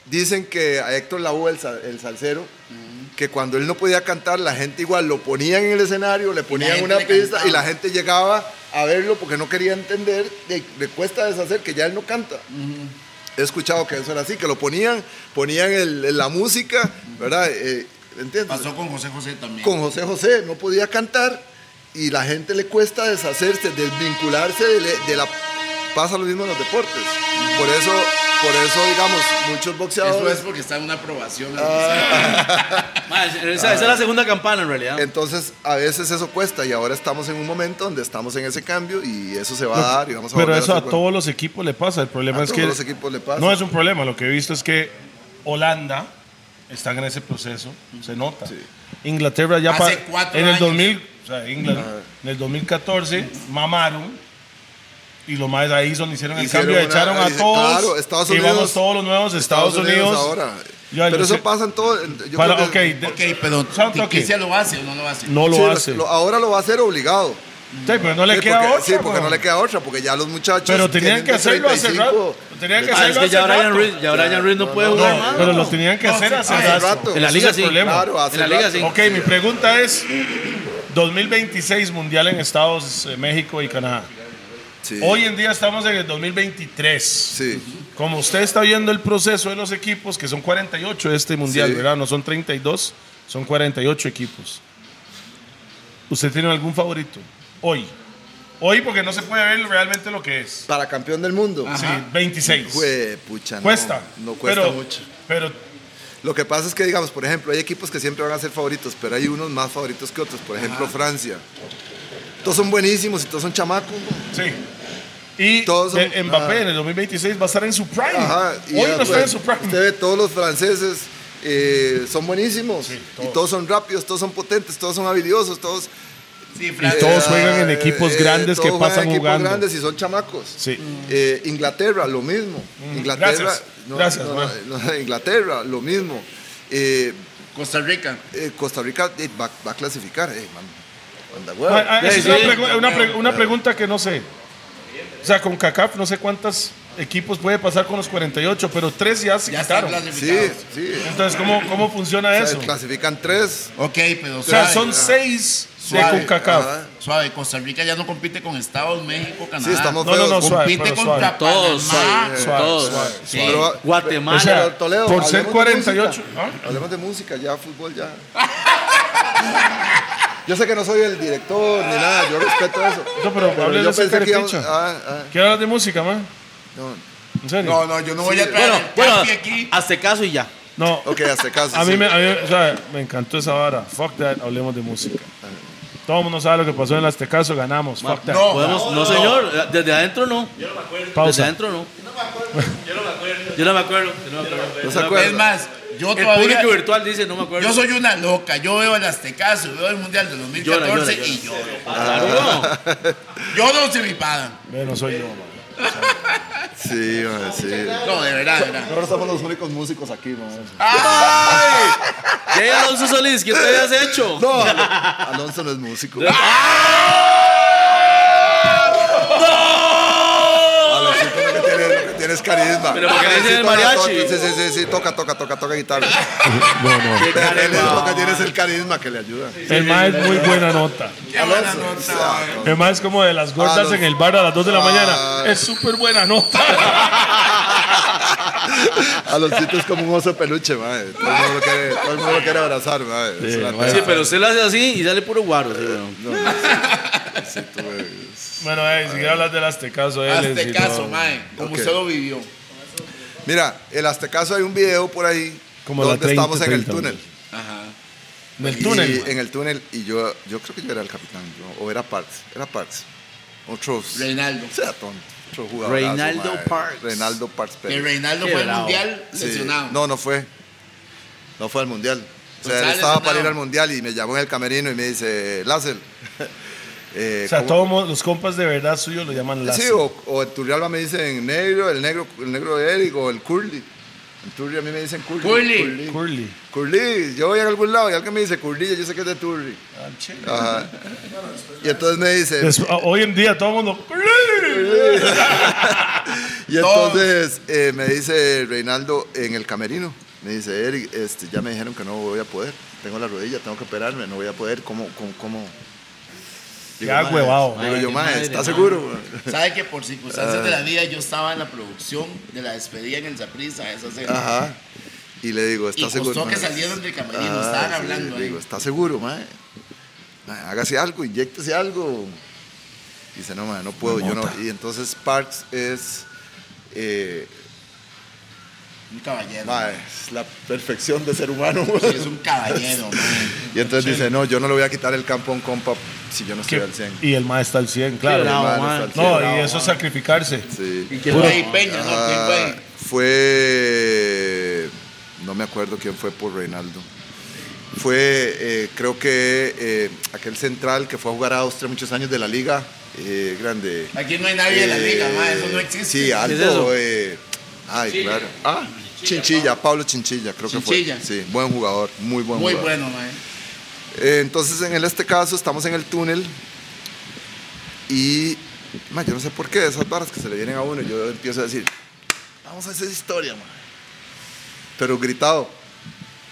Dicen que a Héctor Lavoe, el, sa- el salsero, Mm. que cuando él no podía cantar, la gente igual lo ponían en el escenario, le ponían gente una le pista y la cantaba. gente llegaba a verlo porque no quería entender, de- le cuesta deshacer que ya él no canta. Mm. He escuchado que eso era así, que lo ponían, ponían el- el- la música, ¿verdad? Eh, ¿Entiendes? Pasó con José José también. con José José, no podía cantar y la gente le cuesta deshacerse, desvincularse de, le- de la... Pasa lo mismo en los deportes. Por eso, por eso digamos, muchos Eso boxeadores... es porque está en una aprobación. Ah. Ma, esa, esa Ah, es la segunda campana en realidad. Entonces, a veces eso cuesta y ahora estamos en un momento donde estamos en ese cambio y eso se va a dar y vamos a Pero volver eso a hacer bueno. todos los equipos le pasa. El problema A es todos que los equipos le pasa. no es un problema. Lo que he visto es que Holanda está en ese proceso. Se nota. Inglaterra ya Hace pa- cuatro en el años. 2000, o sea, Ingl- en el 2014 mamaron y los más ahí son hicieron el Hicieron cambio, una- echaron a dice, todos. claro, Estados y vamos Unidos- todos los nuevos Estados, Unidos. ahora. Ya, yo Pero eso sé. pasa en todo. en- yo Para- creo ok, que- de- ok, pero Santo, ¿qué? Tiquicia lo hace o no lo hace. no lo sí, hace. lo- ahora lo va a hacer obligado. Sí, pero no le Sí, queda porque, otra, sí, porque no weón. le queda otra, porque ya los muchachos. Pero tenían tienen que de hacerlo hace 35, rato. Tenían que Ah, es hacerlo que ya hace Brian rato. Reed, ya Brian Reed no puede no, jugar. no, mano. Pero lo tenían que No, hacer sí, hace hace rato. rato. En la Ese liga es el sí. problema. Claro, hace En la liga rato. sí. Ok, mi pregunta es 2026 Mundial en Estados, eh, México y Canadá. Sí, Hoy en día estamos en el 2023. sí. Como usted está viendo el proceso de los equipos, que son 48 este Mundial, Sí. ¿verdad? No son 32, son 48 equipos. ¿Usted tiene algún favorito? Hoy. Hoy porque no se puede ver realmente lo que es. Para campeón del mundo. Sí, Ajá. 26. Jue- pucha, no, cuesta. No cuesta pero, mucho. Pero Lo que pasa es que, digamos, por ejemplo, hay equipos que siempre van a ser favoritos, pero hay unos más favoritos que otros. Por ejemplo, Francia. Todos son buenísimos y todos son chamacos. ¿no? Sí. Y Todos son- de- Mbappé ajá. en el 2026 va a estar en su prime. Ajá, y Hoy ya, no está pues, en su prime. Usted ve todos los franceses. eh, son buenísimos todos. y todos son rápidos, todos son potentes, todos son habilidosos, todos Sí, Francia. todos juegan en equipos grandes que Eh, todos juegan en pasan equipos jugando. grandes y son chamacos. Sí. Mm, Eh, Inglaterra, lo mismo. Inglaterra, Gracias. Gracias, no, man. no, no, Inglaterra, lo mismo. Eh, Costa Rica. eh, Costa Rica eh, va, va a clasificar. eh, man. Anda, huevo. Ah, ah, esa Sí, es una, sí. pregu- una pre- Eh. una pregunta que no sé. O sea, con CACAF no sé cuántos equipos puede pasar con los 48, pero tres ya se Ya están quitaron. sí, clasificados. sí. Entonces, ¿cómo, cómo funciona O sea, ah. eso? clasifican tres. Ok, pero O sea, son seis de Suave, CONCACAF. ajá. Suave, Costa Rica ya no compite con Estados, México, Canadá. Sí, estamos No, no, no, feos. suave, compite pero contra suave. Todos, Panamá. suave, todos. suave. Sí. Pero- Guatemala. O sea, Pero, Toledo, por ser hablemos de 48. música. ¿Ah? Hablemos de música, ya fútbol, ya. Yo sé que no soy el director ni nada, yo respeto eso. No, pero hable de ese íbamos- carepicha. ah, ah, ¿Qué hablas de música, man? no. ¿En serio? No, no, yo no voy a traer Bueno, el bueno, Capi aquí. hazte caso y ya. No. Ok, hace caso. A sí. mí, me, a mí me- o sea, me encantó esa vara. Fuck that, hablemos de música. Todo el mundo sabe lo que pasó en el Aztecaso, ganamos. Fuck that. No, Podemos- no, señor, desde adentro no. Desde Pausa. adentro no. Yo no me acuerdo. Yo no me acuerdo. Yo no me acuerdo. No se acuerda. Es más, yo El todavía. público virtual dice no me acuerdo. Yo soy una loca. Yo veo el Aztecaso, veo el Mundial del 2014 Llora, llora, y lloro. Ah, claro, no. Lloro si me pagan. Ve, no soy yo, man. Sí, man, sí. No, de verdad, de verdad. Nosotros somos los únicos músicos aquí, man. Llega Alonso Solís, ¿qué te habías hecho? No, Al- Alonso no es músico. Alonso lo que tiene, lo que tiene es carisma. Pero porque le dicen Sí, el toca, mariachi. toca, Sí, sí, sí, sí, toca, toca, toca, toca guitarra. Qué Pero él es- lo carisma. que tiene es el carisma que le ayuda. El más es muy buena nota. Qué buena nota. El más es como de las gordas Ah, los- en el bar a las 2 de la Ah. mañana. Es súper buena nota. Aloncito es como un oso peluche, madre. Todo el mundo lo quiere, todo el mundo lo quiere abrazar, madre. Es una mae. Sí, tela. pero usted lo hace así y sale puro guaro. sí, weón. No, no, sí, sí, tú, güey. bueno, eh, si quiero hablar del Aztecaso, él es. Hazte y caso, todo. mae. Como Ok. usted lo vivió. Mira, el Aztecaso hay un video por ahí Como la donde 30, estamos en el 30, túnel. Ajá. En el Y- eh, túnel. mae. en el túnel. Y yo, yo creo que yo era el capitán, yo- o era Parks, era Parks. Otro. Reinaldo. Sea tonto. Otro jugador. Reinaldo Parks. Reinaldo Parks Que Pérez. Reinaldo Qué fue al bravo. mundial Sí, lesionado. No, no fue. No fue al mundial. O sea, Pues él sale estaba para lesionado. ir al mundial y me llamó en el camerino y me dice, Lázaro. eh, o sea, ¿cómo- todos mo- los compas de verdad suyos lo llaman Lazo. Sí, o, o en Turrialba me dicen negro, el negro, el negro de Eric o el Curly. En Turri a mí me dicen Curly. Curly. Curly. Curly, yo voy a algún lado y alguien me dice Curly, yo sé que es de Turri. Ajá. Y entonces me dice, Des- ah, hoy en día todo el mundo. Curly. Y Todos. entonces eh, me dice Reinaldo en el camerino, me dice, Eric, este, ya me dijeron que no voy a poder, tengo la rodilla, tengo que operarme, no voy a poder, ¿cómo? cómo, cómo? Digo, Ya, "Mae", huevado. Digo Ay, yo, qué mae, madre, ¿estás mae. seguro? güey?" ¿Sabe que por circunstancias de Ah. la vida yo estaba en la producción de la despedida en el Zaprisa, esa cena? Ajá. Y le digo, Y ¿estás seguro? costó que mae?" salieron del camerino, Ah, estaban sí, hablando le digo, ahí. ¿está seguro, mae? Mae, Hágase algo, inyectese algo. Dice, no, mae, no puedo, yo no. Y entonces Parks es... eh, Un caballero. mae, es la perfección de ser humano. Sí, es un caballero, man. Y entonces dice, no, yo no le voy a quitar el campo a un compa si yo no estoy Que- al 100. Y el mae está al 100, claro. Sí, El bravo, mae no mae. está al no, 100. y eso es sacrificarse. Sí. que Puro la- ahí Peña, ¿no? Ah, ¿Quién fue, no me acuerdo quién fue por Reinaldo. Fue, eh, creo que eh, aquel central que fue a jugar a Austria muchos años de la liga eh, grande. fue? Aquí no hay nadie en la liga, Eh, man, eso no existe. Sí, es alto. eso? eh, ay, claro. Ah, Chinchilla, Pablo Chinchilla, creo Chinchilla. que fue. Sí, buen jugador, muy buen Muy jugador. bueno, man. Eh, entonces, en el- este caso, estamos en el túnel y, ma, yo no sé por qué, esas barras que se le vienen a uno, yo empiezo a decir, vamos a hacer historia, ma". pero gritado,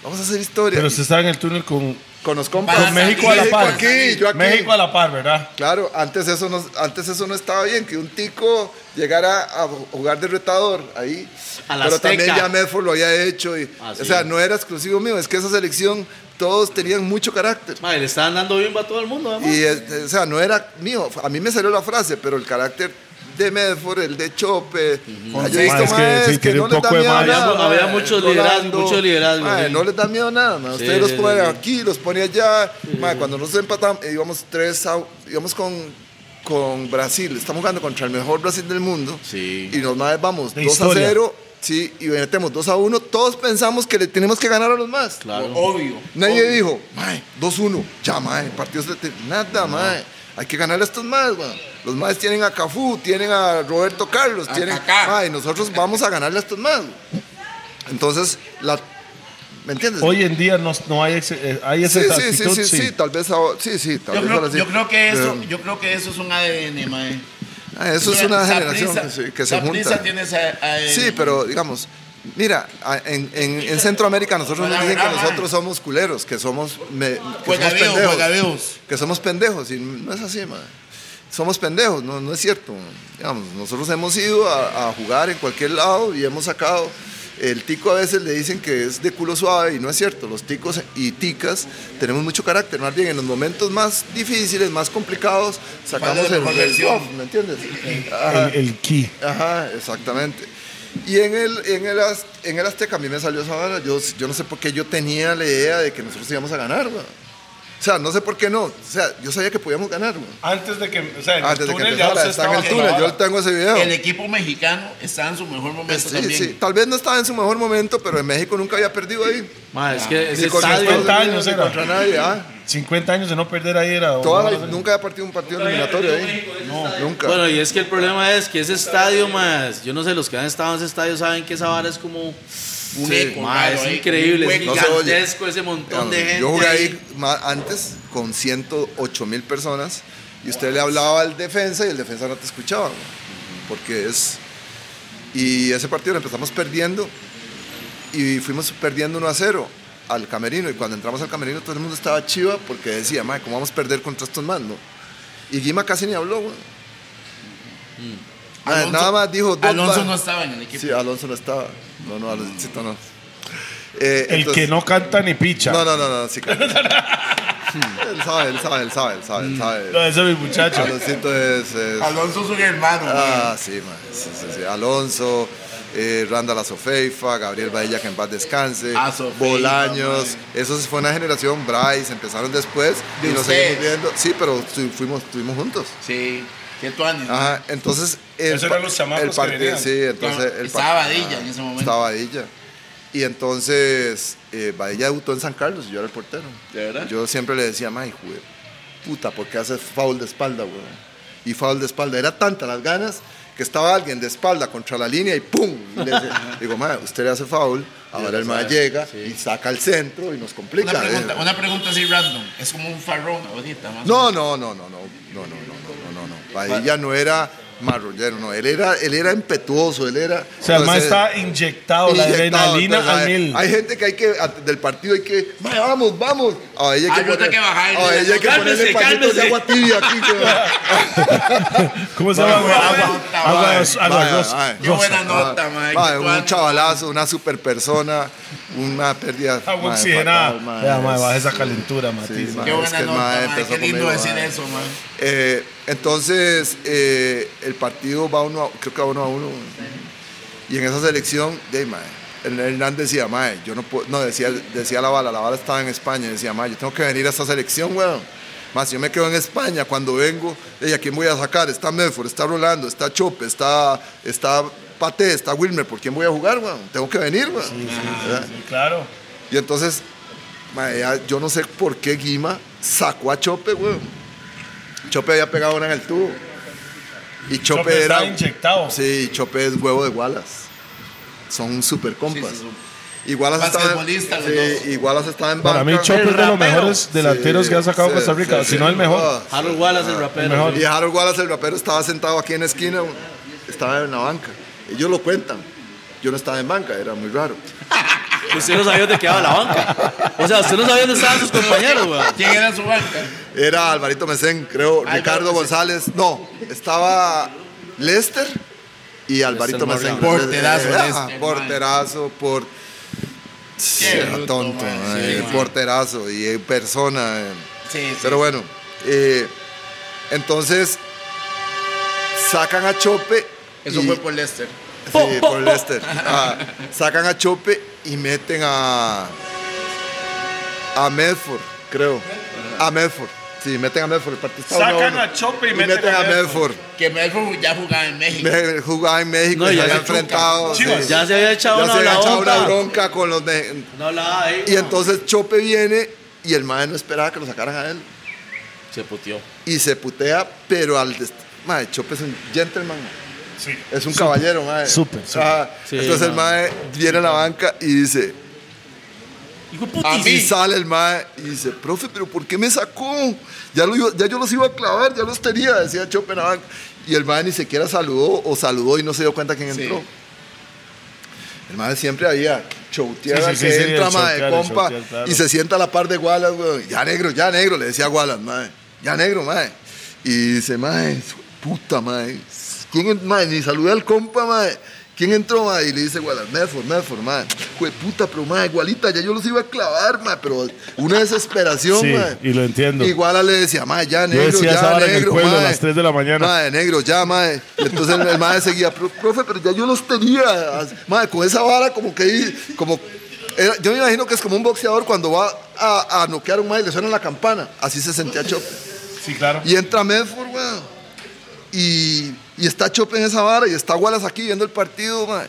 vamos a hacer historia. Pero Y se está en el túnel con Con los compas. Con México a la México par. aquí, yo aquí. México a la par, ¿verdad? Claro, antes eso, no, antes eso no estaba bien, que un tico llegara a jugar de retador ahí. A la Pero también Azteca. ya Medford lo había hecho. Y, Ah, O sí. sea, no era exclusivo mío, es que esa selección todos tenían mucho carácter. Madre, le estaban dando bimba a todo el mundo, además. Y, este, o sea, no era mío. A mí me salió la frase, pero el carácter de Medford, el de Chope. ah, Yo he Ma, visto es que maes sí, tiene no un les da poco de miedo a ma- nada, Había- había ma, muchos Rolando, liderazgos, mucho liderazgo, ma, sí. No les da miedo a nada. ma, Ustedes Sí, los sí, ponen sí. aquí, los ponen allá. Ma, Cuando nos empatamos, eh, íbamos tres a- íbamos con con Brasil, estamos jugando contra el mejor Brasil del mundo Sí. y nos maes vamos De 2 historia. a 0 sí, y metemos 2 a 1, todos pensamos que le tenemos que ganar a los más Claro. Obvio. Nadie obvio. dijo, mae, 2-1, ya, mae, partidos de... te- Nada, mae. Hay que ganar a estos más, mae. Los más tienen a Cafú, tienen a Roberto Carlos, A tienen... Kaká. Mae, nosotros vamos a ganarle a estos más. Entonces, la... ¿Me entiendes? Hoy en día no, no hay, ese- eh, hay sí, esa sí, sí, actitud, sí, sí, tal vez ahora... Sí, sí, tal Yo vez creo, ahora sí. yo creo que eso, Pero, yo creo que eso es un ADN, man. ah, eso es una Saprissa- generación que se- que se Saprissa junta. tiene eh, ese ADN. Sí, pero digamos, mira, a- en, en, en Centroamérica nosotros nos Buena dicen que brava. nosotros somos culeros, que somos, me- que somos Juegadeos, pendejos, juegadeos. que somos pendejos, y no es así, man. Somos pendejos, no, no es cierto. Digamos, nosotros hemos ido a, a jugar en cualquier lado y hemos sacado. El tico a veces le dicen que es de culo suave y no es cierto. Los ticos y ticas tenemos mucho carácter. Más bien en los momentos más difíciles, más complicados, sacamos el, mejor el versión. wow, ¿me entiendes? Ajá. El, el ki. Ajá, exactamente. Y en el, en el, Az- en el Azteca a mí me salió esa vara. Yo, yo no sé por qué yo tenía la idea de que nosotros íbamos a ganar, güey. O sea, no sé por qué no. O sea, yo sabía que podíamos ganar, güey. Antes de que, o sea, en Antes de que túnel ya empezara, se está en el estaba túnel. Yo grabando. tengo ese video. El equipo mexicano está en su mejor momento Sí, también. sí. Tal vez no estaba en su mejor momento, pero en México nunca había perdido ahí. Madre, es que ese Ni contra estadio- Estados 50 años Unidos, ni era. contra nadie. ah. 50 años de no perder ahí era. o Toda no, la- no sé. nunca había partido un partido eliminatorio ahí. No, nunca. Bueno, y es que el problema es que ese estadio, más, yo no sé, los que han estado en ese estadio saben que esa vara es como. Un Sí, eco, Ma, raro es eh, ahí, increíble, un es hueco. No se oye. gigantesco ese montón Digamos, de gente. Yo jugué ahí ma- antes con 108 mil personas y usted le hablaba al defensa y el defensa no te escuchaba, güey, porque es... Y ese partido lo empezamos perdiendo y fuimos perdiendo 1 a 0 al camerino y cuando entramos al camerino todo el mundo estaba chiva porque decía, madre, ¿cómo vamos a perder contra estos más? no?". Y Guima casi ni habló, güey. Mm. Madre, Alonso- nada más dijo... dos Alonso bar- no estaba en el equipo. Sí, Alonso no estaba. No, no, Aloncito no. Eh, El entonces- que no canta ni picha. no, no, no, no, sí, claro. él sabe, él sabe, él sabe, él sabe, él No, sabe. ese es mi muchacho. Alonsito es, es- Alonso es un hermano. Ah, sí, man, sí, sí, sí. Alonso, eh, Randall Azofeifa, Gabriel Badilla, que en paz descanse, Azofeifa, Bolaños. Eso sí fue una generación, Bryce, empezaron después y De nos ustedes. seguimos viendo. Sí, pero tu- fuimos, estuvimos juntos. man. Sí, que tú andes. Ajá, entonces... El, Esos eran pa- los chamacos el que partido- venían. Sí, entonces... el Estaba par- Badilla en ese momento. Estaba Badilla. Y entonces, eh, Badilla debutó en San Carlos y yo era el portero. ¿De verdad? Yo siempre le decía, mae, güey, puta, ¿por qué haces foul de espalda, güey? Y foul de espalda. Era tanta las ganas que estaba alguien de espalda contra la línea y ¡pum! Y le decía- digo, mae, usted le hace foul, ahora el mae llega y saca al centro y nos complica. Una eh. pregunta, una pregunta así random. Es como un farrón ahorita, más o No, no, no, no, no, no, no, no, no, no, no, no. Padilla no era marrollero, no. Él era, él era impetuoso, él era. O sea, el mae entonces, está inyectado, la inyectado, adrenalina entonces, a hay- mil. pues, Hay gente que hay que, antes del partido hay que, "Mae, vamos, vamos. A ella hay Ayuda que bajar, a ella hay que cálmese, ponerle pañitos cálmese. de agua tibia aquí. que- ¿Cómo se llama? Mae, Agua, mae, agua, mae, agua, mae, ros- agua mae, ros- mae. Qué rosa. buena nota, mae. Ah, Mae, ¿Cuán- un chavalazo, una super persona, una pérdida. Agua mae, oxigenada. fatal, mae. Vea, mae, baja esa calentura, Matiz. Sí, mae. Qué Es buena que el mae nota, mae. empezó Qué lindo conmigo, decir mae. eso, mae. Eh, entonces, eh, el partido va uno a, creo que va uno a uno. Y en esa selección, de mae, Hernán- Hernán decía, mae, yo no puedo, no, decía, decía la bala, la bala estaba en España, decía, mae, yo tengo que venir a esta selección, weón. Más si yo me quedo en España, cuando vengo, de ¿a quién voy a sacar? Está Medford, está Rolando, está Chope, está, está Pate, está Wilmer, ¿por quién voy a jugar, weón? Tengo que venir, weón. ¿Verdad? Sí, claro. Y entonces, mae, ya yo no sé por qué Guima sacó a Chope, weón. Chope había pegado una en el tubo. Y Chope, Chope era. está inyectado. Sí, Chope es huevo de Wallace. Son super compas. Sí, sí, son Y Wallace estaba, basquetbolistas los dos. sí, y Wallace estaba en banca. Para mí, Chope es de los rapero. mejores delanteros Sí, que ha sacado sí, Costa Rica, sí, si no sí. el mejor. Ah, Harold Wallace, el rapero. El mejor. Y Harold Wallace, el rapero, estaba sentado aquí en la esquina, weón. estaba en la banca. Ellos lo cuentan. Yo no estaba en banca, era muy raro. Que Usted no sabía dónde quedaba la banca. O sea, usted no sabía dónde estaban sus compañeros, güey. ¿Quién era su banca? Era Alvarito Mesén, creo, Álvaro Ricardo Mesén. González. No, estaba Lester y Alvarito Mesén. Morgan. Porterazo, Eh, ah, Lester, porterazo, por... Sí, era bruto, tonto, man. eh, Sí, man. porterazo y eh, persona. eh. Sí, sí. Pero bueno, eh, entonces sacan a Chope. Eso y- fue por Lester. Sí, Po, po, por po. Lester. Ah, sacan a Chope y meten a. A Medford, creo. A Medford. Sí, meten a Medford. El partido está uno Sacan uno. a Chope y Y meten a Medford. Que Melford ya jugaba en México. Me- Jugaba en México No, y ya se había se chuca. enfrentado. sí. Chivas. Ya se había echado Ya una se había echado una bronca. bronca con los. de- No hablaba ahí. Y entonces Chope viene y el madre no esperaba que lo sacaran a él. Se puteó. Y se putea, pero al. dest- Madre, Chope es un gentleman. Sí. Es un caballero, madre. Súper, súper. Ajá. Sí, Entonces el mae. madre viene a la banca y dice: Hijo de A mí putis. sale el mae y dice, profe, pero ¿por qué me sacó? Ya, lo iba- ya yo los iba a clavar, ya los tenía, decía Schopenhauer. Y el mae ni siquiera saludó o saludó y no se dio cuenta quién Sí. entró. El mae siempre había choutear Sí, sí, al sí, que sí, entra, el mae, choutear, el compa, choutear, claro. y se sienta a la par de Wallace, weón. Ya negro, ya negro, le decía a Wallace, mae. Ya negro, mae. Y dice, mae, su- puta, mae. ¿Quién en- mae? Ni saludé al compa, mae. ¿Quién entró, mae? Y le dice, Wallace, Medford, Medford, mae. Jue puta, pero mae, igualita, ya yo los iba a clavar, mae. Pero una desesperación, Sí, mae. y lo entiendo. Y Wallace le decía, mae, ya negro, decía ya esa hora en el negro, pueblo, a mae. las tres de la mañana. Mae, negro, ya, mae. Y entonces el, el mae seguía, "Pro- profe, pero ya yo los tenía. Mae, con esa vara como que ahí, como... era- yo me imagino que es como un boxeador cuando va a, a noquear a un mae y le suena la campana. Así se sentía Chope. Sí, claro. Y entra Medford, weón. Y, y está Chope en esa vara y está Wallace aquí viendo el partido, mae.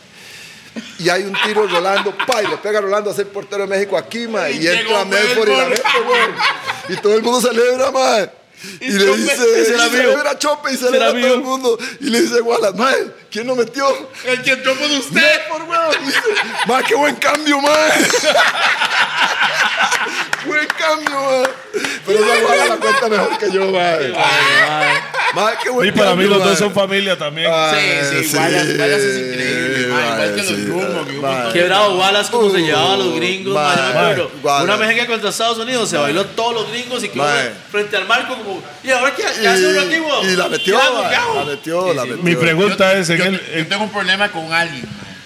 Y hay un tiro Rolando, pa, y le pega a Rolando a ser portero de México aquí, mae. Y, Y entra llegó Medford y la mete, Medford. weón. Y todo el mundo celebra, mae. Y, le Chope, dice, ese y era mío. celebra Chope y celebra a todo mío. el mundo. Y le dice, Wallace, mae, ¿quién lo metió? El que entró con usted. Medford, weón. Y dice, Mae, qué buen cambio, mae. buen cambio, mae. Pero esa Wallace la cuenta mejor que yo, mae. Mae, qué buen Y para mí cambio, los dos mae. son familia también. Sí, sí, Wallace, Wallace es increíble, mae, igual que los sí, Rumos, que hubo mae. con- Qué bravo Wallace como se Uh, llevaba a los gringos. mae, mae, yo me acuerdo. Wallace. Una mejenga contra Estados Unidos se bailó todos los gringos y quedó Mae. frente al marco como. ¿Y ahora qué, qué hace uno aquí, güey? Y, y la metió, ¿Qué hago, mae. qué hago?" la metió, la metió. Mi pregunta es, Yo, en yo- el, yo tengo un problema con alguien, mae.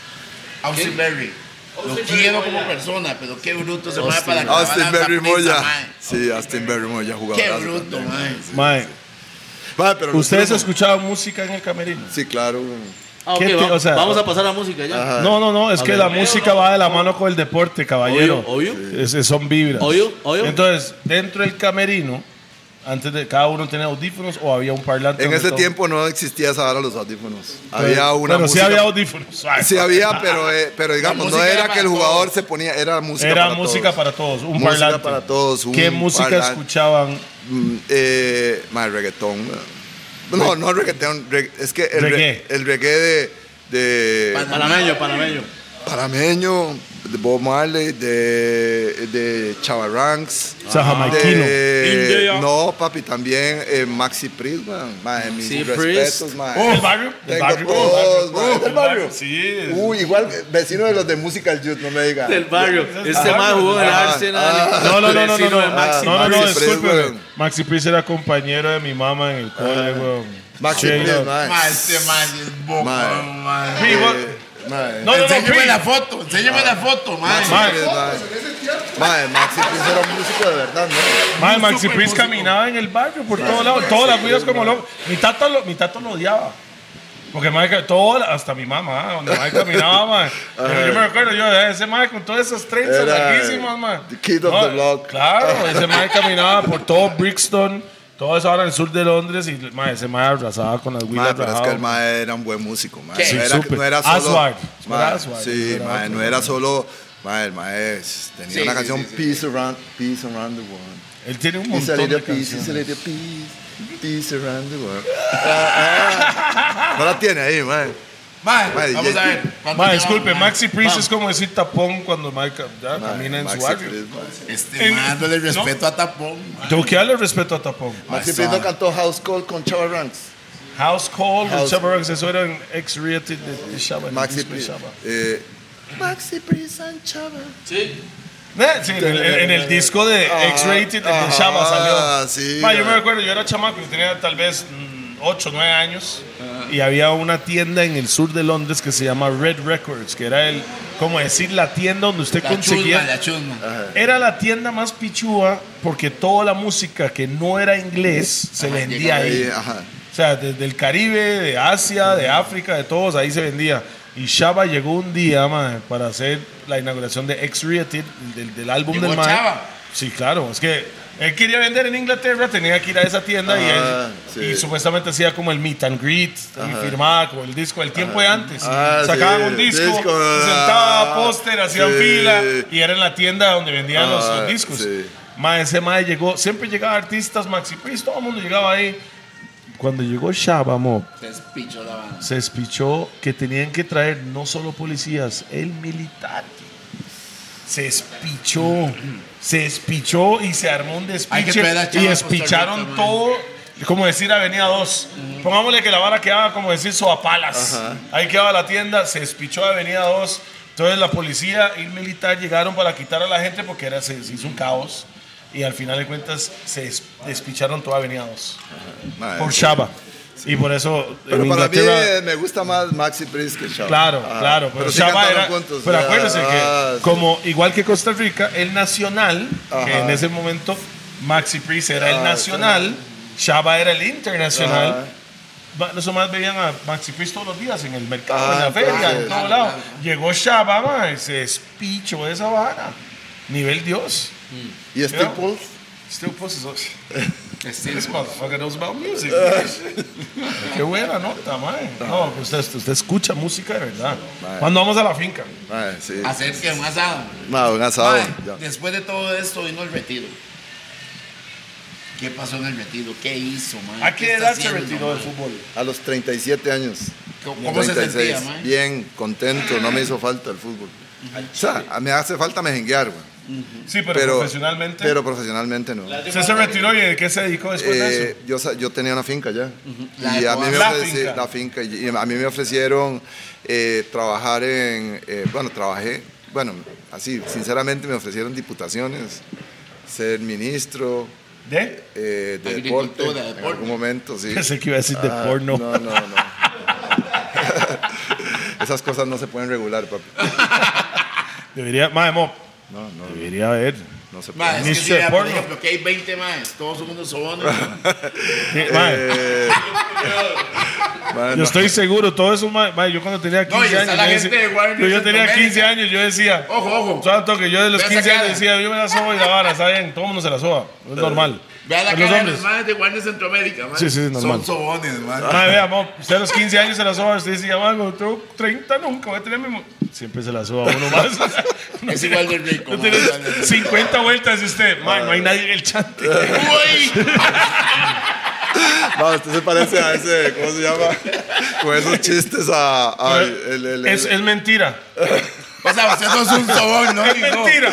Austin Berry. Lo Austin quiero Berry, como Moya. persona, pero qué bruto se va para acabar Austin la Berry prensa, Moya. mae. Sí, Austin Berry Moya jugaba. Qué bruto, mae. Mae, ¿ustedes escuchaban música en el camerino? Sí, claro. Ah, ok, ¿Qué te- va- o sea, vamos a pasar a la música ya. No, no, no, es que Ah, ver. la música va de la mano con el deporte, caballero. Obvio, Es- es- son vibras. Obvio, obvio. Entonces, dentro del camerino, antes de cada uno tenía audífonos o había un parlante. En donde ese todo- tiempo no existía esa hora los audífonos. Pero- había una Pero sí música. había audífonos. Ay, Sí había, pero, eh, pero digamos, no música era era que para el jugador todos. se ponía, era música Era para música todos. para todos, un Música parlante. para todos, un ¿Qué música parlante. escuchaban? Mm, eh, más reggaetón. No, no reggaetón, reg- es que el re- Reggae. el reggae de, de Panameño, panameño. panameño, de Bob Marley, de, de Chava Ranks. O sea, jamaiquino. de- India. no, papi, también eh, Maxi Priest, man. Mae, mis Sí, respetos, Priest. Oh, mae. ¿El barrio? Tengo ¿El barrio? todos, mae. Uh, ¿Del barrio? Sí. Uy, igual eh, vecino de los de Musical Youth, no me diga. Del barrio. Este Ah, más jugó en el ah, Arsenal. ah. No, no, no, no, no, Vecino no, de no, Maxi. no, no, Maxi Priest, disculpe. weón. Maxi Priest era compañero de mi mamá en el cole, weón. Maxi Sí, Priest, weón. mae. Ma, este man es boca, Mae. ma. Sí, vos- Eh, mae. No, no, no, Enséñame Prince. la foto, enséñame la foto, ma. Maxi Mae. Priest, mae. Mae, Maxi Priest era un músico de verdad, ¿no? Madre, Maxi Priest caminaba en el barrio por todos lados, todas las cuidas como loco. Mi tata lo, mi tata lo odiaba. Porque madre, todo, hasta mi mamá, donde madre caminaba, madre. Pero Yo me recuerdo, yo, eh, ese madre con todas esas trenzas Era larguísimas, madre. the kid of the block. Claro, ese madre caminaba por todo Brixton, todo eso ahora en el sur de Londres, y madre, ese madre arrasaba con las Mae, huilas pero es que el rajadas. mae era un buen músico, mae. Sí, no, era, súper. no era solo. Aswad. Mae, Era Aswad, sí, era mae, no era solo. Mae, el mae es- tenía Sí, una sí, canción sí, sí. Peace, Around, peace Around the World. Él tiene un Peace, a montón little de peace, canciones. peace, a little peace. Peace around the world. Ah, ah. No la tiene ahí, mae. Ma, Mae, vamos DJ. a ver. ¿cuánto Madre, llevamos, disculpe, ma? Maxi Priest es como decir tapón cuando madre ca- ya Mae, camina en su Maxi barrio. Priest, mae. Este man, dándole respeto a Tapón, ma. Tengo que darle respeto a tapón. Maxi Ahí Priest está. no cantó House Call con Chava Ranks. House Call, House- Shabba eso era en X-Rated de, de Shabba. Maxi de Priest. Shabba. Eh, Maxi Priest and Chava. Eh, sí, en, el, en el disco de X-Rated de Shabba salió. Ah, sí. Ma, yo me mae. recuerdo, yo era chamaco, yo tenía tal vez 8, 9 años, y había una tienda en el sur de Londres que se llama Red Records, que era el, como decir, la tienda donde usted La conseguía... chusma, la chusma. Era la tienda más pichúa porque toda la música que no era inglés se vendía ahí. Ahí, ajá. O sea, desde el Caribe, de Asia, de África, de todos, ahí se vendía. Y Shaba llegó un día, mae, para hacer la inauguración de X-Rated, del, del álbum Llegó del mae. Chava. Sí, claro, es que él quería vender en Inglaterra, tenía que ir a esa tienda y, Ah, él- sí. y supuestamente hacía como el meet and greet, y firmaba como el disco, el tiempo de antes. Ah, Sacaban sí, un disco, disco, se ah, sentaba póster, hacían sí. fila y era en la tienda donde vendían los, Ah, los discos. sí. Mae, ese mae llegó, siempre llegaban artistas, Maxi Priest, todo el mundo llegaba ahí. Cuando llegó Shaba, mo, Se despichó la banda. se espichó que tenían que traer no solo policías, el militar. Se espichó, se espichó y se armó un Hay que despiche traer a Chava y pues, a Costa Rica, espicharon man. todo, como decir Avenida 2. Pongámosle que la vara quedaba como decir Soapalas. Ahí quedaba la tienda, se espichó Avenida 2. Entonces la policía y el militar llegaron para quitar a la gente porque era, se, se hizo un caos. Y al final de cuentas se es- despicharon toda Avenida 2 Mae, por sí. Shaba. Y por eso en Pero para mí Inglaterra- eh, me gusta más Maxi Priest que Chava. Claro, Ajá. claro. Pero, Ah, sí Chava cantaron era- juntos, pero ya. acuérdese que, Ah, sí. como igual que Costa Rica, el Nacional, que Ajá. en ese momento Maxi Priest era el Ah, Nacional, Chava era el Internacional. Ajá. Ma- Los demás veían a Maxi Priest todos los días en el mercado, Ah, en la feria, claro, en todo claro, lado. claro. Llegó Chava, ma, y se espichó de esa vara. Nivel Dios. Y Steve Pulse. Still puts his lips. Este This motherfucker knows about music. Qué buena nota, mae. No, pues usted, usted escucha música de verdad. Mae. Cuando vamos a la finca. Mae, sí. Hacer que un asado. Mae, un asado. Ah, Mae, ya. después de todo esto vino el retiro. ¿Qué pasó en el retiro? ¿Qué hizo, man? ¿A qué edad se retiró del fútbol? A los 37 años. ¿Cómo, cómo se sentía, man? Bien, contento, no me hizo falta el fútbol. O sea, a- me hace falta mejenguear, güey. Sí, pero, Pero profesionalmente. Pero profesionalmente no. ¿Usted se retiró y de qué se dedicó después de Eh, eso? yo, sa- yo tenía una finca ya. La Y de a mí me Coa- La ofreci- finca. la finca, y- y a mí me ofrecieron eh, trabajar en. eh, bueno, trabajé. Bueno, así, sinceramente me ofrecieron diputaciones, ser ministro ¿De? eh, de deporte. Agricultura, En deporte. algún momento, sí. Pensé que iba a decir de Ah, porno. No, no, no. Esas cosas no se pueden regular, papi. Debería, mae, mo, No, no, debería haber. no se puede. Man, es que Ministro si de vea, por Porno. ejemplo, que hay 20 más, todos son unos sobones. Eh, Sí, mae, Bueno, yo estoy seguro, todo eso, mae, mae, yo cuando tenía 15 No, y está años. la yo gente decía- de Warner yo, yo tenía Centroamérica. 15 años, yo decía. Ojo, ojo. Santo que yo de los Vea esa 15 años cara. decía, yo me la sobo y la vara, está bien, todo el mundo se la soba. Es normal. Vea la Son cara de los manes de Warner Centroamérica, man. Sí, sí, normal. Son sobones, man. Madre, vea, mo, usted a los 15 años se la soba, usted dice, ya, man, cuando tengo 30 nunca voy a tener mi... mo-". Siempre se la soba uno más. Es igual de rico, No man. tiene 50 vueltas y usted, man, no hay nadie en el chante. Uy, No, usted se parece a ese, ¿cómo se llama? Con esos chistes a. a- el- el- el- Es, es mentira. O sea, usted no es un sobón, ¿no? Es Digo, mentira.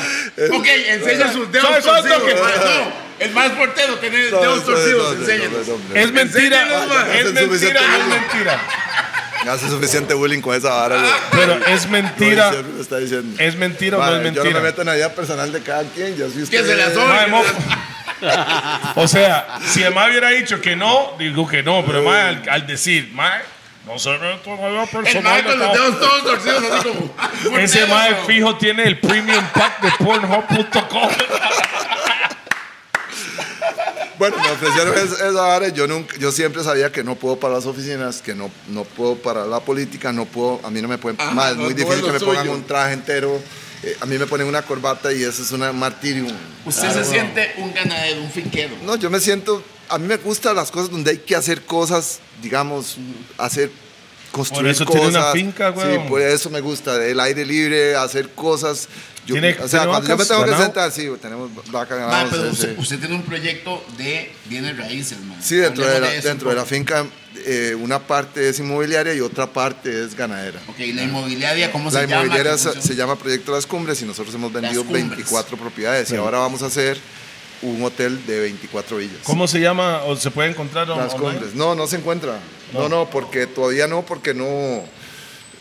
Ok, enseña sus dedos ¿Sabes torcidos. otro que- No, es más portero tener No, dedos no, torcidos, no, no, enséñanos. no, no, no. Es mentira, Enséñanos, ma. es Hacen mentira, suficiente es bullying. mentira. Me hace suficiente bullying con esa vara. güey. Pero es mentira. Lo que está diciendo. ¿Es mentira o no Madre, es Yo no me mentira? meto en la vida personal de cada quien. Ya si usted, Que se la sobe. Mae, mo- O sea, si el mae hubiera dicho que no, digo que no, pero el mae al, al decir, mae, no se meto en la vida El personal. mae con los de dedos todos torcidos, así como. cada- Ese mae portero. fijo tiene el premium pack de pornhub.com. Bueno, me ofrecieron es- esa vara. y Yo, nunca, yo siempre sabía que no puedo para las oficinas, que no, no puedo para la política, no puedo. A mí no me pueden. Ajá, más, es no, muy no difícil es que lo me pongan suyo. un traje entero. Eh, a mí me ponen una corbata y eso es un martirio. Usted se siente un ganadero, un finquero. No, yo me siento. A mí me gustan las cosas donde hay que hacer cosas, digamos, hacer. Construir eso cosas. tiene una finca, Sí, weón. por eso me gusta. El aire libre, hacer cosas. Yo, Tiene- o sea, tiene cuando yo me vacas, tengo que ganado. sentar, sí, tenemos vaca Mae, ganado. Ah, pero Ah, sí, usted, sí. usted tiene un proyecto de bienes raíces, man. Sí, dentro, de la, Hablemos eso un dentro de la poco. finca, eh, una parte es inmobiliaria y otra parte es ganadera. Ok, la inmobiliaria, ¿cómo se La llama? inmobiliaria ¿Qué se, función? se llama Proyecto Las Cumbres y nosotros hemos vendido Cumbres. 24 propiedades y ahora vamos a hacer un hotel de 24 villas. ¿Cómo se llama o se puede encontrar on- Las online? Cumbres. No, no se encuentra. No, no, porque todavía no, porque no,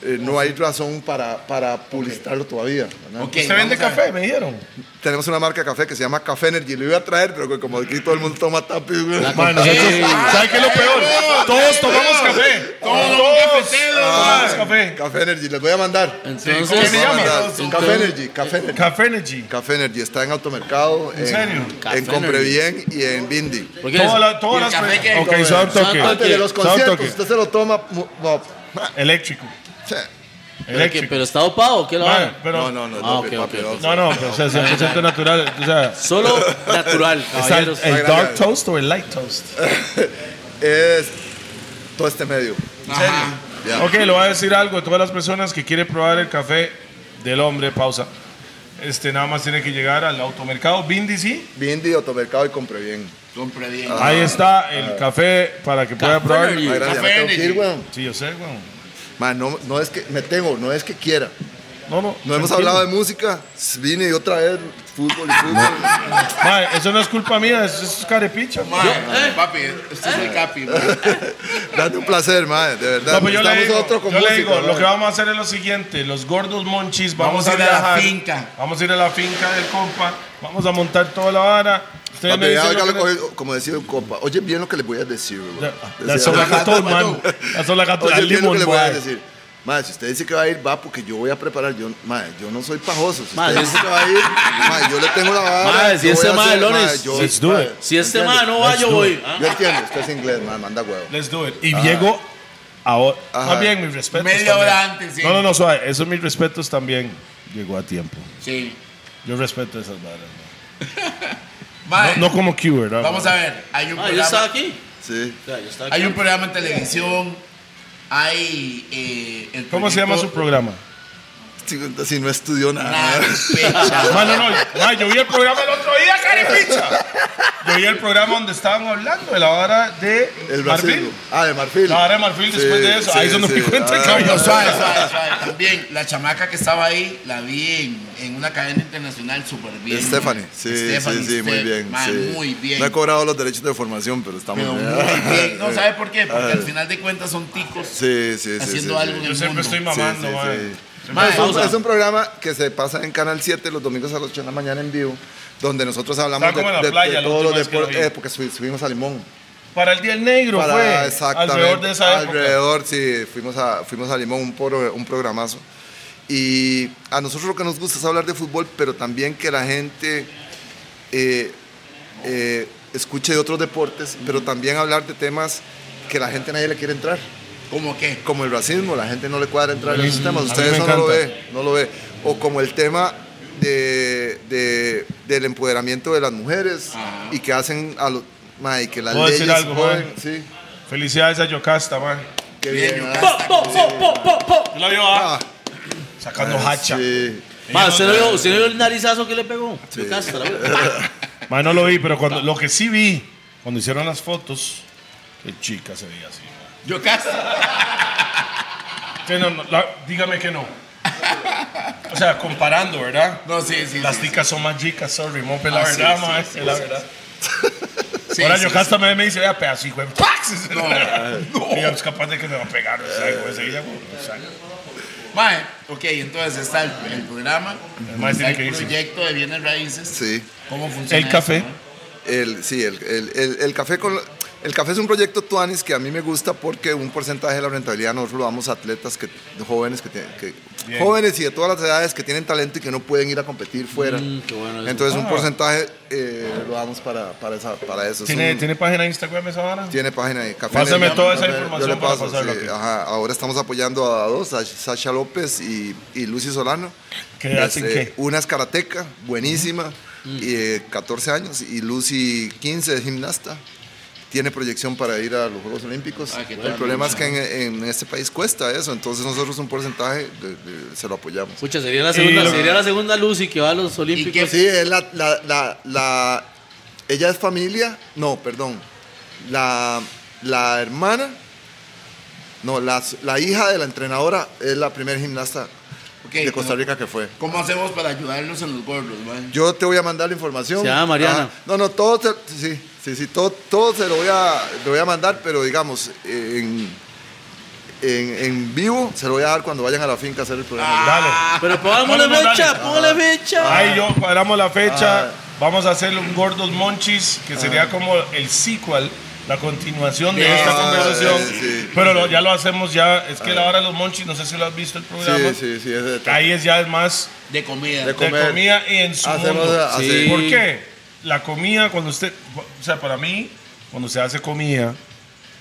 eh, no Ah, hay razón para, para publicitarlo todavía. ¿verdad? Ok, ¿Se vende vamos a café? ver. Me dijeron. Tenemos una marca de café que se llama Café Energy. Lo iba a traer, pero como aquí todo el mundo toma tapi. Mae, nosotros- Ah, ¿Sabes qué es lo peor? Todos tomamos café. Todos cafeteros, tomamos Ah, café. Café Energy, les voy a mandar. Entonces, ¿Cómo se se llama? llama? Entonces- Café Energy, Café Energy. Café Energy. Café Energy está en Automercado, en, serio? en Café Comprevien y en Bindi. ¿por qué es? Todas las- ¿Y el todas café las. qué? Ok, son toque. Antes de los Sabe un conciertos, toque. usted se lo toma. mu- No, Eléctrico. Sí. ¿Pero, qué? Eléctrico. ¿Pero está dopado o qué la Mae, vara? pero- no, no, no, Ah, no, ok, papi, ok, ok. No, no, pero, o sea, 100% natural. O sea, Solo natural, ¿está caballeros. el dark toast o el light toast? Es todo este medio. Ajá. Ya. Ok, le voy a decir algo a todas las personas que quieren probar el café del hombre, pausa. Este, nada más tiene que llegar al automercado Bindi, sí. Bindi, Automercado y Comprevien. Compre bien. Ahí está el café para que pueda Café probar. Energy. Ay, Ah, gracias, Ah. Café me tengo que Energy. ir, weón. Sí, yo sé, güey. Man, no, no es que me tengo, no es que quiera. No, no. No hemos tranquilo. hablado de música. Vine y otra vez fútbol y fútbol. Mae, eso no es culpa mía, eso es carepicha. Mae, ¿eh? Papi, este es el capi, man. Date un placer, madre, de verdad. No, pero yo le Necesitamos digo, otro con yo le música, digo, lo mae. que vamos a hacer es lo siguiente, los gordos monchis, vamos, Vamos a a ir a la viajar, finca. Vamos a ir a la finca del compa, vamos a montar toda la vara. Ustedes Papi, me dicen lo ya, oiga que lo le- que- como decía un compa, oye bien lo que les voy a decir, La- weón. La Decía- sola catón, Oye, man. La sola catón, Oye, al bien lo limón, que le voy a man. decir. Madre, si usted dice que va a ir, va porque yo voy a preparar. Yo, madre, yo no soy pajoso. Si Madre, usted dice que va a ir, madre, yo le tengo la vara. Madre, si yo ese voy a madre hacer, Lones, madre, yo- let's do madre, it. Si este ¿entiende? man no va, Let's yo do voy. it. ¿ah? Yo entiendo, usted es inglés, madre, manda huevo. Let's do it. Y llego ahora. Ajá. También mis respetos. Media también. hora antes, sí. No, no, no, suave. Eso mis respetos también. Llegó a tiempo. Sí. Yo respeto esas varas. Mae, No, no como Q, ¿verdad? Vamos a ver, hay un Ah, yo estaba programa. aquí. Sí. O sea, yo estaba Hay aquí. un programa en televisión. Hay eh, el ¿Cómo se llama su proyecto- programa? Si, si no estudió nada. Ah, pecha. Man, Ah, no, no. man, yo vi el programa el otro día, carepicha. Yo vi el programa donde estaban hablando de la vara de El Brasil. Marfil. Ah, de Marfil. La vara de Marfil después Sí, de eso. Ahí es sí, donde me sí. di cuenta que Ah, había- No, suave, suave, suave. También, la chamaca que estaba ahí, la vi en, en una cadena internacional súper bien. Stephanie. Sí, Stephanie sí, sí, muy Ste- bien. man, sí. muy bien. No he cobrado los derechos de formación, pero estamos Pero muy bien. No, ¿sabe por qué? Porque al final de cuentas son ticos Sí, sí, sí. haciendo sí, algo sí. en Yo el siempre mundo. estoy Sí, mamando, sí, man. sí. Mae, Es un, pausa. es un programa que se pasa en Canal 7 los domingos a las 8 de la mañana en vivo, donde nosotros hablamos Estaba de, como en la de- de playa la todos los última vez que lo deportes, vi. eh, porque subi- subimos a Limón. Para el Día del Negro Para- fue. exactamente, Alrededor de esa época. alrededor, sí, fuimos a, fuimos a Limón, un, pro- un programazo. Y a nosotros lo que nos gusta es hablar de fútbol, pero también que la gente eh, eh, escuche de otros deportes, pero también hablar de temas que la gente nadie le quiere entrar ¿Cómo qué? como el racismo, la gente no le cuadra entrar en esos temas, mí ustedes me eso no lo encanta. ve, no lo ve. O como el tema de, de- del empoderamiento de las mujeres y que hacen a los... ma, y que las ¿Puedo leyes... decir algo, joden, ma? sí, Felicidades a Yocasta, man. qué Bien, bien, yo ah, creo. Po, po, po, po, po, po. Yo la vio ah, ah, sacando hacha. sí. Ma, ¿usted no vio- usted no vio el narizazo que le pegó? Yo casi, la verdad. Man, no lo vi, pero cuando, lo que sí vi, cuando hicieron las fotos, qué chica se veía así. ma. Yo casi. Que no, no, la- dígame que no. o sea, comparando, ¿verdad? No, sí, sí. Las sí, ticas son más chicas, sorry, mope, la Ah, sí, verdad, sí, mae, sí, es la sí, verdad. sí. Sí, Ahora sí, yo sí. hasta me dice, vea, pedazo, hijo de ¡Pax! No, Y yo, es capaz de que me va a pegar, o sea, güey, ese día, güey, o sea, Mae, ok, entonces está el, el programa, mae está tiene el que irse. proyecto de bienes raíces. Sí. ¿Cómo funciona? El eso, café. mae? El, sí, el, el- el- el café con... El café es un proyecto Tuanis que a mí me gusta porque un porcentaje de la rentabilidad nosotros lo damos a atletas que, jóvenes, que tienen- que- jóvenes y de todas las edades que tienen talento y que no pueden ir a competir fuera. Mm, qué bueno eso. Entonces Ah. un porcentaje eh, lo damos para, para, esa- para eso. Es ¿Tiene, un- ¿Tiene página de Instagram esa vara? tiene página de café. Pásame Yo- toda esa yo le información para paso, pasarlo sí, aquí. ajá. Ahora estamos apoyando a dos, a Sasha López y, y Lucy Solano. ¿Qué hacen Este, qué? Mm. Una es karateca, buenísima, y, eh, 14 años, y Lucy 15 es gimnasta. Tiene proyección para ir a los Juegos Olímpicos. Ah, qué El tal, problema es que en, en este país cuesta eso, entonces nosotros un porcentaje de- de- se lo apoyamos. Pucha, sería la segunda, lo- sería la segunda Lucy que va a los qué Olímpicos. Sí, es la, la- la- la- Ella es familia. No, perdón. La, la hermana. No, la, la hija de la entrenadora es la primera gimnasta Ok, de Costa Rica que fue. ¿Cómo hacemos para ayudarlos en los gordos, mae? Yo te voy a mandar la información. Se llama Mariana. Ajá. No, no, todo te, sí, sí, sí, todo, todo se lo voy a, lo voy a mandar, pero digamos, en, en, en vivo se lo voy a dar cuando vayan a la finca a hacer el Ah, programa. Ah, Dale. Pero póngale Vamos, dale. fecha, póngale uh, fecha. Ahí yo cuadramos la fecha. Ah. Vamos a hacer un Gordos Monchis, que sería como el sequel, la continuación de Ah, esta conversación. eh, sí. Pero lo- ya lo hacemos ya. Es que la hora de los Monchis, no sé si lo has visto el programa. Sí, sí, sí, es de- Ahí es ya es más De comida. De de Comer. comida y en su Hacemos, mundo. ah, Sí. ¿Por qué? La comida, cuando usted. O sea, para mí, cuando se hace comida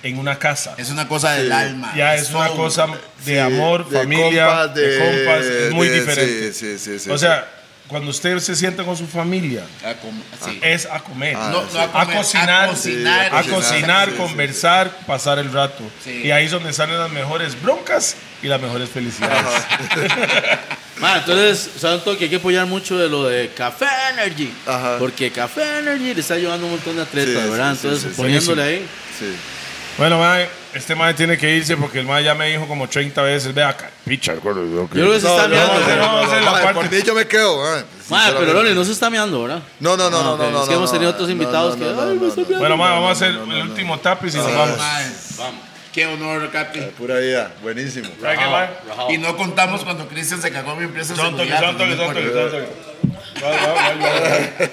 en una casa. Es una cosa del alma. Ya es una todo. cosa de amor, de familia, compas, de, compas, es muy de- diferente. sí, sí, sí, sí, o sí. sea, cuando usted se sienta con su familia, A com- Ah, sí. es a comer. Ah, No, no, a, comer, cocinar, a cocinar, a sí, cocinar, sí, sí, conversar, pasar el rato. Sí. Y ahí es donde salen las mejores broncas y las mejores felicidades. Ma, entonces, Santo, que hay que apoyar mucho de lo de Café Energy. Ajá. Porque Café Energy le está ayudando un montón de atletas, Sí, sí, ¿verdad? sí, sí, entonces, sí, sí. poniéndole ahí. Sí. bueno, mae, este mae tiene que irse porque el mae ya me dijo como 30 veces, ve acá, picha, gordo, ok". Yo creo que se está no, meando. no, ¿verdad? no, no, no, la Mae, parte- Por mí yo me quedo. ah, mae, Ma, pero sinceramente. Loli, no se está meando, ¿verdad? No, no, no, no, ok. no, no. Es que hemos no, tenido no, otros no, invitados no, que, no, "Ay, no, me estoy no, peleando". Bueno, mae, vamos a hacer no, no, el no. último tap y si nos Ah. vamos. Mae, vamos. Eh, Qué honor, Capi. Pura vida, buenísimo. ¿Sabe qué, mae? Y no contamos cuando Cristian se cagó mi empresa. de Son toques, seguridad, son toques, no son toques, importa. son toques. Vale, vale, vale, vale.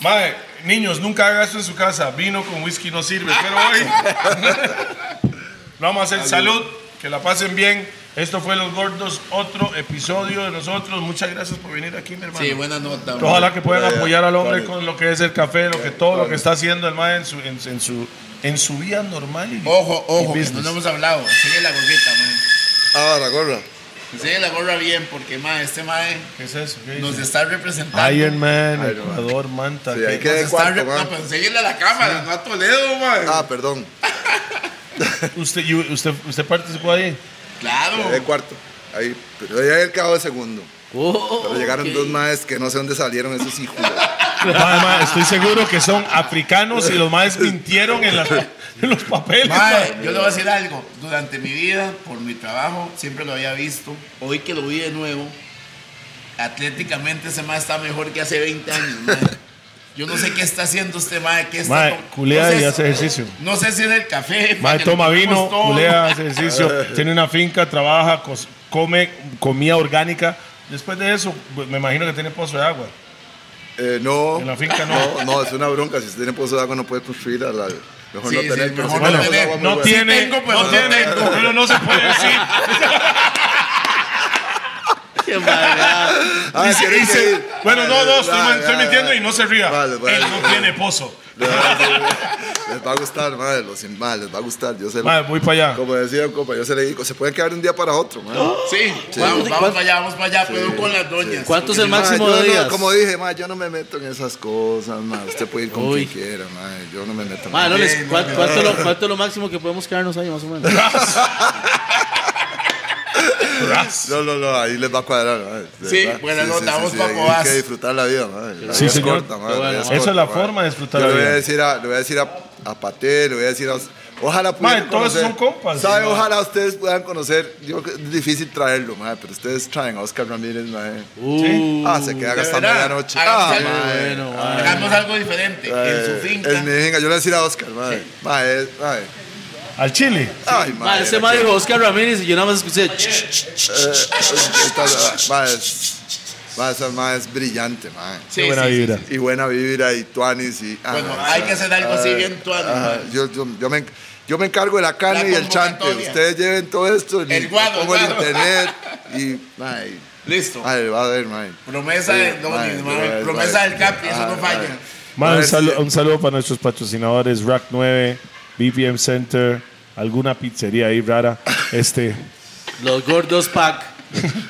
Mae, niños, nunca haga esto en su casa. Vino con whisky no sirve, pero hoy. Lo vamos a hacer salud, que la pasen bien. Esto fue Los Gordos, otro episodio de nosotros. Muchas gracias por venir aquí, mi hermano. Sí, buena nota. mae. Ojalá que puedan Vaya, apoyar al hombre vale. con lo que es el café, lo que todo lo que está haciendo el mae en su, en, en su, en su vida normal. y- Ojo, y ojo, que no business. lo hemos hablado. Sigue la gorrita, mae. Ah, la gorra. Sigue la gorra bien, porque, mae, este mae ¿Qué es eso? ¿Qué nos dice? está representando. Iron Man, Iron Man. Ecuador, Manta. Sí, ¿qué? hay que- Nos está cuarto, re- mae. No, pero síguele a la cámara, no a Toledo, pues. mae. Ah, perdón. ¿Usted, y usted, ¿Usted participó ahí? Quedé Claro. cuarto. Ahí, pero ya había quedado de segundo. Oh, Pero llegaron ok. dos maes que no sé dónde salieron esos hijos. Mae, mae, estoy seguro que son africanos y los más mintieron en, las- en los papeles. Mae, mae. yo le voy a decir algo. Durante mi vida, por mi trabajo, siempre lo había visto. Hoy que lo vi de nuevo, atléticamente ese mae está mejor que hace 20 años, mae. Yo no sé qué está haciendo este mae, qué está... Mae, con- culea no sé y si- hace ejercicio. No sé si es el café. Mae, que toma nos vino, tomamos todo. culea, hace ejercicio, tiene una finca, trabaja, cos- come comida orgánica. Después de eso, pues, me imagino que tiene pozo de agua. Eh, no. En la finca no. No, no, es una bronca. Si usted tiene pozo de agua no puede construir a la... Mejor Sí, no sí, tener, Ah, pero mejor no si tiene Bueno, pozo de tener. agua, muy no bueno. tiene, tengo, pero no Ah, no tiene, tengo. pero no se puede decir. Qué embargado. Ah, Y se- tiene y que se- ir. bueno, no, no, estoy, Vale, ma- estoy vale, mintiendo y no se ría. Vale, vale, Él no vale. tiene pozo. Les va a gustar, madre, los mal, les va a gustar. Yo se Mae, voy para allá. como decía un compa, yo se le digo, se pueden quedar de un día para otro, madre. Sí, vamos, vamos ¿Cuánto- para allá, vamos para allá, pero con las doñas. ¿Cuánto es el Mae, máximo yo de no- días? como dije, mae, yo no me meto en esas cosas, mae. Usted puede ir con Uy. quien quiera, mae. Yo no me meto. en Ma, nada. Loli, ¿cuá- ¿cuánto es lo- cuánto es lo máximo que podemos quedarnos ahí, más o menos? Ras. No, no, no, ahí les va a cuadrar, mae. de Sí, verdad. buena nota, vamos pa' hay- Hay Cobás. que disfrutar la vida, mae. La Sí, vida señor. es corta, mae, la Qué vida bueno. es Esa es corta, la mae. forma de disfrutar la Yo le voy a vida. decir a, le voy a decir a, a Paté, le voy a decir a, Ojalá pudieran Mae, todos conocer. son compas, ¿Sabe? sí, mae. Ojalá ustedes puedan conocer. Yo creo que es difícil traerlo, mae, pero ustedes traen a Oscar Ramírez, mae. Uh, ah, se queda de gastando verdad. la noche. Hagamos Ah, algo. mae. bueno, mae. Hagamos algo diferente en Eh, su finca. en mi finca. yo le voy a decir a Oscar, mae. Mae, mae. Al Chile. Ay, Ma, mae. ese era mae dijo Oscar Ramírez y yo nada más escuché. ch, ch, ch, que- eh, ahorita- Mae, es- mae, esa mae es brillante, mae. Sí, Qué buena sí, sí, vibra. sí. Y buena vibra y tuanis y... ah, Bueno, mae, hay que hacer algo así bien tuano. Ajá, mae. yo, yo, yo, me, enc- yo me encargo de la carne La y el chante. convocatoria. Ustedes lleven todo esto. y El guado, pongo el el guado. internet y. Mae, Listo. mae, va a ver, mae. Promesa de Ay, Donis, mae, mae. mae, Promesa mae. del Capi, eso no Ay, falla. mae. Mae, A un, ver si- saludo, un saludo para nuestros patrocinadores, Rack 9, BPM Center, alguna pizzería ahí rara, este, Los gordos pack.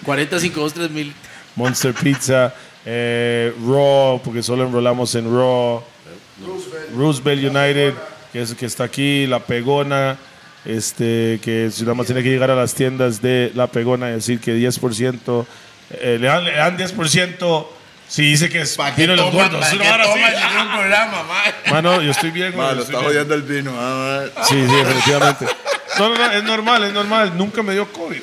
45-2-3000. Monster Pizza, eh, Raw, porque solo enrolamos en Raw, Roosevelt United, que, es, que está aquí, La Pegona, este, que si nada más tiene que llegar a las tiendas de La Pegona y decir que 10%, eh, le, dan, le dan 10% si dice que es ¿Para qué vino de los toman, gordos. para qué Una vara así. toman en un programa, mae? Mano, yo estoy bien. güey, Mae, yo lo estoy está bien. jodiendo el vino. ah, mae. Sí, sí, definitivamente. No, no, no, es normal, es normal. Nunca me dio COVID.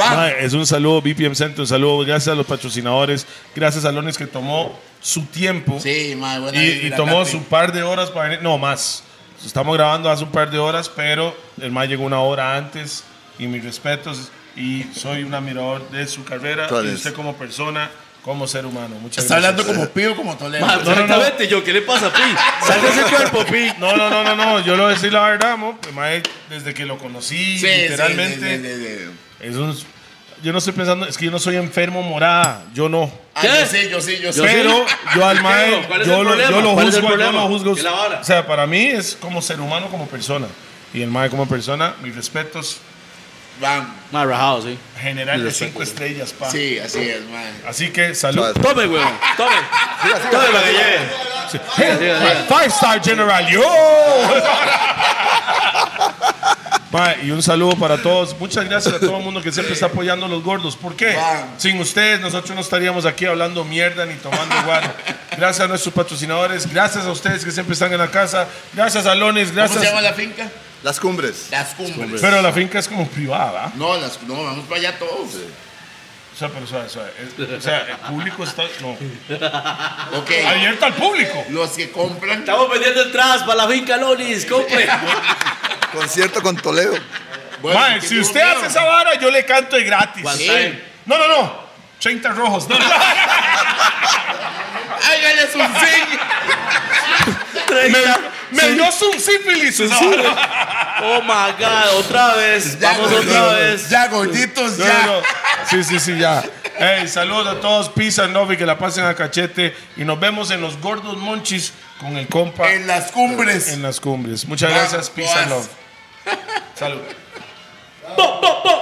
Va. Mae, es un saludo, BPM Center, un saludo. Gracias a los patrocinadores, gracias a Lones que tomó su tiempo Sí, mae, y, buena y vibra, tomó Capi. su par de horas para venir. No, más. Estamos grabando hace un par de horas, pero el Mae llegó una hora antes y mis respetos. Y soy un admirador de su carrera y de Todes. usted como persona, como ser humano. Muchas Está gracias. hablando como pío, como Toledo. Ma, no, no. Exactamente, yo, ¿qué le pasa, Pi? Sal de ese cuerpo, Pi. No, no, no, no, no. Yo lo voy a decir la verdad, mo. El mae, desde que lo conocí, Sí, literalmente. sí, sí, sí, sí. Es un- yo no estoy pensando, es que yo no soy enfermo morada, yo no. Ah, ¿Qué? yo sí, yo sí, yo sí. Yo sí. Pero yo al mae, ¿Cuál es yo, el lo, yo problema? lo ¿Cuál es el juzgo, yo problema? lo juzgo. ¿Qué la vara? O sea, para mí es como ser humano, como persona. Y el mae como persona, mis respetos, Vamos. Ma, rajado, sí. general de cinco estrellas, pa. Sí, así es, mae. Así que salud. Tome, huevón. Tome. Tome para que lleve. Hey, Diga, diga. Five Star General, yo. Mae, y un saludo para todos. Muchas gracias a todo el mundo que siempre está apoyando a los gordos. ¿Por qué? Wow. Sin ustedes nosotros no estaríamos aquí hablando mierda ni tomando guaro. Gracias a nuestros patrocinadores, gracias a ustedes que siempre están en la casa, gracias a Lones, ¿Cómo se gracias. llama la finca? Las cumbres. Las cumbres. Pero la finca es como privada. ¿verdad? No, las, no, vamos para allá todos. O sea, pero suave, suave. Es- o sea, el público está no, Ok. abierto al público. Los que compran. Estamos vendiendo entradas para la finca Lolis. Compre. Concierto con Toledo. Bueno, Mae, que si no usted vieron. hace esa vara, yo le canto de gratis. One Sí. time. No, no, no. 30 rojos. No, no, no. Hágales un sí. Me dio un sífilis. No, no, Oh my god, otra vez. Ya, Vamos gorditos, otra vez. Ya, gorditos, no, ya. no. Sí, sí, sí, ya. Hey, saludos a todos. Pizza Novi, que la pasen a cachete. Y nos vemos en los gordos monchis con el compa En las cumbres. en las cumbres. Muchas Vamos. gracias, Pizza Novi. Salud. Bo, bo, bo.